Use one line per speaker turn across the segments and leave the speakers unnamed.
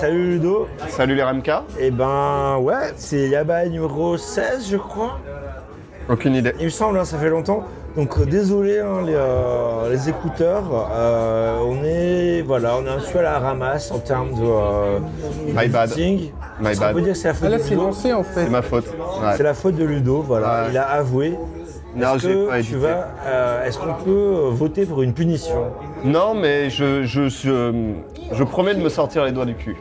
Salut Ludo.
Salut les RMK
Eh ben ouais, c'est Yaba numéro 16 je crois.
Aucune idée.
Il me semble, hein, ça fait longtemps. Donc euh, désolé hein, les, euh, les écouteurs, euh, on est voilà, on est un peu à la ramasse en termes de euh,
My bad.
editing.
My
Parce qu'on
bad.
peut dire que c'est la
Ah
faute
là
de
c'est
Ludo.
lancé en fait.
C'est ma faute. Ouais.
C'est la faute de Ludo, voilà,
Ouais.
il a avoué.
Non,
Est-ce
j'ai
que
pas
tu
édité.
vas, euh, Est-ce qu'on peut euh, voter pour une punition
Non, mais je, je, je, je promets de me sortir les doigts du cul.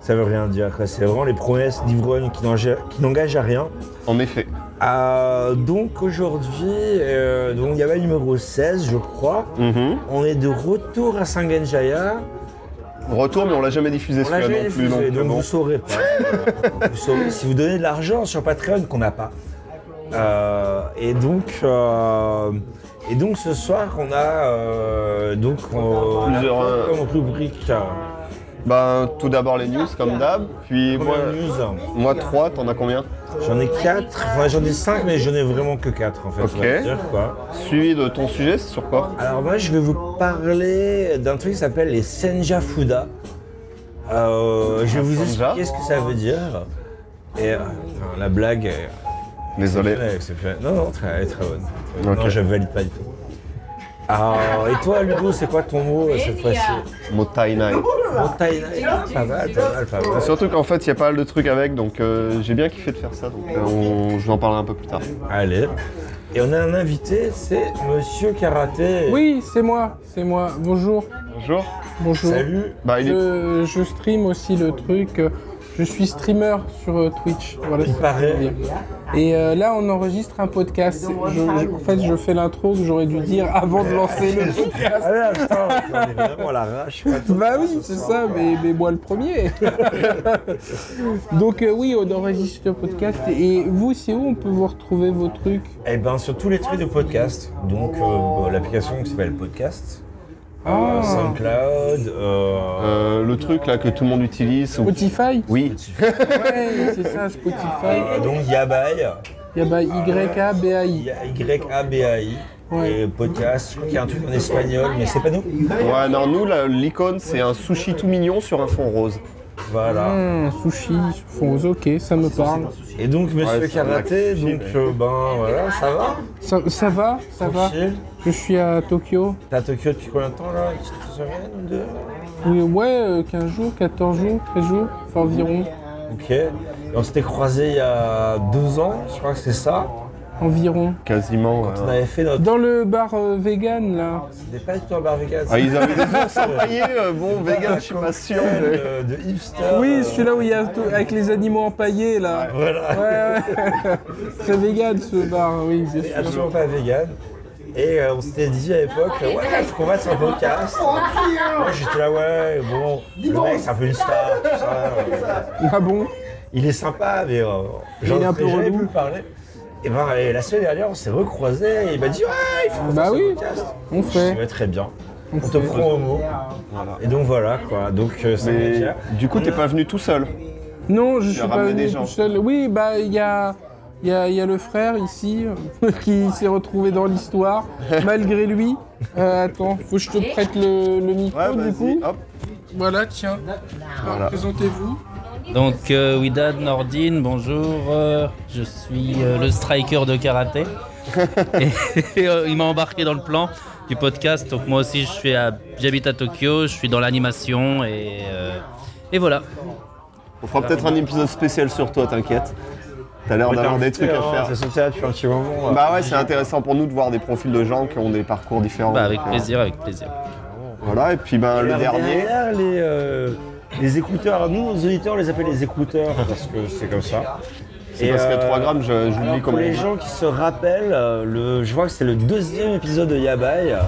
Ça veut rien dire. quoi. C'est vraiment les promesses d'ivrognes qui n'engagent- qui n'engagent à rien.
En effet.
Euh, donc aujourd'hui, euh, donc il y avait le numéro 16, je crois.
Mhm.
On est de retour à Sangenjaya.
Retour, mais on l'a jamais diffusé
On l'a
celui-là
jamais
non plus.
diffusé,
Donc,
donc
bon.
vous saurez pas. Voilà. Vous saurez si vous donnez de l'argent sur Patreon qu'on n'a pas. Euh, et donc, euh, et donc ce soir, on a euh, donc on, a
Plusieurs, euh,
comme rubrique euh,
Ben, tout d'abord les news, comme d'hab. Puis moi,
Première news.
moi 3, t'en as combien
J'en ai 4, enfin j'en ai 5 mais j'en ai vraiment que 4 en fait.
Ok.
on va dire, quoi.
Suivi de ton sujet, c'est sur quoi
Alors moi je vais vous parler d'un truc qui s'appelle les Senjafuda. Euh, je vais vous
Ah, Senja
expliquer ce que ça veut dire. Et euh, putain, la blague est
Désolé.
Ouais, exceptionnelle. Non, non, très, très bonne. Très bonne.
Ok.
Non, je valide pas du tout. Alors, et toi Ludo, c'est quoi ton mot euh, cette fois-ci
Motai Nai.
Mon taïna- Pas mal, pas mal, pas mal.
Surtout qu'en fait, il y a pas mal de trucs avec, donc euh, j'ai bien kiffé de faire ça. Donc, euh, on- je vous en parlerai un peu plus tard.
Allez. Et on a un invité, c'est Monsieur Karaté.
Oui, c'est moi, c'est moi. Bonjour,
Bonjour.
bonjour.
Salut.
Bah, il est-
Euh.
Je, je stream aussi le truc. euh, Je suis streamer sur euh, Twitch. Voilà,
Il
c'est ça que je
paraît.
veux dire. Et euh, là, on enregistre un podcast. Je- je- en fait, je fais l'intro que j'aurais dû dire avant de lancer le podcast.
Ah là, putain, on est vraiment à l'arrache. quoi.
Bah oui, c'est ça, mais, mais moi le premier. Donc euh, oui, on enregistre le podcast. Et vous, c'est où on peut vous retrouver vos trucs
Eh ben sur tous les trucs de podcast, donc euh, bah, l'application qui s'appelle Podcast,
Ah,
Euh, SoundCloud, euh,
Euh, le truc là que tout le monde utilise. ou-
Spotify
Oui.
Ouais, c'est ça, Spotify.
euh, donc Yabai,
Il y a bah, Y-A-B-A-I.
Y-A-B-A-I,
Ouais.
et Podcast, je crois qu'il y a un truc en espagnol, mais c'est pas nous.
Ouais, non, nous, la- l'icône, c'est un sushi tout mignon sur un fond rose.
Voilà.
Hum, sushi, fonds, ok, ça me parle.
Et donc Monsieur
Ouais, c'est un
Karaté,
acte
donc
suicide,
euh, ben voilà, ça va
Ça, ça va, ça va.
Tranquille
Je suis à Tokyo.
T'es à Tokyo depuis combien de temps là Une petite semaine ou deux
Oui, ouais, euh, 15 jours, 14 jours, 13 jours, enfin, environ.
Ok. Et on s'était croisés il y a deux ans, je crois que c'est ça.
Environ.
Quasiment. hein. ouais.
On avait fait notre...
Dans le bar euh, vegan, là.
C'était pas du tout un barbecue.
Ah, ils avaient des ours empaillés, euh, bon, vegan, je suis pas sûr. mais-
de, de hipster.
Oui,
euh,
celui-là où il y a tout- avec les animaux empaillés, là.
Voilà.
Ouais, ouais. Très vegan, ce bar, oui, bien sûr.
Absolument pas vegan. Et euh, on s'était dit à l'époque, euh, ouais, est-ce qu'on va sur un podcast Moi j'étais là, ouais, bon, le mec c'est un peu une star, tout ça.
Ah bon
Il est sympa, mais euh, j'en
Il est un
ai
peu
jamais
relou.
plus parler. Et ben et la semaine dernière, on s'est recroisés et il m'a dit, ouais, il faut qu'on
Bah
fasse un
oui.
podcast.
On
Je dis,
fait.
ouais, très bien.
On
On te
fait.
prend au mot. Et donc voilà, quoi. Donc euh, ça veut
Mais
dire-
du coup, t'es pas venu tout seul.
Non, je
Tu as
suis pas
ramené
venu
des gens.
tout seul. Oui, bah il y a, il y, a, il y a le frère ici qui s'est retrouvé dans l'histoire malgré lui. Euh, attends, faut que je te prête le, le micro
Ouais,
du
vas-y,
coup.
hop.
Voilà, tiens. Alors, Présentez-vous.
Donc euh, Widad Nordin, bonjour. euh, je suis euh, le striker de karaté. Et, et, euh, il m'a embarqué dans le plan du podcast. Donc moi aussi, je suis à, j'habite à Tokyo. Je suis dans l'animation et euh, et voilà.
On fera peut-être un épisode spécial sur toi, t'inquiète. T'as l'air d'avoir des trucs à
Oh,
faire.
Ça sautait là depuis un petit moment. hein. là.
Bah ouais, c'est intéressant pour nous de voir des profils de gens qui ont des parcours différents.
Bah, avec
Donc, euh,
plaisir, avec plaisir.
Voilà, et puis ben, le
Alors,
dernier.
derrière, les, euh, les écouteurs, nous, nos auditeurs, on les appelle les écouteurs parce que c'est comme ça. euh,
C'est parce qu'à 3 grammes, je- j'oublie
Alors, pour
comment.
les gens qui se rappellent, euh, le, je vois que c'est le deuxième épisode de Yabai. euh,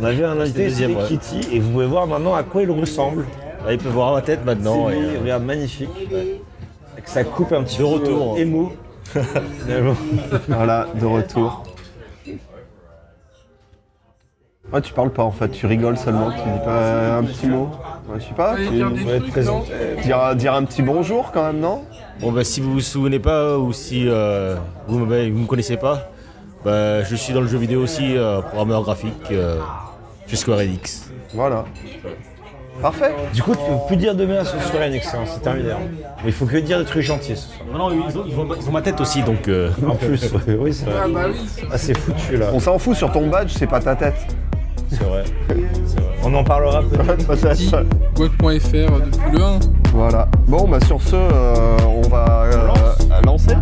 On avait un invité,
deuxième,
c'était
ouais.
Kitty, et vous pouvez voir maintenant à quoi il ressemble.
Là, il peut voir ma tête maintenant.
c'est
et,
lui,
euh,
regarde, magnifique. ouais. Avec sa coupe un petit peu
retour.
euh, émo. Finalement.
Voilà, de retour. Ouais, Ah, tu parles pas en fait, tu rigoles seulement, tu dis pas un petit mot. Ouais, je sais pas,
Allez,
tu-
dire des
va être
trucs,
présent.
non
dire, dire un petit bonjour quand même, non
Bon, bah, si vous vous souvenez pas ou si euh, vous, m'avez- vous me connaissez pas, bah, je suis dans le jeu vidéo aussi, euh, programmeur graphique euh, chez Square Enix.
Voilà. Parfait.
Du coup, tu peux plus dire de bien sur soirée une excellence, c'est terminé. hein. Mais il faut que dire des trucs gentils ce soir.
Non, ils ont, ils ont- ils ont ma tête aussi, donc. euh,
En plus, ouais, oui, c'est vrai. Ah, c'est foutu là.
On s'en fout sur ton badge, c'est pas ta tête.
C'est vrai. C'est vrai. On en parlera peut-être.
Quack.fr euh, depuis le 1.
Voilà. Bon, bah sur ce, euh, on va euh, lancer.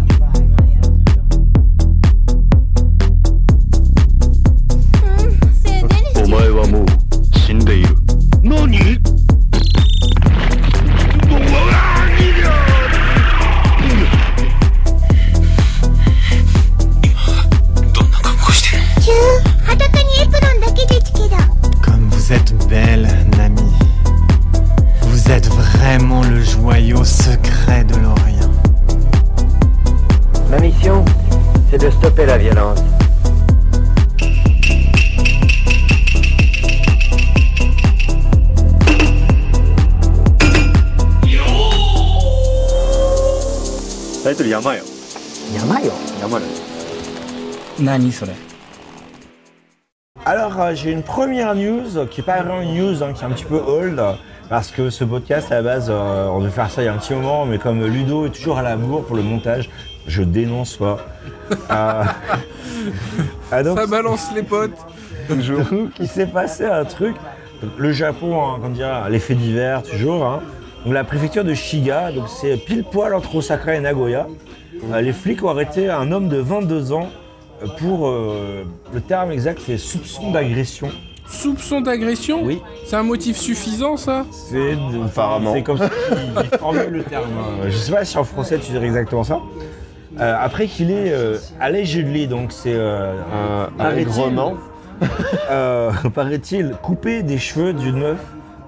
Comme vous êtes belle, Nami. Vous êtes vraiment le joyau secret de l'Orient.
Ma mission, c'est de stopper la violence.
Alors, euh, j'ai une première news euh, qui est pas vraiment une news, hein, qui est un petit peu old. euh, Parce que ce podcast, à la base, euh, on devait faire ça il y a un petit moment, mais comme Ludo est toujours à la bourre pour le montage, je dénonce pas. Euh, ah, donc,
Ça balance les potes.
Donc, il s'est passé un truc. Le Japon, hein, comme dire, l'effet d'hiver toujours. hein. Donc, la préfecture de Shiga, donc c'est pile poil entre Osaka et Nagoya. Euh, les flics ont arrêté un homme de 22 ans euh, pour euh, le terme exact, c'est soupçon d'agression.
Soupçon d'agression
Oui,
C'est un motif suffisant, ça
c'est de-
Apparemment.
C'est comme ça qu'il formule le terme. Ah, Euh, Je sais pas si en français tu dirais exactement ça. Euh, après qu'il est allégé de lit, donc c'est euh, paraît-il-
allègrement.
euh, paraît-il, coupé des cheveux d'une meuf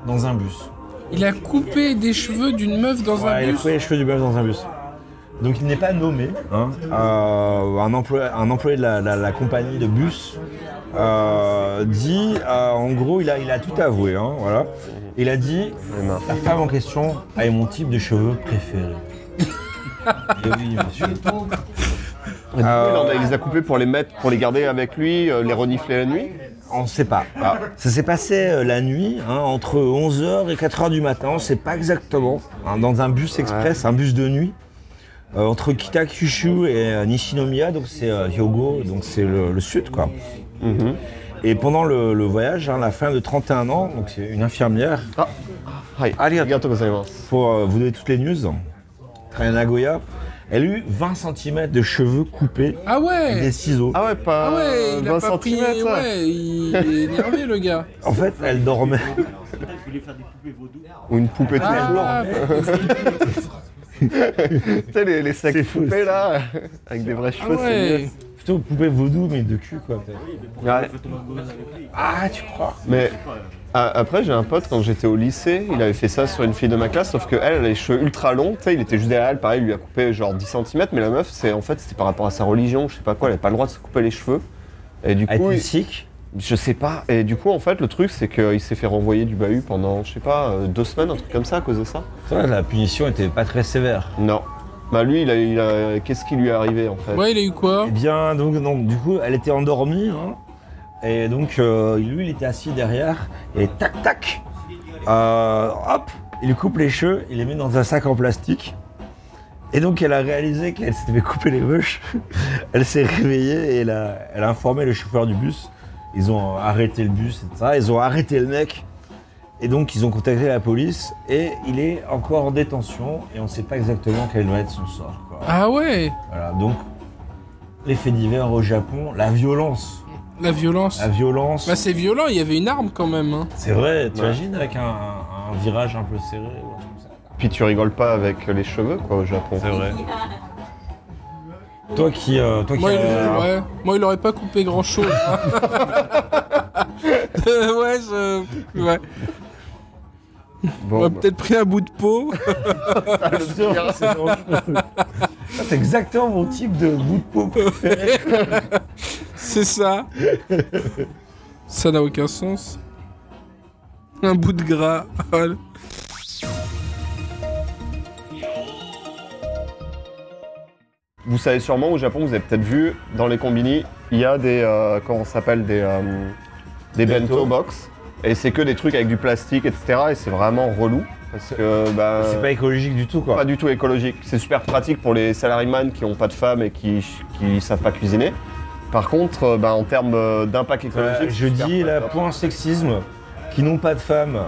dans un bus.
Il a coupé des cheveux d'une meuf dans
Ouais,
un
il a
bus
coupé les cheveux du bœuf dans un bus. Donc il n'est pas nommé. hein. Euh, un, employé, un employé de la, la- la compagnie de bus euh, dit, euh, en gros, il a, il a tout avoué. hein, voilà. Il a dit, la femme en question a eu mon type de cheveux préféré. Et oui, monsieur.
Euh, Il en a- il les a coupés pour les mettre, pour les garder avec lui, euh, les renifler la nuit.
On ne sait pas. Ça s'est passé euh, la nuit, hein, entre 11h et 4h du matin, on ne sait pas exactement. hein, dans un bus express, un bus de nuit, euh, entre Kitakyushu et euh, Nishinomiya, donc c'est euh, Hyogo, donc c'est le, le sud quoi. Et pendant le, le voyage, hein, la femme de 31 ans, donc c'est une infirmière,
Hi. Arigato gozaimasu.
pour euh, vous donner toutes les news, Train Nagoya, elle a eu 20 cm de cheveux coupés
Ah
avec des
ouais
ciseaux.
Ah ouais, pas
Ah ouais, il a
20
pas pris...
cm.
Ouais, il est énervé, le gars.
En fait, elle dormait.
Ou une poupée de
Ah,
Tu sais, les, les sacs
fou,
poupées là, avec des vrais
ah
cheveux, c'est
ouais
mieux.
Plutôt poupée vaudou, mais de cul quoi. peut-être.
Ouais.
Ah, tu crois
Mais a- après, j'ai un pote, quand j'étais au lycée, il avait fait ça sur une fille de ma classe, sauf qu'elle, elle a les cheveux ultra longs, tu sais, il était juste derrière elle, pareil, il lui a coupé genre 10 cm, mais la meuf, c'est en fait, c'était par rapport à sa religion, je sais pas quoi, elle avait pas le droit de se couper les cheveux. Et du
Elle
coup,
était
il-
sick.
je sais pas. Et du coup, en fait, le truc, c'est qu'il s'est fait renvoyer du bahut pendant, je sais pas, euh, deux semaines, un truc comme ça, à cause de ça.
Ça, la punition était pas très sévère.
Non. Bah lui, il a, il a- qu'est-ce qui lui est arrivé en fait
Ouais, il a eu quoi
Eh bien, donc, donc, du coup, elle était endormie. hein. et donc, euh, lui, il était assis derrière. Et tac, tac euh, Hop Il lui coupe les cheveux, il les met dans un sac en plastique. Et donc, elle a réalisé qu'elle s'était fait couper les meuches. elle s'est réveillée et elle a, elle a informé le chauffeur du bus. Ils ont arrêté le bus, etc. Ils ont arrêté le mec. Et donc, ils ont contacté la police. Et il est encore en détention. Et on ne sait pas exactement quel va être son sort. quoi.
Ah ouais
Voilà, donc les faits divers au Japon, la violence,
La violence
la violence,
Bah c'est violent, il y avait une arme quand même. hein.
c'est vrai, t'imagines avec un, un virage un peu serré. ou un truc comme ça.
Puis tu rigoles pas avec les cheveux, quoi, au Japon. C'est vrai.
Toi qui, euh, toi qui,
Moi, il,
euh,
ouais. Moi, il aurait pas coupé grand chose. ouais, je... ouais.
Bon,
J'aurais
bah,
peut-être pris un bout de peau.
Ça, c'est exactement mon type de bout de peau préféré.
C'est ça. Ça n'a aucun sens. Un bout de gras. Voilà.
Vous savez sûrement au Japon, vous avez peut-être vu dans les combini, il y a des euh, comment on s'appelle des euh, des bento, box Et c'est que des trucs avec du plastique, etc. Et c'est vraiment relou. Parce que bah,
C'est pas écologique du tout, quoi.
pas du tout écologique. C'est super pratique pour les salariés qui n'ont pas de femme et qui, qui savent pas cuisiner. Par contre, euh, bah, en termes euh, d'impact
Euh,
écologique,
je
c'est super
dis
pas
là,
top.
point sexisme, qui n'ont pas de femmes.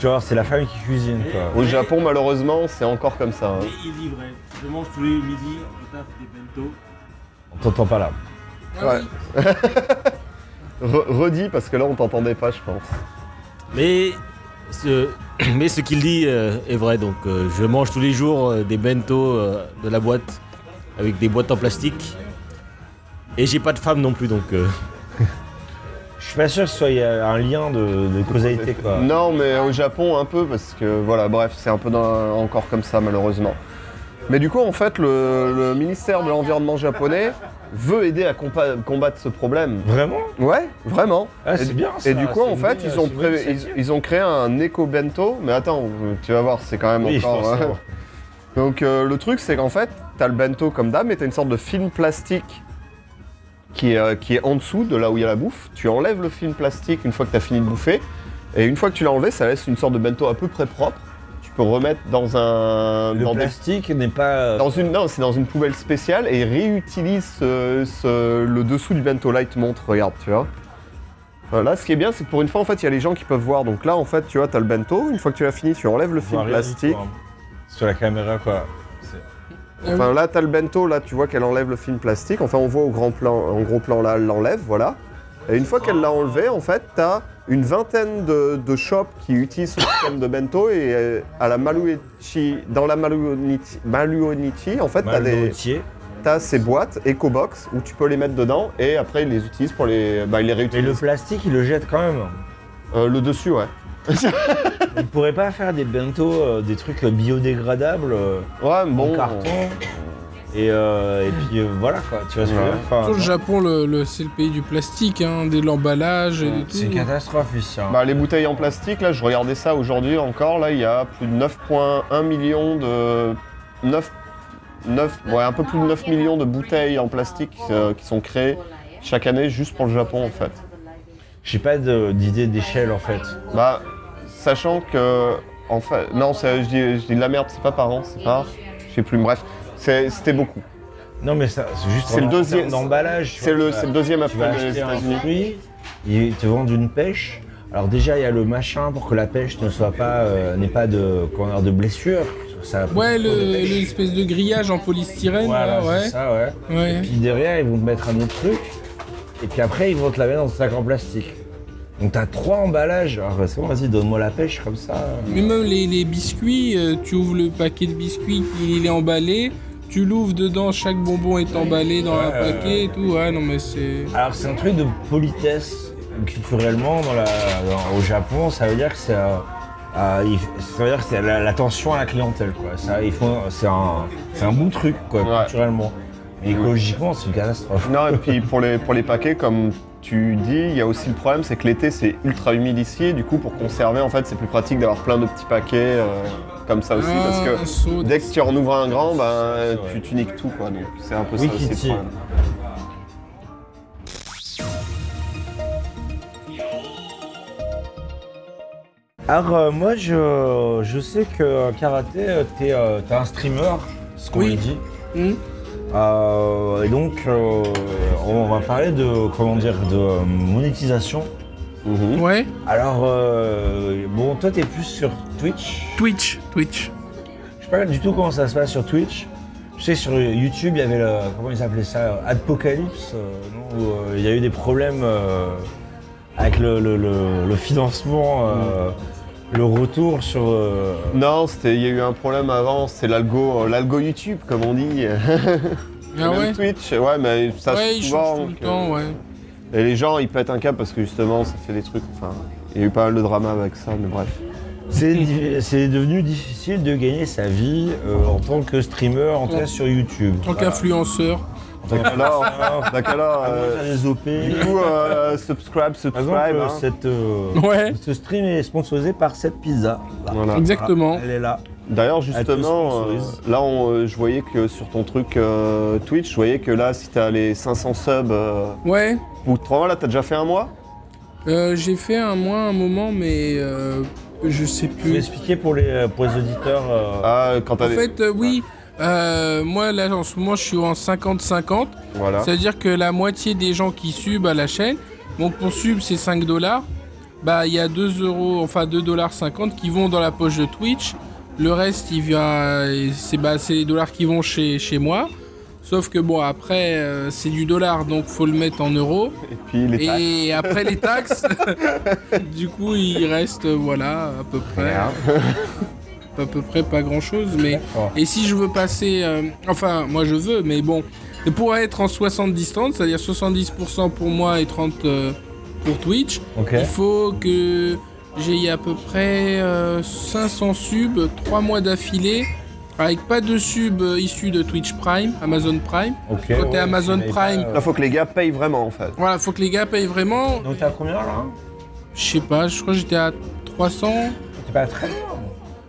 Genre, c'est la femme qui cuisine, quoi.
Au Japon, malheureusement, c'est encore comme ça. hein.
Mais il livrait. Je mange tous les midis au taf des bento.
On t'entend pas là.
Re- redis parce que là, on t'entendait pas, je pense.
Mais ce, mais ce qu'il dit euh, est vrai. Donc, euh, je mange tous les jours euh, des bento euh, de la boîte avec des boîtes en plastique. Et j'ai pas de femme non plus, donc. euh,
Je suis pas sûr que ce soit euh, un lien de, de causalité, quoi.
Non, mais au Japon un peu parce que voilà, bref, c'est un peu dans- encore comme ça malheureusement. Mais du coup, en fait, le, le ministère de l'environnement japonais veut aider à compa- combattre ce problème.
Vraiment
Ouais, vraiment.
Ah,
Et-
c'est bien, ça.
Et du coup,
C'est
en
une
fait,
bonne-
ils ont,
c'est une
pré-
bonne
ils,
initiative.
ils ont créé un éco bento. Mais attends, tu vas voir, c'est quand même
Oui, je
encore.
pense
hein.
savoir.
Donc euh, le truc, c'est qu'en fait, t'as le bento comme d'hab, mais t'as une sorte de film plastique qui est, euh, qui est en dessous de là où il y a la bouffe. Tu enlèves le film plastique une fois que t'as fini de bouffer, et une fois que tu l'as enlevé, ça laisse une sorte de bento à peu près propre. Tu peux remettre dans un
Le
dans, des-
plastique n'est pas.
dans une non, c'est dans une poubelle spéciale et réutilise ce- ce- le dessous du bento. Là, il te montre, regarde, tu vois. Euh, Là, ce qui est bien, c'est que pour une fois, en fait, il y a les gens qui peuvent voir. Donc là, en fait, tu vois, t'as le bento. Une fois que tu l'as fini, tu enlèves le
on voit
film
rien du
plastique.
tout, hein. Sur la caméra, quoi.
Enfin là, t'as le bento, là tu vois qu'elle enlève le film plastique. Enfin, on voit au grand plan, en gros plan là, elle l'enlève, voilà. Et une fois qu'elle l'a enlevé, en fait, t'as une vingtaine de, de shops qui utilisent ce système de bento et euh, à la Maluichi, dans la Maluonichi, Maluonichi en fait, t'as
Mal de
des,
routier.
t'as ces boîtes EcoBox où tu peux les mettre dedans et après ils les utilisent pour les, bah, ils les
Mais le
réutilisent.
plastique, il le jette quand même.
Euh, le dessus, ouais.
On pourrait pas faire des bento, euh, des trucs biodégradables euh,
Ouais, mais bon.
en carton. Et, euh, et puis euh, voilà, quoi. Tu vois ce que je veux dire Enfin,
Sur le
non.
Japon, le, le- c'est le pays du plastique, hein, de l'emballage et de tout.
C'est une catastrophe ici. hein.
Bah, les bouteilles en plastique, là, je regardais ça aujourd'hui encore. Là, il y a plus de 9,1 millions de. 9, 9, ouais, un peu plus de 9 millions de bouteilles en plastique euh, qui sont créées chaque année juste pour le Japon, en fait.
J'ai pas de- d'idée d'échelle en fait.
Bah, sachant que. En fait, non, c'est- je dis, je dis de la merde, c'est pas par an, c'est par. Je sais plus, bref. c'est- C'était beaucoup.
Non mais ça, c'est juste.
C'est le
en
deuxième-
termes d'emballage. tu
C'est
vois,
le,
tu
c'est
vas-
le deuxième
Tu vas
après les
acheter un
États-Unis.
fruit, ils te vendent une pêche. Alors déjà il y a le machin pour que la pêche ne soit pas, euh, n'ait pas de, qu'on a de blessure. Ça-
Ouais,
pour les
le-
pêches.
l'espèce de grillage en polystyrène,
Voilà,
là, ouais.
c'est ça, ouais.
Ouais.
Et puis derrière ils vont te mettre un autre truc. Et puis après ils vont te la mettre dans un sac en plastique. Donc t'as trois emballages. Alors c'est bon, vas-y donne-moi la pêche comme ça.
Mais même les, les biscuits, euh, tu ouvres le paquet de biscuits, il est emballé, tu l'ouvres dedans, chaque bonbon est emballé dans un
Ouais,
paquet et tout. Ouais, non mais c'est...
Alors c'est un truc de politesse culturellement dans la- dans- au Japon, ça veut dire que c'est euh, euh, il- ça veut dire que c'est la- l'attention à la clientèle quoi. Ça, ils font- c'est un c'est un bon truc quoi
Ouais.
culturellement. Mais écologiquement c'est une catastrophe.
Non, et puis pour les, pour les paquets, comme tu dis, il y a aussi le problème, c'est que l'été c'est ultra humide ici, et du coup pour conserver, en fait, c'est plus pratique d'avoir plein de petits paquets euh, comme ça aussi,
Ah,
parce
un
que
seau de-
dès que tu en ouvres un grand, ben, tu, tu niques tout, quoi. Donc c'est un peu
Oui,
ça aussi
Kitty.
le problème.
Alors euh, moi je, je sais que euh, karaté euh, t'es euh, t'es un streamer, ce qu'on
Oui.
lui dit.
Hmm.
Euh, et donc euh, on va parler de comment dire de euh, monétisation.
Mhm.
Ouais,
Alors euh, bon toi t'es plus sur Twitch.
Twitch, Twitch.
Je sais pas du tout comment ça se passe sur Twitch. Je sais sur YouTube, il y avait le, comment ils appelaient ça, Apocalypse, euh, non, où euh, il y a eu des problèmes euh, avec le, le- le- le financement, euh,
Mm.
le retour sur. euh,
Non, c'était- il y a eu un problème avant, c'est l'algo, euh, l'algo YouTube, comme on dit.
Ah
Même
ouais
Twitch, ouais, mais ça
Ouais,
se
il
voit,
change tout le
donc, euh,
temps, ouais.
Et les gens, ils pètent un câble parce que justement, ça fait des trucs. Enfin, il y a eu pas mal de drama avec ça, mais bref.
C'est di- c'est devenu difficile de gagner sa vie euh, en tant que streamer, en tout cas sur YouTube.
En tant qu'influenceur.
Donc alors, donc alors,
Ah,
euh,
les OP.
Du coup, euh, subscribe,
Par
subscribe.
exemple, euh,
hein.
cette, euh,
Ouais,
ce stream est sponsorisé par cette pizza. Là.
Voilà.
exactement.
Elle est là.
hein. D'ailleurs,
Elle te
justement, euh,
sponsorise.
là, on, euh, je voyais que sur ton truc euh, Twitch, je voyais que là, si t'as les 500 subs, euh,
Ouais,
ou 3 là, t'as déjà fait un mois
Euh, J'ai fait un mois, un moment, mais euh, je sais
Tu veux
plus.
expliquer pour les, pour les auditeurs euh,
Ah, quand
En
t'as des-
fait, euh, oui, euh, moi là en ce moment je suis en 50-50.
Voilà.
C'est-à-dire que la moitié des gens qui subent à la chaîne, donc pour sub c'est 5 dollars, bah il y a 2 euros, enfin 2 dollars 50 qui vont dans la poche de Twitch. Le reste, il vient, c'est bah, c'est les dollars qui vont chez, chez moi. Sauf que bon, après, euh, c'est du dollar, donc faut le mettre en euros.
Et puis les taxes.
Et après les taxes, du coup, il reste, euh, voilà, à peu près. à peu près pas grand chose, mais.
D'accord.
Et si je veux passer. euh, Enfin, moi je veux, mais bon. Et pour être en 70-30, c'est-à-dire 70% pour moi et 30% euh, pour Twitch,
Ok.
il faut que j'ai à peu près euh, 500 subs, 3 mois d'affilée, avec pas de subs euh, issus de Twitch Prime, Amazon Prime.
Ok.
Quand t'es Amazon
Mais,
Prime.
euh,
Là, faut que les gars payent vraiment en fait.
Voilà, faut que les gars payent vraiment.
donc t'es à combien là hein
Je sais pas, je crois que j'étais à 300.
T'es pas très loin.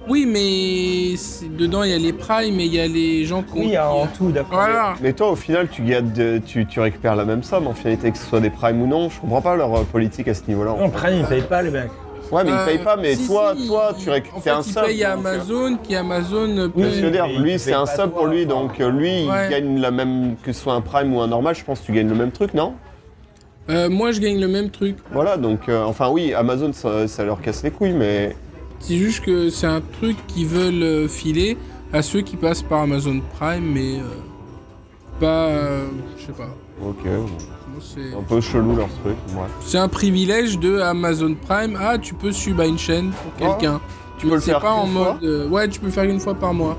Oui, mais c'est- dedans, il y a les primes et il y a les gens qui ont...
Oui, hein, en tout, d'accord.
Voilà.
Mais toi, au final, tu, gagnes de- tu, tu récupères la même somme en finalité, que ce soit des primes ou non. Je comprends pas leur euh, politique à ce niveau-là. en
Non,
fait.
Prime, ils payent pas les mecs.
Ouais, Ah, mais
Euh,
ils payent pas, mais
si,
toi,
si,
toi,
il-
tu récupères
en fait,
un
il
sub.
paye à
donc, euh,
Amazon, qui Amazon euh,
Oui, je veux
paye-
dire,
mais
lui
tu
c'est
payes
un
pas
sub
toi,
pour lui,
enfin.
donc euh, lui
Ouais.
il gagne la même, que ce soit un prime ou un normal, je pense que tu gagnes le même truc, non
Euh, moi, je gagne le même truc.
Voilà, donc euh, enfin oui, Amazon ça, ça leur casse les couilles, mais
C'est juste que c'est un truc qu'ils veulent euh, filer à ceux qui passent par Amazon Prime, mais euh, pas... euh, je sais pas.
ok,
Moi, c'est-
un peu chelou leur truc, ouais.
C'est un privilège de Amazon Prime. Ah, tu peux sub à une chaîne pour quelqu'un.
Oh, tu peux le
C'est
faire
pas en
qu'une fois
mode... euh, ouais, tu peux faire une fois par mois.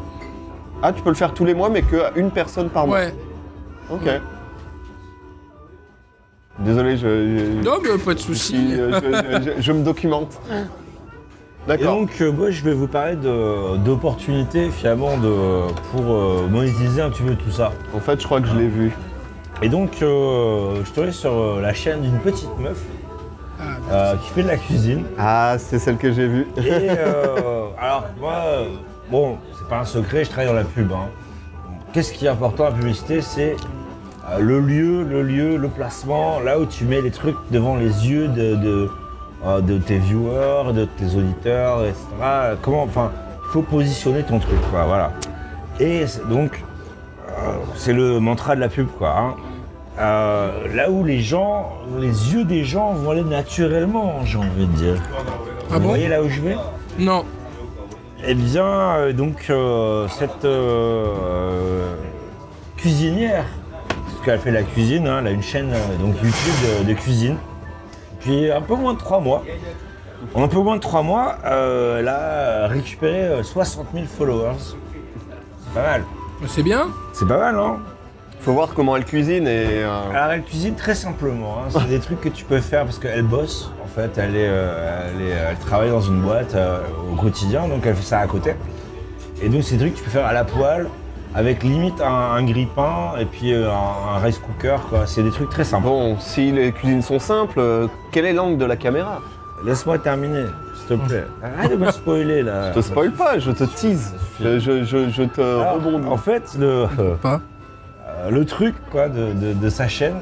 Ah, tu peux le faire tous les mois, mais que à une personne par mois.
Ouais.
Ok.
Ouais.
Désolé, je. je-
Non, mais pas de
je
soucis.
suis- euh, je- je- je- je me documente.
Et
D'accord.
donc, euh, moi, je vais vous parler de- d'opportunités, finalement, de, pour euh, monétiser un petit peu tout ça.
En fait, je crois que je l'ai vu.
Et donc, euh, je suis tombé sur euh, la chaîne d'une petite meuf
Ah,
euh, qui fait de la cuisine.
Ah, c'est celle que j'ai vue.
Et euh, alors, moi, euh, bon, c'est pas un secret, je travaille dans la pub. hein. Qu'est-ce qui est important à la publicité C'est euh, le lieu, le lieu, le placement, là où tu mets les trucs devant les yeux de, de, euh, de tes viewers, de tes auditeurs, etc. Comment, enfin, il faut positionner ton truc, quoi, voilà. Et c'est- donc, euh, c'est le mantra de la pub, quoi. hein. Euh, là où les gens, les yeux des gens vont aller naturellement, j'ai envie de dire.
Ah
Vous
bon
voyez là où je vais
Non.
Eh bien, euh, donc, euh, cette euh, euh, cuisinière, parce qu'elle fait la cuisine, hein, elle a une chaîne euh, donc YouTube de, de cuisine, puis un peu moins de trois mois. En un peu moins de trois mois, euh, elle a récupéré euh, 60 000 followers. C'est pas mal.
Bah, C'est bien
C'est pas mal, hein non
Faut voir comment elle cuisine et. euh,
Alors elle cuisine très simplement, hein. c'est des trucs que tu peux faire parce qu'elle bosse en fait, elle, est, euh, elle, est- elle travaille dans une boîte euh, au quotidien, donc elle fait ça à côté. Et donc c'est des trucs que tu peux faire à la poêle, avec limite un, un grille-pain et puis euh, un, un rice cooker, quoi. c'est des trucs très simples.
Bon, si les cuisines sont simples, euh, quel est l'angle de la caméra
Laisse-moi terminer, s'il te plaît. Arrête de me spoiler là.
Je te spoil pas, je te tease, je, je- je- je te
Alors,
rebondis.
Ah, En fait, le,
Pas.
euh, le truc quoi, de, de- de sa chaîne,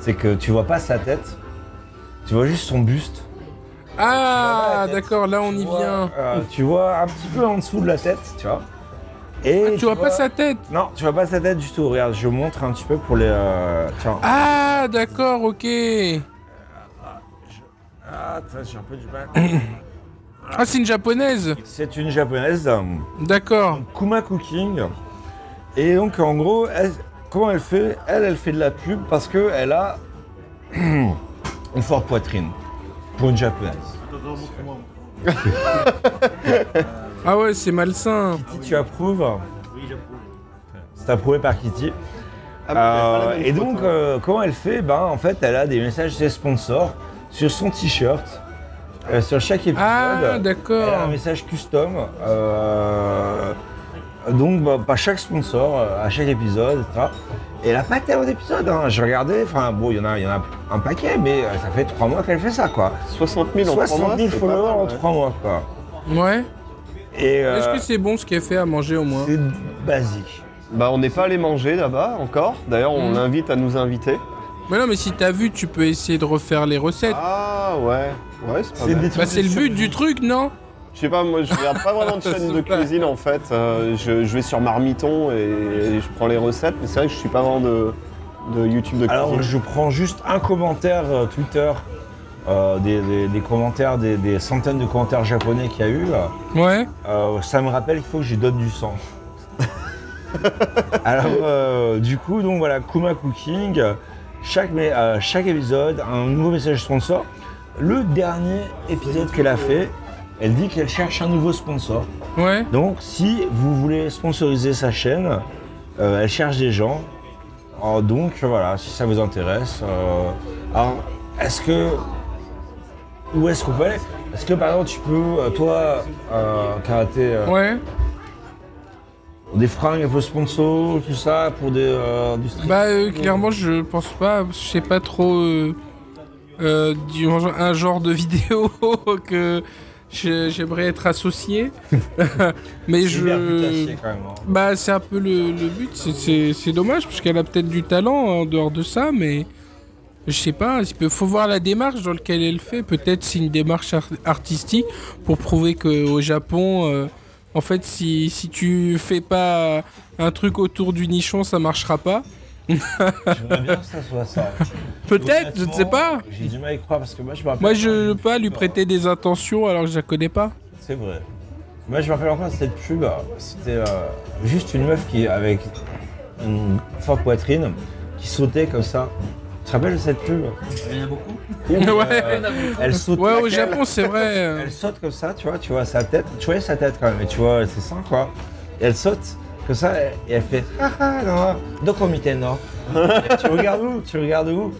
c'est que tu vois pas sa tête, tu vois juste son buste.
Ah,
la tête.
d'accord, là on y
Tu vois,
vient.
euh, tu vois un petit peu en dessous de la tête, tu vois. Et
Ah, tu vois pas sa tête
Non, tu vois pas sa tête du tout. Regarde, je montre un petit peu pour les. euh, Tiens.
Ah, d'accord, ok.
Ah, tiens, j'ai un peu du mal.
Ah, c'est une japonaise.
C'est une japonaise, euh,
D'accord.
Kuma Cooking. Et donc, en gros, elle- comment elle fait Elle, elle fait de la pub parce que elle a une forte poitrine pour une japonaise.
Ah ouais, c'est malsain.
Kitty, tu approuves Ah Oui, j'approuve. C'est approuvé par Kitty.
Ah, mais j'avais pas la
Euh,
même
et
photo.
donc, euh, comment elle fait Ben, en fait, elle a des messages de ses sponsors sur son t-shirt. Euh, sur chaque épisode,
Ah,
elle a un
d'accord.
message custom. euh, donc, bah, pas chaque sponsor, euh, à chaque épisode, etc. Et elle a pas tellement d'épisodes. Hein. Je regardais, enfin, bon, il y, en a- il y en a un paquet, mais euh, ça fait trois mois qu'elle fait ça, quoi.
60 000 en
60
trois mois,
000
c'est pas mal,
followers en
ouais.
trois mois, quoi.
Ouais.
Et euh,
Est-ce que c'est bon ce qu'elle fait à manger au moins
c'est basique.
Bah, on n'est pas allé manger là-bas encore. D'ailleurs, on
Mm.
l'invite à nous inviter.
Mais non, mais si t'as vu, tu peux essayer de refaire les recettes.
Ah ouais, ouais, c'est pas mal.
des
bah,
trucs
c'est le
sur-
but du truc, non
Je sais pas, moi je regarde pas vraiment de chaîne de cuisine en fait. Euh, je, je vais sur Marmiton et je prends les recettes, mais c'est vrai que je suis pas vraiment de, de YouTube de cuisine.
Alors, je prends juste un commentaire euh, Twitter, euh, des, des- des commentaires, des, des centaines de commentaires japonais qu'il y a eu. là.
Ouais.
Euh, ça me rappelle qu'il faut que j'y donne du sang. Alors, euh, du coup, donc voilà, Kuma Cooking, chaque, mais, euh, chaque épisode, un nouveau message sponsor. Le dernier épisode qu'elle a fait, elle dit qu'elle cherche un nouveau sponsor.
Ouais.
Donc, si vous voulez sponsoriser sa chaîne, euh, elle cherche des gens. Alors, donc, voilà, si ça vous intéresse. euh, alors, est-ce que. Où est-ce qu'on peut aller Est-ce que, par exemple, tu peux, euh, toi, euh, karaté, euh,
Ouais.
des fringues un peu sponsor, tout ça, pour des, euh, du street
Bah, euh, clairement, je pense pas. Je sais pas trop. euh, euh, du- un genre de vidéo que je- j'aimerais être associé. Mais
C'est hyper putassier,
je.
quand même. hein.
Bah, c'est un peu le, le but. C'est- C'est c'est dommage, parce qu'elle a peut-être du talent en dehors de ça, mais. Je sais pas, il peut- faut voir la démarche dans laquelle elle fait. Peut-être c'est une démarche ar- artistique pour prouver qu'au Japon, euh, en fait, si, si tu fais pas un truc autour du nichon, ça marchera pas.
J'aimerais bien que ça soit ça.
Peut-être, je ne sais pas.
Honnêtement, J'ai du mal à y croire parce que moi, je me rappelle
Moi, je
quand
ne
même
peux pas lui
pub,
prêter des intentions alors que je la connais pas.
hein. C'est vrai. Moi, je me rappelle encore de cette pub. C'était euh, juste une meuf qui, avec une forte poitrine qui sautait comme ça. Tu te rappelles de cette pub euh,
Il y en a beaucoup.
Ouais,
Elle saute.
ouais au
laquelle-
Japon, c'est vrai. hein.
Elle saute comme ça, tu vois, tu vois sa tête, tu voyais sa tête quand même, et tu vois, c'est ça quoi. Et elle saute comme ça, et et elle fait ah ah non, donc on non. tu regardes où Tu regardes où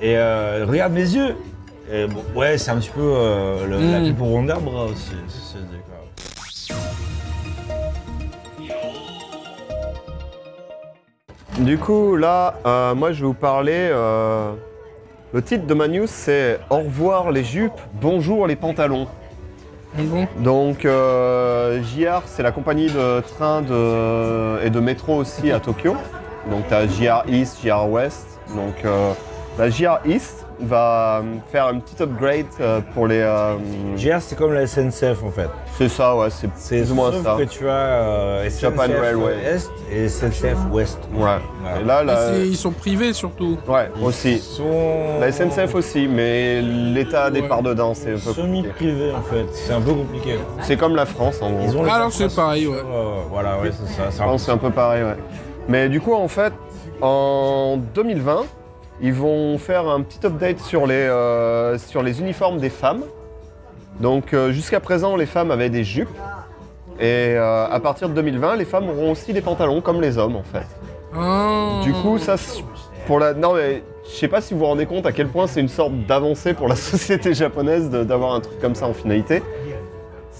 Et euh, regarde mes yeux. Et bon, ouais, c'est un petit peu euh, le- la
Mm.
pub pour Wonder Bra aussi. c'est- c'est- quoi.
Du coup, là, euh, moi je vais vous parler. euh, Le titre de ma news c'est Au revoir les jupes, bonjour les pantalons.
Bon,
Donc, euh, JR, c'est la compagnie de train de- et de métro aussi à Tokyo. Donc, tu as JR East, JR West. Donc, euh, la JR East va euh, faire un petit upgrade euh, pour les. euh,
JR, c'est comme la SNCF en fait.
c'est ça, ouais, c'est
C'est
plus ou moins
sauf
ça.
que tu as euh,
Japan
SNCF
Railway.
Est et SNCF Ouest.
Ouais. Et là,
Et
la-
c'est- ils sont privés surtout.
ouais,
Ils
aussi.
sont.
La SNCF aussi, mais l'État a des
Ouais.
parts dedans, c'est un peu compliqué.
Semi-privé en fait, c'est un peu compliqué.
C'est comme la France en gros.
Ils ont les
Ah, alors, c'est
infrastructures,
pareil, ouais.
euh, voilà, ouais, c'est ça. c'est
Je
un-
pense que c'est un peu pareil, ouais. Mais du coup, en fait, en 2020, ils vont faire un petit update sur les, euh, sur les uniformes des femmes. Donc, euh, jusqu'à présent, les femmes avaient des jupes. Et euh, à partir de 2020, les femmes auront aussi des pantalons comme les hommes, en fait.
Ah.
Du coup, ça, c'est- pour la, non mais je sais pas si vous vous rendez compte à quel point c'est une sorte d'avancée pour la société japonaise de- d'avoir un truc comme ça en finalité.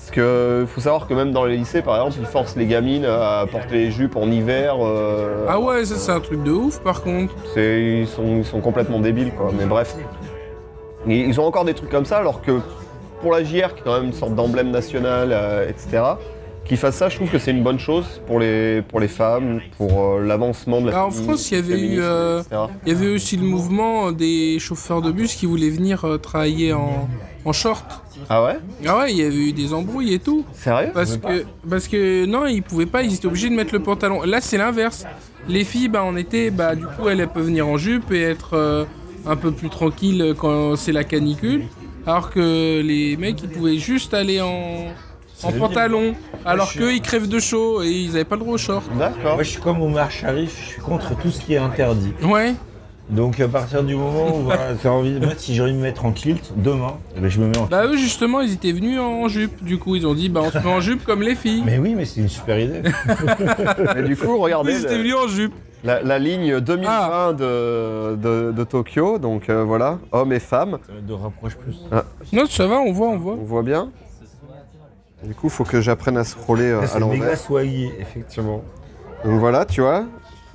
Parce que faut savoir que même dans les lycées, par exemple, ils forcent les gamines à porter les jupes en hiver. euh,
Ah ouais, ça c'est un truc de ouf par contre.
c'est- ils, sont, ils sont complètement débiles, quoi. Mais bref. Et ils ont encore des trucs comme ça, alors que pour la JR, qui est quand même une sorte d'emblème national, euh, etc., qu'ils fassent ça, je trouve que c'est une bonne chose pour les, pour les femmes, pour euh, l'avancement de la
Bah, en
fémi-
France, il y avait eu,
féminisme,
euh,
etc..
Il y avait aussi le mouvement des chauffeurs de bus qui voulaient venir euh, travailler en, en short.
Ah ouais
Ah ouais, il y avait eu des embrouilles et tout.
Sérieux
Parce que, parce que non, ils pouvaient pas, ils étaient obligés de mettre le pantalon. Là, c'est l'inverse. Les filles, bah, en été, bah, du coup, elles, elles peuvent venir en jupe et être euh, un peu plus tranquilles quand c'est la canicule. Alors que les mecs, ils pouvaient juste aller en, en pantalon. Alors qu'eux, ils crèvent de chaud et ils avaient pas le droit aux shorts.
D'accord.
Moi, je suis comme Omar Sharif, je suis contre tout ce qui est interdit.
Ouais,
Donc, à partir du moment où voilà, t'as envie, moi, si j'ai envie de me mettre en kilt demain, eh ben, je me mets en kilt.
bah eux, justement, ils étaient venus en jupe. Du coup, ils ont dit, bah, on se met en jupe comme les filles.
Mais oui, mais c'est une super idée.
Mais du coup,
Ils
regardez
étaient
le-
venus en jupe.
la, la ligne 2020 de, de, de Tokyo, donc euh, voilà, hommes et femmes,
De rapproche plus.
Non, ça va, on voit, on voit.
on voit bien. Du coup, faut que j'apprenne à scroller euh, à
C'est
l'envers.
méga soigné, effectivement.
Donc voilà, tu vois,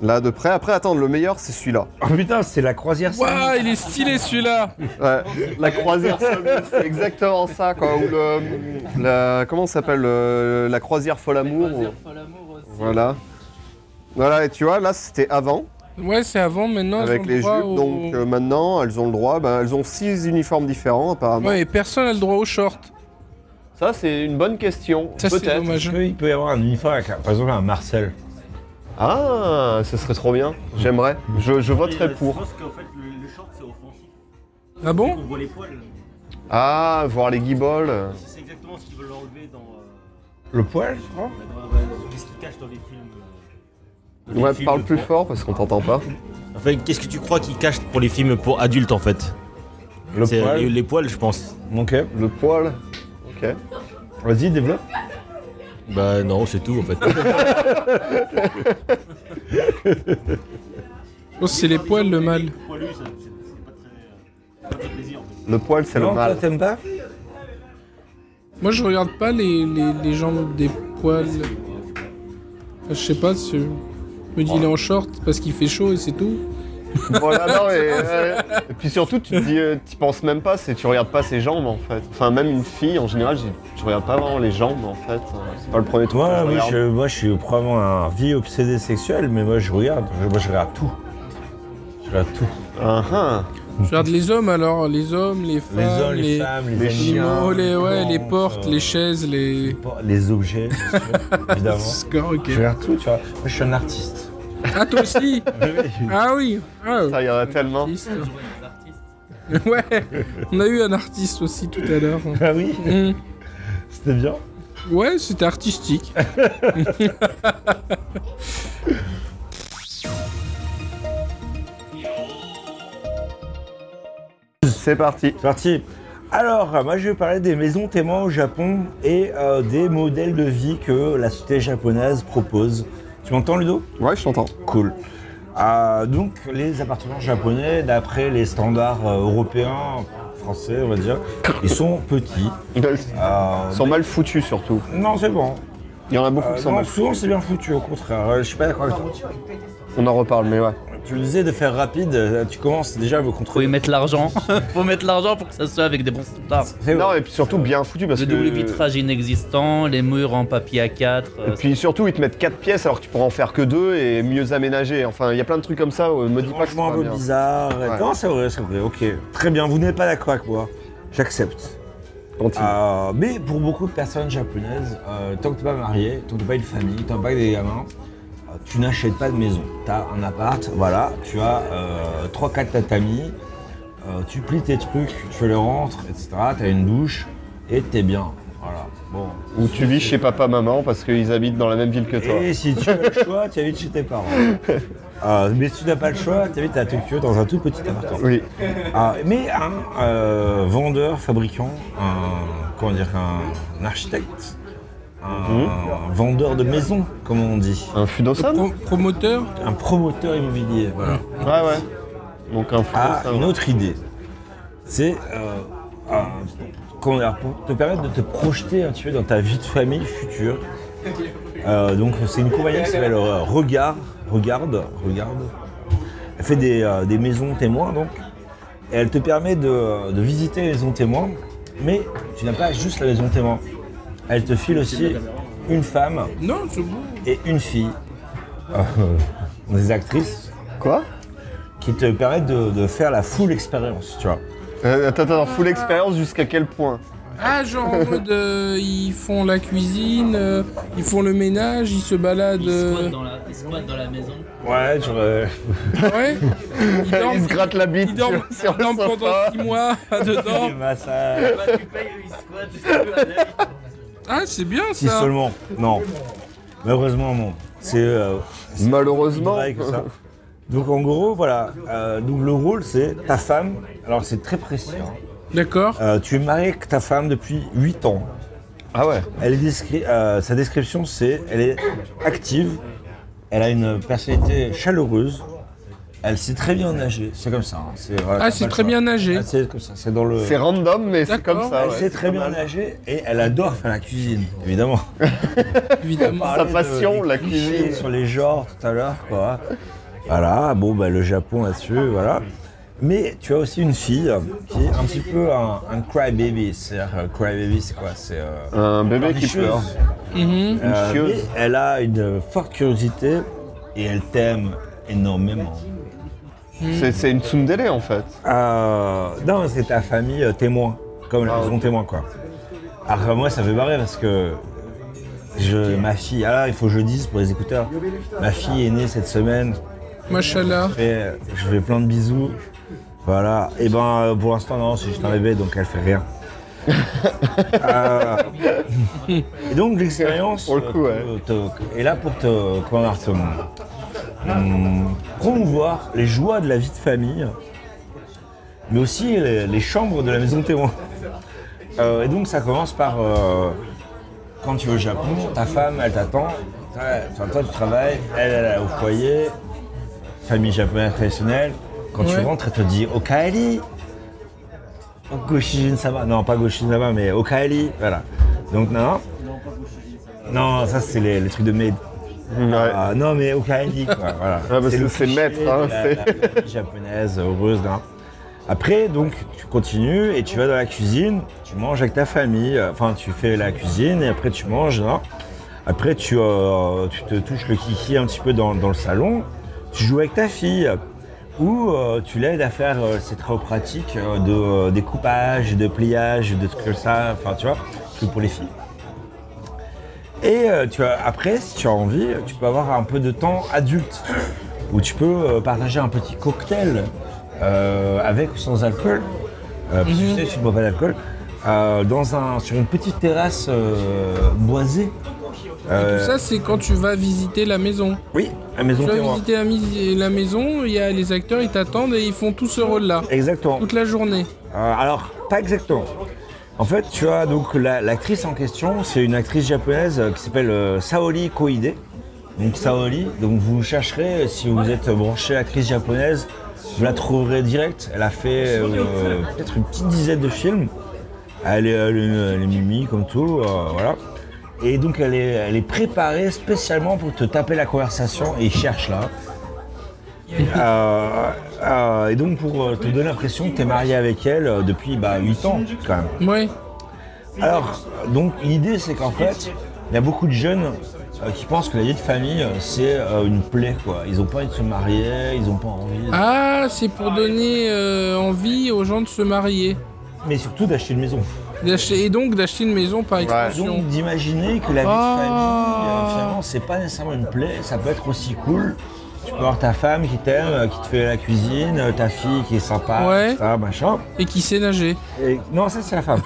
là de près. Après, attends, le meilleur, c'est celui-là.
Oh putain, c'est la croisière. ça.
Waouh, il est stylé celui-là.
Ouais, la croisière Sommelier, c'est exactement ça, quoi. Ou le, la- comment ça s'appelle le- La croisière folle amour. Voilà. Voilà, et tu vois, là, c'était avant.
Ouais, c'est avant, maintenant. elles
avec
ont
les
droit
jupes.
au-
Donc euh, maintenant, elles ont le droit. ben, elles ont six uniformes différents apparemment.
Ouais, et personne n'a le droit aux shorts.
Ça, c'est une bonne question.
Ça, c'est
Peut-être.
dommage.
Est-ce qu'il peut y avoir un uniforme avec, par exemple, un Marcel
Ah, ce serait trop bien. J'aimerais. Je, je voterais
Et, euh, Je
pour.
pense qu'en fait, le, le short, c'est offensif.
Ah bon
On voit les poils.
Ah, voir les guibolles.
C'est exactement ce qu'ils veulent enlever dans. euh,
Le poil, je crois
dans- dans- Qu'est-ce qu'ils cachent dans les films euh, dans les
Ouais,
films
parle plus
pour-
fort parce qu'on t'entend pas.
Enfin, qu'est-ce que tu crois qu'ils cachent pour les films pour adultes en fait
Le
C'est les,
poil.
les poils, je pense.
Ok,
Le poil. Ok.
vas-y, développe.
Bah non, c'est tout en fait.
Je pense que Oh, c'est les poils le mal.
Poilus, ça- c'est c'est pas très. euh, pas très plaisir en fait.
Le poil, c'est le
non, toi,
mal.
t'aimes pas
Moi, je regarde pas les, les, les jambes des poils. Enfin, je sais pas, si... je me dis il est en short parce qu'il fait chaud et c'est tout.
voilà, non, mais, euh, et puis surtout, tu te dis, euh, t'y penses même pas, c'est tu regardes pas ses jambes en fait. Enfin, même une fille en général, je dis, tu regardes pas vraiment les jambes en fait. Euh, C'est pas le premier truc. que
Moi,
je
oui,
regarde.
je, moi, je suis probablement un vieux obsédé sexuel, mais moi, je regarde. Je- Moi, je regarde tout. Je regarde tout.
Ah, ah.
Je regarde les hommes alors, les hommes, les femmes,
Les hommes, les, femmes, les,
les
les
animaux,
animaux, les- ouais, les
plantes,
portes,
euh,
les chaises, les.
les por- Les objets, bien sûr, évidemment.
Score, ok.
Je regarde tout, tu vois. Moi, je suis un artiste.
Ah, toi aussi Ah oui ah,
ça, il y en a tellement.
artiste. Ouais, on a eu un artiste aussi tout à l'heure.
Ah oui,
Hmm.
c'était bien.
Ouais, c'était artistique.
C'est parti.
C'est parti. Alors, euh, moi, je vais parler des maisons témoins au Japon et euh, des modèles de vie que la société japonaise propose. Tu m'entends, Ludo
Ouais, je t'entends.
Cool.
Ah.
Euh, donc, les appartements japonais, d'après les standards euh, européens, français, on va dire, ils sont petits.
Ils
Euh,
sont mal foutus surtout.
Non, c'est bon.
Il y en a beaucoup
Euh,
qui sont
non,
mal.
souvent, c'est bien foutu, au contraire. Euh, je suis pas d'accord avec toi.
On en reparle, mais ouais.
Tu le disais de faire rapide, euh, tu commences déjà à me
Faut y
contrôler.
mettre l'argent. Faut mettre l'argent pour que ça soit avec des bons standards.
C'est
Non,
vrai.
et puis surtout bien foutu parce
Le
que.
double vitrage inexistant, les murs en papier A4. euh,
Et puis surtout, ils te mettent 4 pièces alors que tu pourras en faire que 2 et mieux aménager. Enfin, il y a plein de trucs comme ça. euh, Me dis pas que c'est
Franchement,
pas
un peu
bien.
bizarre.
Ouais.
Non, c'est vrai, c'est vrai. Ok, très bien. Vous n'êtes pas d'accord avec moi. J'accepte.
Continue.
Euh, mais pour beaucoup de personnes japonaises, euh, tant que t'es pas marié, tant que t'as pas une famille, tant que t'as pas des gamins, euh, tu n'achètes pas de maison. T'as un appart, voilà. Tu as euh, 3-4 tatamis. euh, tu plies tes trucs, tu les rentres, etc. T'as une douche et t'es bien. Voilà. Bon.
Ou tu vis chez papa-maman parce qu'ils habitent dans la même ville que toi.
Et si tu as le choix, tu habites chez tes parents. Euh, mais si tu n'as pas le choix, tu habites à Tokyo dans un tout petit appartement.
Oui.
Ah, mais un euh, vendeur, fabricant, un, comment dire, un architecte, un vendeur de maison, comme on dit,
Un Fudosan
Pro- promoteur
un promoteur immobilier, voilà,
Ouais, ouais. Donc un
a
Fudosan.
Ah, une autre idée. C'est euh, un- comment dire, pour te permettre de te projeter un petit peu dans ta vie de famille future. Euh, donc c'est une compagnie qui s'appelle euh, Regard, Regarde, Regarde. Elle fait des, euh, des maisons témoins donc. Et elle te permet de, de visiter les maisons témoins, mais tu n'as pas juste la maison témoin. Elle te file aussi une femme
Non, c'est bon.
et une fille. Euh, des actrices
Quoi
qui te permettent de, de faire la full expérience, tu vois.
Euh, Attends, attends, full expérience jusqu'à quel point
Ah, genre en mode euh, ils font la cuisine, euh, ils font le ménage, ils se baladent.
Ils squattent
euh,
dans la- ils squattent dans la maison.
Ouais, genre, euh,
Ouais Ils dorment,
Il se gratte la bite
ils dorment-
sur, sur
ils dorment
le sofa.
pendant 6 mois dedans.
des massages.
Bah,
tu payes, ils squattent.
Ah, c'est bien
Si
ça
seulement. Non. Malheureusement, non. C'est euh,
Malheureusement.
vrai que ça. Donc en gros, voilà. Euh, donc le rôle, c'est ta femme. Alors c'est très précis. hein.
D'accord.
Euh, tu es marié avec ta femme depuis 8 ans.
Ah ouais.
Elle est descri- euh, sa description, c'est elle est active, elle a une personnalité chaleureuse, elle sait très bien nager. C'est comme ça. hein. C'est, voilà,
Ah,
t'as
c'est
pas le
très
choix.
bien nager.
Ah, c'est comme ça. C'est dans le.
C'est random, mais c'est
D'accord,
comme ça.
Elle
ouais.
sait très bien nager et elle adore faire la cuisine, évidemment.
Évidemment.
parlait de-
passion,
des
la
clichés
cuisine.
Sur les genres tout à l'heure, quoi. Voilà, bon, bah, le Japon là-dessus, voilà. Mais tu as aussi une fille qui est un petit peu un, un crybaby. C'est-à-dire, euh, crybaby, c'est quoi C'est. euh,
Un bébé qui
pleurnicheuse.
pleure.
Euh,
chieuse.
mais elle a une forte curiosité et elle t'aime
énormément.
C'est- C'est une tsundere en fait.
Euh, non, c'est ta famille euh, témoin, comme la maison témoin, quoi. Après, moi, ça fait barrer parce que je, ma fille, ah là, il faut que je le dise pour les écouteurs, ma fille est née cette semaine,
Machallah.
et je fais plein de bisous. Voilà, et ben euh, pour l'instant, non, c'est juste un bébé, donc elle fait rien. Euh, et donc l'expérience
Pour le coup, ouais.
euh, te- te- est là pour te, comment dire, te- hum, promouvoir les joies de la vie de famille, mais aussi les, les chambres de la maison témoin. Euh, et donc ça commence par euh, quand tu vas au Japon, ta femme elle t'attend, Ouais, enfin, toi tu travailles, elle, elle est au foyer, famille japonaise traditionnelle. Quand tu
Ouais.
rentres, elle te dit Okaeli Goshijin-sama, non pas Goshijin-sama, mais Okaeli, voilà. Donc non, non, ça c'est les, les trucs de maid.
Ouais.
Ah, non mais Okaeli quoi, voilà.
Ah, parce que
le
c'est
cliché
maître, hein,
de la-
c'est-
la famille japonaise heureuse, non. Après, donc, tu continues et tu vas dans la cuisine, tu manges avec ta famille, euh, enfin, tu fais la cuisine et après tu manges, non. Après, tu, euh, tu te touches le kiki un petit peu dans, dans le salon, tu joues avec ta fille ou euh, tu l'aides à faire euh, ces travaux pratiques euh, de euh, découpage, de pliage, de trucs comme ça, enfin, tu vois, trucs pour les filles. Et euh, tu as- après, si tu as envie, tu peux avoir un peu de temps adulte où tu peux euh, partager un petit cocktail euh, avec ou sans alcool. Euh, parce que
Mhm.
tu sais, tu ne bois pas d'alcool. euh, dans un, sur une petite terrasse euh, boisée. Euh,
Tout ça, c'est quand tu vas visiter la maison.
oui, à maison
Tu vas
témoin.
visiter la, mis- la maison, il y a les acteurs, ils t'attendent et ils font tout ce rôle-là.
Exactement.
Toute la journée.
Euh, alors, pas exactement. En fait, tu as donc la- l'actrice en question, c'est une actrice japonaise euh, qui s'appelle euh, Saori Koide. Donc Saori, donc vous chercherez, euh, si vous êtes branché actrice japonaise, vous la trouverez direct. Elle a fait euh, peut-être une petite dizaine de films. Elle est, elle est- elle est mimi comme tout, euh, voilà. Et donc elle est, elle est préparée spécialement pour te taper la conversation et cherche là. Euh, euh, et donc pour euh, te donner l'impression que tu es marié avec elle euh, depuis bah, 8 ans quand même.
Ouais.
Alors, donc l'idée c'est qu'en fait, il y a beaucoup de jeunes euh, qui pensent que la vie de famille euh, c'est euh, une plaie quoi. Ils ont pas envie de se marier, ils ont pas envie.
Ah, c'est pour donner euh, envie aux gens de se marier.
Mais surtout d'acheter une maison.
D'acheter- Et donc d'acheter une maison par extension.
Donc d'imaginer que la vie
Ah.
de famille, euh, finalement, c'est pas nécessairement une plaie, ça peut être aussi cool. Tu peux avoir ta femme qui t'aime, euh, qui te fait la cuisine, euh, ta fille qui est sympa,
Ouais.
ça, machin.
Et qui sait nager.
Et- non, ça c'est la femme.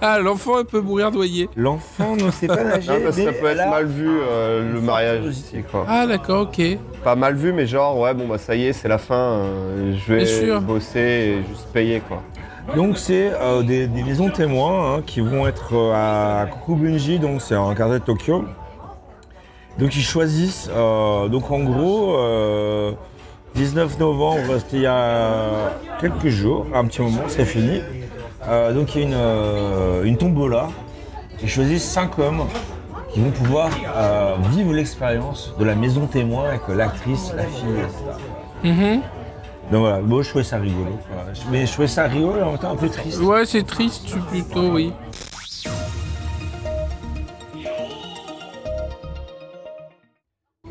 Ah, l'enfant, elle peut mourir noyé.
L'enfant ne sait pas nager.
Non, parce que
mais
ça peut
elle a-
être mal vu euh, le mariage ici quoi.
Ah, d'accord, ok.
Pas mal vu mais genre ouais bon bah ça y est c'est la fin, euh, je
Bien sûr.
vais bosser et juste payer quoi.
Donc c'est euh, des, des maisons témoins hein, qui vont être euh, à Kokubunji, donc c'est un quartier de Tokyo. Donc ils choisissent, euh, donc en gros, euh, 19 novembre, c'était il y a quelques jours, un petit moment, c'est fini. Euh, donc il y a une, euh, une tombola, ils choisissent 5 hommes qui vont pouvoir euh, vivre l'expérience de la maison témoin avec l'actrice, la fille, etc.
Mhm.
Donc voilà, moi je trouvais ça rigolo. Voilà. Mais je trouvais ça rigolo et en même temps un peu triste.
Ouais, c'est triste tu- plutôt, oui.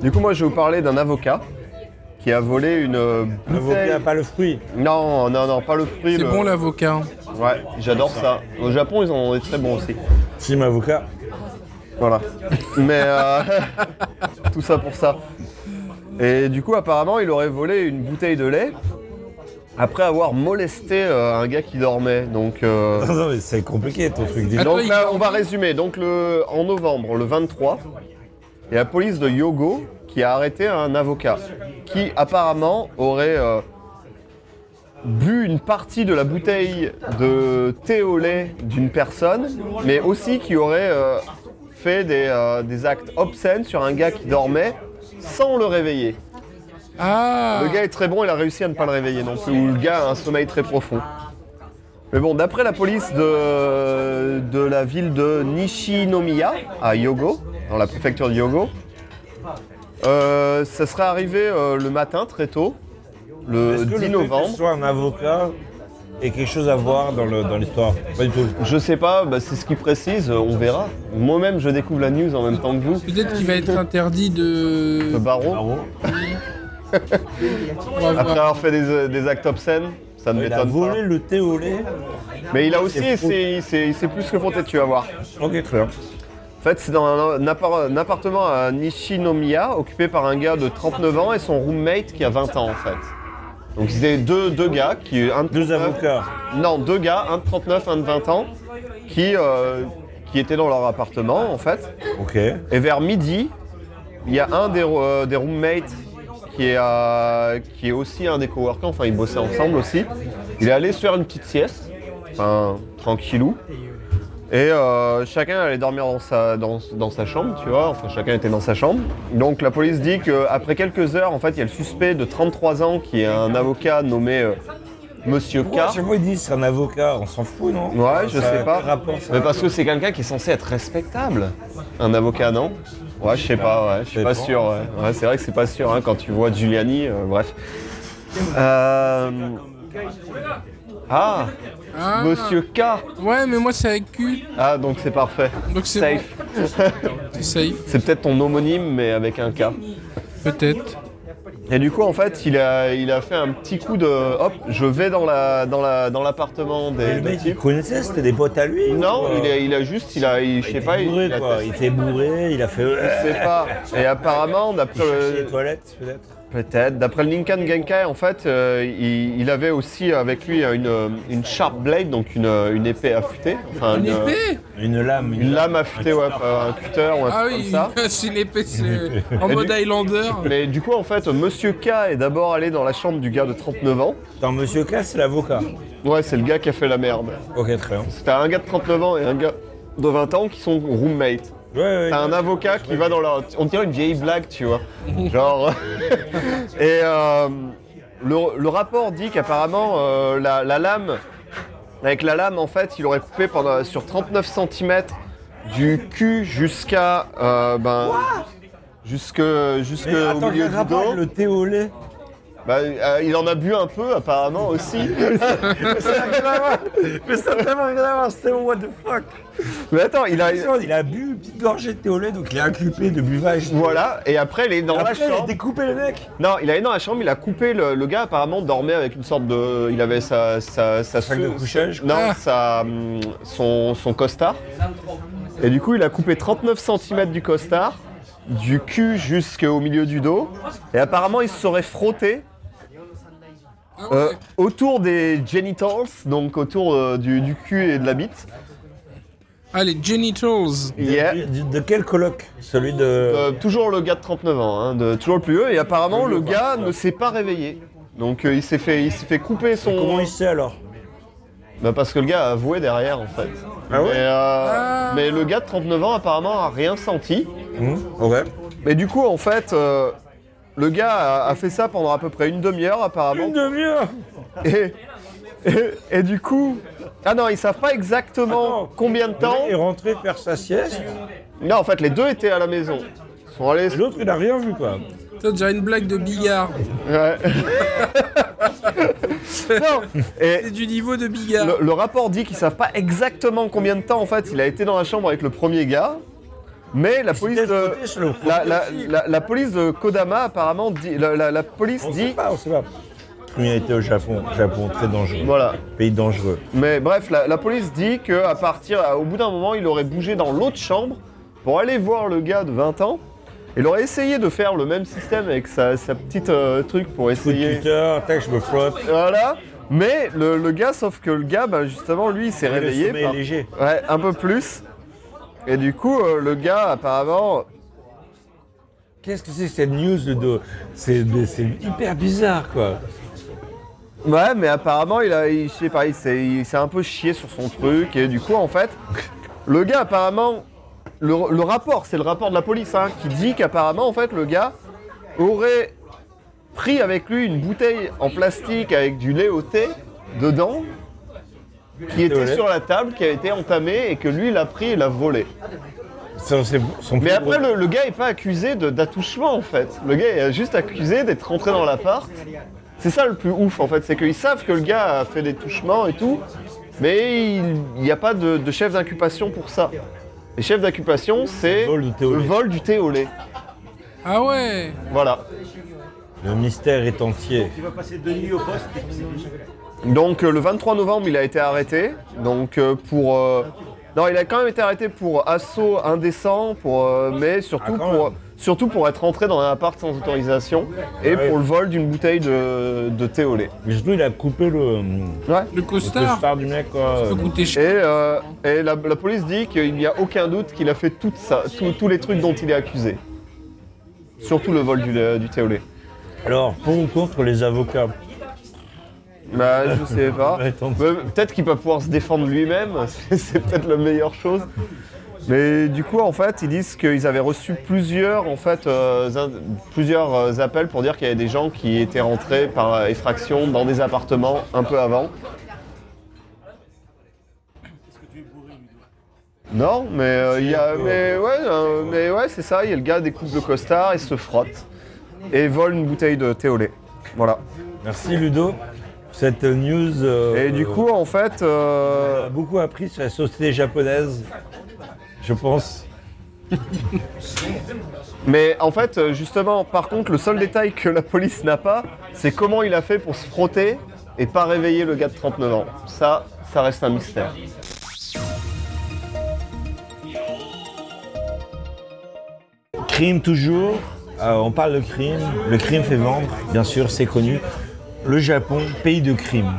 Du coup moi je vais vous parler d'un avocat qui a volé une euh, bouteille.
L'avocat, pas le fruit.
Non non non pas le fruit.
C'est
le-
bon l'avocat. hein.
Ouais j'adore ça. Au Japon ils en ont des très bons aussi.
Team avocat.
Voilà. Mais euh, tout ça pour ça. Et du coup, apparemment, il aurait volé une bouteille de lait après avoir molesté euh, un gars qui dormait. Donc, euh,
Non, non, mais c'est compliqué ton truc. dis-
Ah. Attends,
donc
il
là, on va résumer. Donc le, en novembre, le 23, il y a la police de Yogo qui a arrêté un avocat qui apparemment aurait euh, bu une partie de la bouteille de thé au lait d'une personne, mais aussi qui aurait euh, fait des, euh, des actes obscènes sur un gars qui dormait sans le réveiller.
Ah,
Le gars est très bon, il a réussi à ne pas le réveiller non plus. Ou le gars a un sommeil très profond. Mais bon, d'après la police de, de la ville de Nishinomiya, à Yogo, dans la préfecture de Yogo, euh, ça serait arrivé euh, le matin très tôt, le
Est-ce que
10
le fait que
novembre.
ce soit un avocat ait quelque chose à voir dans le- dans l'histoire Pas du tout.
Je sais pas, bah, c'est ce qu'il précise, euh, on verra. Moi-même, je découvre la news en même temps que vous.
Peut-être qu'il va être interdit de.
Le barreau,
Barreau.
On va
après
voir.
avoir fait des, euh, des actes obscènes, ça ne
Il a
m'étonne pas.
volé le thé au lait.
Mais il a aussi,
C'est fou.
essayé- il s'est il s'est plus que fronté, tu vas voir.
Ok, très bien.
En fait, c'est dans un, un appar- un appartement à Nishinomiya, occupé par un gars de 39 ans et son roommate qui a 20 ans, en fait. Donc, c'était deux, deux gars, qui, un de
Deux
39
avocats.
Non, deux gars, un de 39, un de 20 ans, qui, euh, qui étaient dans leur appartement, en fait.
Ok.
Et vers midi, il y a un des, ro- euh, des roommates qui est, euh, qui est aussi un des coworkers, enfin ils bossaient ensemble aussi. Il est allé se faire une petite sieste, enfin tranquillou. Et euh, chacun allait dormir dans sa, dans, dans sa chambre, tu vois, enfin chacun était dans sa chambre. Donc la police dit qu'après quelques heures, en fait, il y a le suspect de 33 ans qui est un avocat nommé euh, Monsieur K.
Pourquoi à chaque fois ils disent c'est un avocat On s'en fout, non
Ouais, je
Ça a
sais pas. Euh,
quel rapport, ça
Mais parce que c'est quelqu'un qui est censé être respectable. Un avocat, non Ouais, je sais pas, ouais, je suis pas
Peut-être.
sûr. Ouais, Ouais, c'est vrai que c'est pas sûr hein, quand tu vois Giuliani, euh, bref. Euh, Ah,
Ah.
Monsieur K.
Ouais, mais moi c'est avec Q,
Ah, donc c'est parfait.
donc c'est bon,
Safe.
c'est safe,
C'est peut-être ton homonyme, mais avec un K.
peut-être.
Et du coup, en fait, il a, il a fait un petit coup de hop, je vais dans la, dans la, dans l'appartement
Et
des.
le
des
mec, il
types.
connaissait, c'était des potes à lui
Non,
ou, euh,
il a, il a juste, il a, il- je sais
était
pas, il,
bourré,
il a
quoi.
testé-
Il était bourré, il a fait.
Je sais pas. Et apparemment,
Il
d'après
cherchait les
le,
toilettes, peut-être
Peut-être. D'après le Lincoln Genkai, en fait, euh, il, il avait aussi avec lui euh, une, euh, une sharp blade, donc une, euh, une épée affûtée. Enfin,
Une
euh,
épée
Une lame.
une lame affûtée, ouais, euh, un cutter ou un
Ah
truc
oui,
comme ça.
c'est une épée c'est- en
Et
mode
du-
Highlander.
Mais du coup, en fait, Monsieur K est d'abord allé dans la chambre du gars de 39 ans.
Attends, monsieur K, c'est l'avocat.
Ouais, c'est le gars qui a fait la merde.
Ok, très bien.
C'était un gars de 39 ans et un gars de 20 ans qui sont roommates.
Ouais, ouais.
T'as un avocat qui va dans leur... On dirait une vieille blague, tu vois. Genre... Et euh, le, le rapport dit qu'apparemment, euh, la, la lame... Avec la lame, en fait, il aurait coupé pendant, sur 39 cm du cul jusqu'à... euh, ben, jusque jusque
Mais
au
attends,
milieu
quel
du
rapport
dos.
avec le thé au lait
Bah, euh, il en a bu un peu, apparemment, aussi.
Mais ça n'a vraiment rien à voir, c'était what the fuck
Mais attends, il a...
Il a bu une petite gorgée de thé au lait, donc il est inculpé de buvage.
Voilà, et après, il est dans
Après,
la
il a
chambre.
découpé le mec
Non, il allait dans la chambre, il a coupé le, le gars. Apparemment, dormait avec une sorte de. Il avait sa sa sa
Sac de couchage,
Non,
Ah.
sa hum, son son costard. Et du coup, il a coupé 39 cm du costard, du cul jusqu'au milieu du dos. Et apparemment, il se serait frotté
Ah
euh,
ouais.
autour des genitals, donc autour euh, du, du cul et de la bite.
Ah, les genitals.
Yeah.
De, de quel colloque Celui de.
Euh, toujours le gars de 39 ans, hein, de, toujours le plus vieux. Et apparemment, le gars ne s'est pas réveillé. Donc, euh, il s'est fait il s'est fait couper son.
Comment il sait alors
Bah parce que le gars a avoué derrière en fait.
Ah ouais
mais, euh,
Ah.
mais le gars de 39 ans apparemment a rien senti.
Hmm Ok.
Mais du coup en fait euh, le gars a, a fait ça pendant à peu près une demi-heure apparemment.
Une demi-heure
et, et- et du coup. Ah non ils savent pas exactement
Attends.
combien de temps.
Il est rentré faire sa sieste,
Non en fait les deux étaient à la maison. Ils sont allés.
et l'autre il n'a rien vu quoi.
Ça, on dirait une blague de billard.
Ouais. non. Et,
C'est du niveau de billard.
Le, le rapport dit qu'ils savent pas exactement combien de temps en fait il a été dans la chambre avec le premier gars, mais la police
s'était
de
frotté sur le premier
la, la-
aussi.
la- la police de Kodama apparemment dit la, la- la police
On sait
dit
pas, on sait pas. Criminalité au Japon, Japon très dangereux.
voilà.
Pays dangereux.
Mais bref, la, la police dit que à partir au bout d'un moment il aurait bougé dans l'autre chambre pour aller voir le gars de 20 ans. Il aurait essayé de faire le même système avec sa, sa petite euh, truc pour
Coup de
essayer.
Twitter, tac, je me frotte.
Voilà. Mais le, le gars, sauf que le gars, bah, justement, lui, il s'est
Le
réveillé.
sommeil
par-
est léger.
Ouais, un peu plus. Et du coup, euh, le gars, apparemment,
Qu'est-ce que c'est que cette news de. C'est c'est hyper bizarre quoi.
ouais, mais apparemment, il a, il- je sais pas, il s'est, il s'est un peu chié sur son truc. Et du coup, en fait, le gars, apparemment, le, le rapport, c'est le rapport de la police, hein, qui dit qu'apparemment, en fait, le gars aurait pris avec lui une bouteille en plastique avec du lait au thé dedans, qui
au
était
lait.
sur la table, qui a été entamée, et que lui, il l'a pris et l'a volé.
Son- c'est- son
Mais
plus
après,
gros-
le, le gars est pas accusé de- d'attouchement en fait. Le gars est juste accusé d'être rentré dans l'appart, C'est ça le plus ouf en fait, c'est qu'ils savent que le gars a fait des touchements et tout, mais il n'y a pas de, de chef d'incubation pour ça. Les chefs d'incubation, c'est
vol du thé au
le
lait.
vol du thé au lait.
Ah ouais
Voilà.
Le mystère est entier.
Il va passer deux nuits au poste. et puis c'est fini.
Donc euh, le 23 novembre, il a été arrêté. Donc euh, pour euh, non, il a quand même été arrêté pour assaut indécent, pour euh, mais surtout
Ah, quand
pour
même.
surtout pour être entré dans un appart sans autorisation et
Ouais.
pour le vol d'une bouteille de, de thé au lait.
Mais surtout, il a coupé le,
Ouais.
Le
le
costard
costard du mec. quoi.
Ça peut coûter
Et,
cher.
euh, et la, la police dit qu'il n'y a aucun doute qu'il a fait tout ça, tout- tous les trucs dont il est accusé. Surtout le vol du, euh, du thé au lait.
Alors, pour ou contre les avocats
Bah, je sais pas.
Ouais, attends.
Mais peut-être qu'il va pouvoir se défendre lui-même, c'est c'est peut-être la meilleure chose. Mais du coup, en fait, ils disent qu'ils avaient reçu plusieurs, en fait, euh, ind- plusieurs euh, appels pour dire qu'il y avait des gens qui étaient rentrés par euh, effraction dans des appartements un peu avant. Non, mais euh, il y a, mais ouais, euh, mais ouais, c'est ça. Il y a le gars découpe le costard et se frotte et vole une bouteille de thé au lait. Voilà.
Merci Ludo. Cette news. euh,
Et du coup, en fait, euh,
On a beaucoup appris sur la société japonaise, je pense.
Mais en fait, euh, justement, par contre, le seul détail que la police n'a pas, c'est comment il a fait pour se frotter et pas réveiller le gars de 39 ans. Ça, ça reste un mystère.
Crime toujours. Euh, on parle de crime. Le crime fait vendre, bien sûr, c'est connu. Le Japon, pays de crime.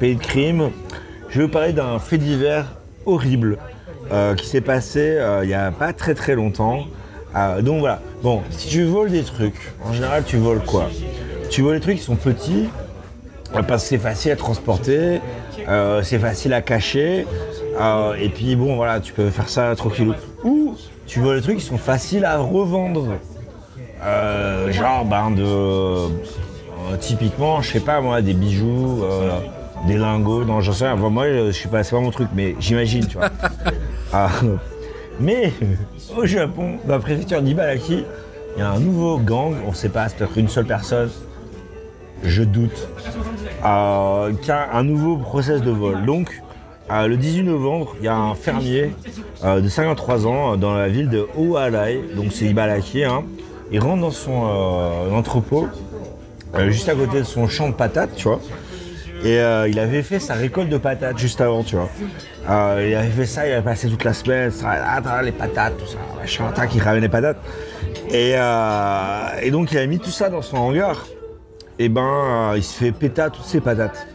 Pays de crime. Je vais vous parler d'un fait divers horrible euh, qui s'est passé euh, il n'y a pas très très longtemps. Euh, donc voilà. Bon, si tu voles des trucs, en général, tu voles quoi Tu voles des trucs qui sont petits, Ouais, Euh, Parce que c'est facile à transporter, euh, c'est facile à cacher, euh, et puis bon voilà, tu peux faire ça tranquillou. Ou tu vois les trucs qui sont faciles à revendre. Euh, genre ben de euh, typiquement, je sais pas moi, des bijoux, euh, des lingots, non j'en sais rien. Enfin, moi je je suis pas, c'est pas mon truc, mais j'imagine, tu vois. Ah, mais au Japon, dans la préfecture d'Ibaraki, il y a un nouveau gang, on sait pas, c'est peut-être une seule personne, je doute, euh, qui a un nouveau process de vol. Donc, euh, le 18 novembre, il y a un fermier euh, de 53 ans euh, dans la ville de Ohalai, donc c'est Ibaraki. hein. Il rentre dans son euh, entrepôt, euh, juste à côté de son champ de patates, tu vois. Et euh, il avait fait sa récolte de patates juste avant, tu vois. Euh, il avait fait ça, il avait passé toute la semaine, ça, ah, t'as les patates, tout ça, machin, tac, il ramène les patates. Et, euh, et donc il a mis tout ça dans son hangar. Et ben, euh, il se fait péter toutes ses patates.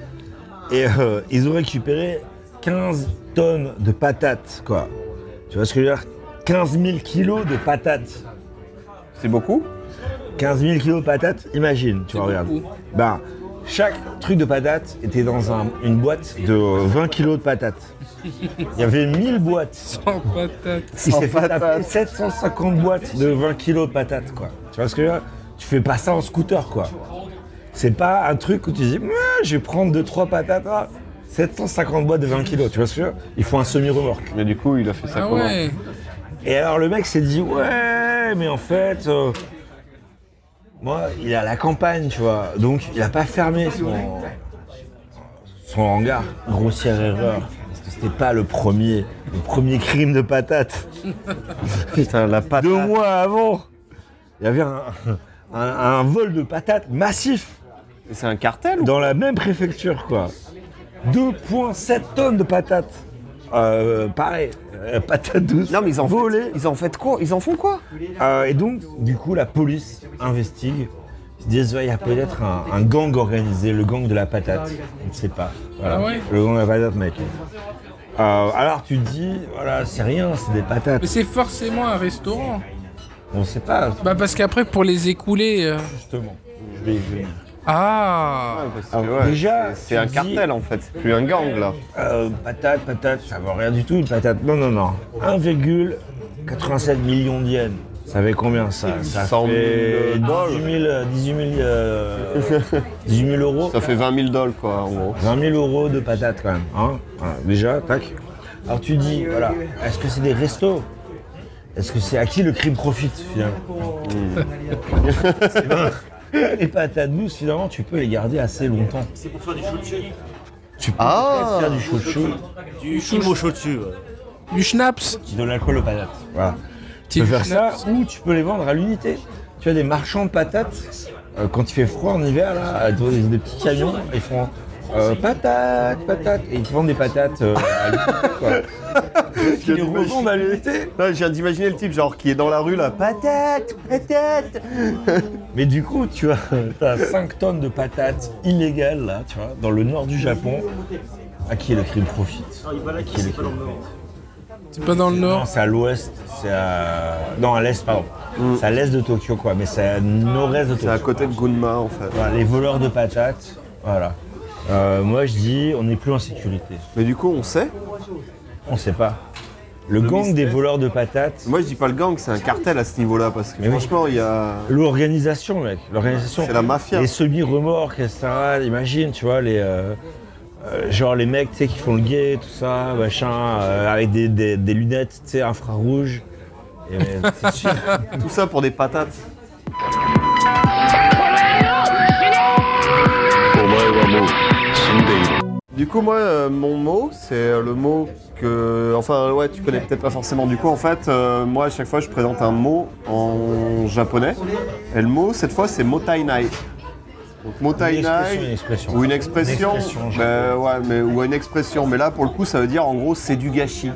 Et euh, ils ont récupéré 15 tonnes de patates, quoi. Tu vois ce que je veux dire 15 000 kilos de patates.
C'est beaucoup
15 000 kilos de patates, imagine, tu vois, regarde.
beaucoup.
Ben, chaque truc de patates était dans un- une boîte de euh, 20 kilos de patates. Il y avait 1000 boîtes.
Sans patate.
Il s'est fait
patates.
taper 750 boîtes de 20 kilos de patates, quoi. Tu vois ce que je veux dire Tu fais pas ça en scooter, quoi. C'est pas un truc où tu dis, Mouah, je vais prendre 2-3 patates. ah. 750 boîtes de 20 kilos, tu vois ce que je veux dire Il faut un semi-remorque.
Mais du coup, il a fait ça
Ah
comment
ouais
Et alors le mec s'est dit ouais mais en fait euh, moi il est à la campagne tu vois donc il a pas fermé son son hangar grossière erreur parce que c'était pas le premier le premier crime de patate
Putain, la patate.
deux mois avant il y avait un, un- un vol de patates massif
C'est un cartel ou
dans la même préfecture quoi 2.7 tonnes de patates Euh, pareil euh, patates douces
Non, mais ils en,
volées
ils en, fait Ah, quoi ils en font quoi
Euh, et donc, du coup, la police investigue. Ils se disent, ouais, il y a peut-être un, un gang organisé, le gang de la patate. On ne sait pas. Voilà.
Ah ouais
Le gang de la patate, mec. Euh, alors, tu te dis, voilà, c'est rien, c'est des patates.
Mais c'est forcément un restaurant.
On ne sait pas,
Bah parce qu'après, pour les écouler... euh,
justement. Je vais y venir.
Ah
Parce que,
Ah,
ouais,
déjà,
c'est- c'est
tu
un
dis-
cartel en fait, c'est plus un gang là.
Euh, patate, patate, ça vaut rien du tout, une patate. Non, non, non. 1,87 million de yens. Ça fait combien ça Ça
100 000
fait 18
dollars.
000, euh, 18 000, euh, 18 000 euros.
Ça fait 20 000 dollars quoi en gros.
20 000 euros de patates quand même. hein. Voilà, Déjà, tac. Alors tu dis, voilà, est-ce que c'est des restos Est-ce que c'est à qui le crime profite finalement les patates douces, finalement, tu peux les garder assez longtemps.
C'est pour faire du chouchou.
Tu peux
Ah.
faire du chouchou,
Du chouchou chouchou.
Du schnapps.
de l'alcool aux patates. Voilà. Tu
Tu
peux faire ça ou tu peux les vendre à l'unité. Tu as des marchands de patates, euh, quand il fait froid en hiver, là, ils ont des, des petits camions, ils font euh, patates, patates, et ils te vendent des patates euh, à l'unité, quoi. Ils les revendent à l'unité.
Là, je viens d'imaginer le type, genre, qui est dans la rue, là, patate, patate
Mais du coup, tu as, as 5 tonnes de patates illégales, là, tu vois, dans le nord du Japon, à qui le crime profite. À qui le crime profite.
C'est pas dans le
Non,
nord.
c'est à l'ouest, c'est à... Non, à l'est, pardon. C'est à l'est de Tokyo, quoi, mais c'est à nord-est de
Mm. C'est à
Tokyo.
côté de Gunma, en fait.
Voilà, les voleurs de patates, voilà. Euh, moi, je dis, on n'est plus en sécurité.
Mais du coup, on sait.
On sait pas. Le gang des voleurs de patates,
Moi, je dis pas le gang, c'est un cartel à ce niveau-là, parce que
Mais oui.
franchement, il y a.
l'organisation, mec, l'organisation.
C'est la mafia.
Les semi-remorques, etc. Imagine, tu vois, les. euh, euh, genre les mecs, tu sais, qui font le gay, tout ça, machin, euh, avec des, des- des lunettes, tu sais, infrarouges. Et, euh, c'est sûr.
Tout ça pour des patates. Du coup, moi, euh, mon mot, c'est euh, le mot que. Enfin, ouais, tu connais peut-être pas forcément. Du coup, en fait, euh, moi, à chaque fois, je présente un mot en japonais. Et le mot, cette fois, c'est motainai. Donc,
Une
motainai.
expression, une expression.
Ou une expression,
Une expression, je-
mais, ouais, mais, ou une expression, mais là pour le coup ça veut dire en gros c'est du gâchis.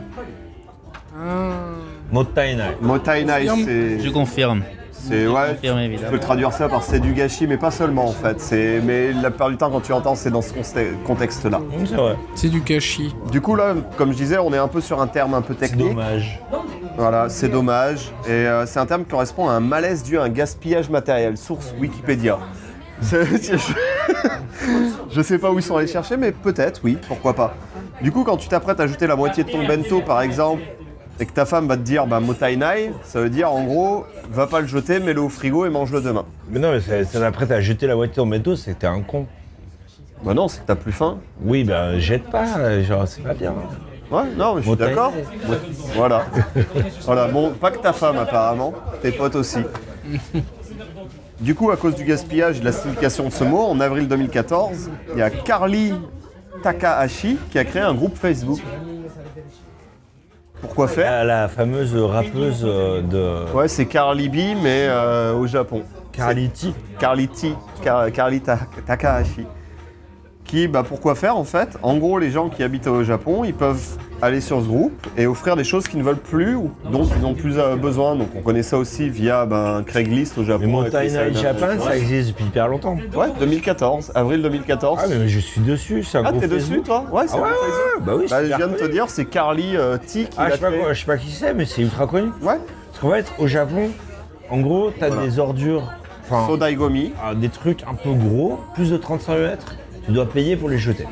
Motainai.
Motainai,
Confirme.
c'est.
Je confirme.
C'est ouais, tu
confirme, évidemment.
peux traduire ça par c'est du gâchis, mais pas seulement en fait. C'est mais la plupart du temps quand tu entends c'est dans ce conste- contexte-là.
Hum, C'est vrai.
C'est du cachis.
Du coup là, comme je disais, on est un peu sur un terme un peu
C'est
technique.
dommage.
Voilà, c'est dommage. Et euh, c'est un terme qui correspond à un malaise dû à un gaspillage matériel. Source Wikipédia. C'est- je- Je sais pas où ils sont allés chercher, mais peut-être, oui, pourquoi pas. Du coup, quand tu t'apprêtes à jeter la moitié de ton bento, par exemple, et que ta femme va te dire bah, motainai, ça veut dire en gros, va pas le jeter, mets-le au frigo et mange-le demain.
Mais non, mais ça, ça après t'as jeté la voiture en métaux, c'est que t'es un con.
Bah non, c'est que t'as plus faim.
Oui, ben jette pas, euh, genre c'est pas bien.
Ouais, non, mais je suis
Motainai.
d'accord. Voilà. voilà, bon, pas que ta femme apparemment, tes potes aussi. Du coup, à cause du gaspillage et de la signification de ce mot, en avril 2014, il y a Carly Takahashi qui a créé un groupe Facebook. Pourquoi faire
Ah, la fameuse rappeuse euh, de
Ouais, c'est Carly B, mais euh, au Japon.
Carly T.
Carly T, Car- Carly Ta- Takahashi. Qui, bah, pourquoi faire en fait En gros, les gens qui habitent au Japon, ils peuvent aller sur ce groupe et offrir des choses qu'ils ne veulent plus ou dont ils ont plus euh, besoin. Donc, on connaît ça aussi via ben, Craigslist au Japon.
Mais
avec les
Motainai
salles
Japan,
d'internet.
ça existe depuis hyper longtemps.
Ouais, 2014, avril 2014.
Ah, mais je suis dessus, c'est un
Ah,
gros
t'es dessus
Facebook.
toi Ouais,
Ah
c'est
ouais,
un
ouais,
groupe Facebook.
ouais, bah oui,
Bah,
c'est
je
hyper
viens de te
connu.
dire, c'est Carly euh, T qui
Ah, je
l'a
sais, pas
créé.
quoi, je sais pas qui c'est, mais c'est ultra connu.
Ouais,
Parce qu'en fait, au Japon, en gros, t'as des ordures, enfin,
Sodaigumi.
ah, des trucs un peu gros, plus de 30 mètres, tu dois payer pour les jeter.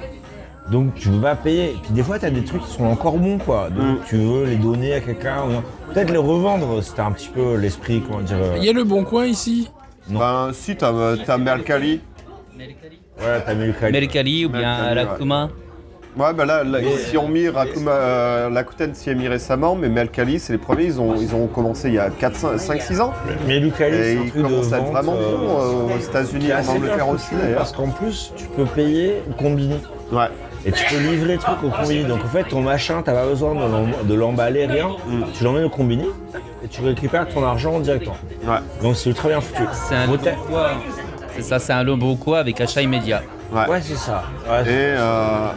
Donc tu vas payer. Et puis des fois, t'as des trucs qui sont encore bons, quoi.
Mm.
Donc tu veux les donner à quelqu'un, ou peut-être les revendre, c'était un petit peu l'esprit, comment dire. euh,
Il y a le bon coin ici.
Ben, si, t'as euh, t'as Mercalli.
Ouais, t'as mis le crack.
Mercalli ou bien
Mercalli, ouais.
Alakuma.
Ouais, bah là, là, ils s'y ont mis, Rakuma, euh, Rakuten s'y est mis récemment, mais Mercalli, c'est les premiers, ils ont, ils ont commencé il y a 5-6 ans.
Mais Lucali,
Et
c'est un
ils
truc de
commencent à être
vente,
vraiment
euh,
bons euh, aux
qui
États-Unis,
est
en
assez bien
Angleterre aussi
foutu,
d'ailleurs.
Parce qu'en plus, tu peux payer au combini.
Ouais.
Et tu peux livrer le truc au combini. Donc en fait, ton machin, t'as pas besoin de l'em- de l'emballer, rien.
Mm.
Tu l'emmènes au combini et tu récupères ton argent directement.
Ouais.
Donc c'est ultra bien foutu.
C'est un
Mota-
Lobokoa. C'est ça, c'est un Lobokoa avec achat immédiat.
Ouais.
Ouais, c'est ça. Ouais,
Et,
c'est-
euh,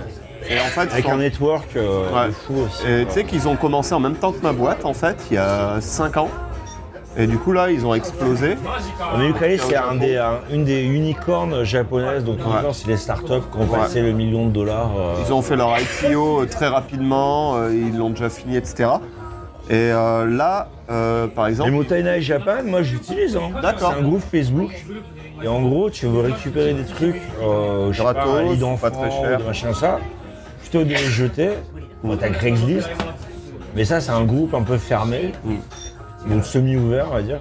et en fait, ils
Avec
sont-
un network euh,
Ouais.
de fou aussi.
Et tu sais qu'ils ont commencé en même temps que ma boîte, en fait, il y a 5 ans. Et du coup, là, ils ont explosé.
Mais Lucali, c'est un des, un- une des unicornes japonaises. Donc unicorn, c'est les startups qui ont
Ouais.
passé le million de dollars. euh,
Ils ont fait leur IPO euh, très rapidement, euh, ils l'ont déjà fini, etc. Et euh, là, euh, par
Les
exemple,
Motainai Japan, moi j'utilise. Hein.
D'accord.
C'est un groupe Facebook. Et en gros, tu veux récupérer des trucs, euh, je sais pas,
Gratos,
un lit
pas
d'enfant,
très cher.
des machins ça, plutôt de les jeter. Bon, t'as Craigslist, mais ça c'est un groupe un peu fermé, donc semi-ouvert on va dire.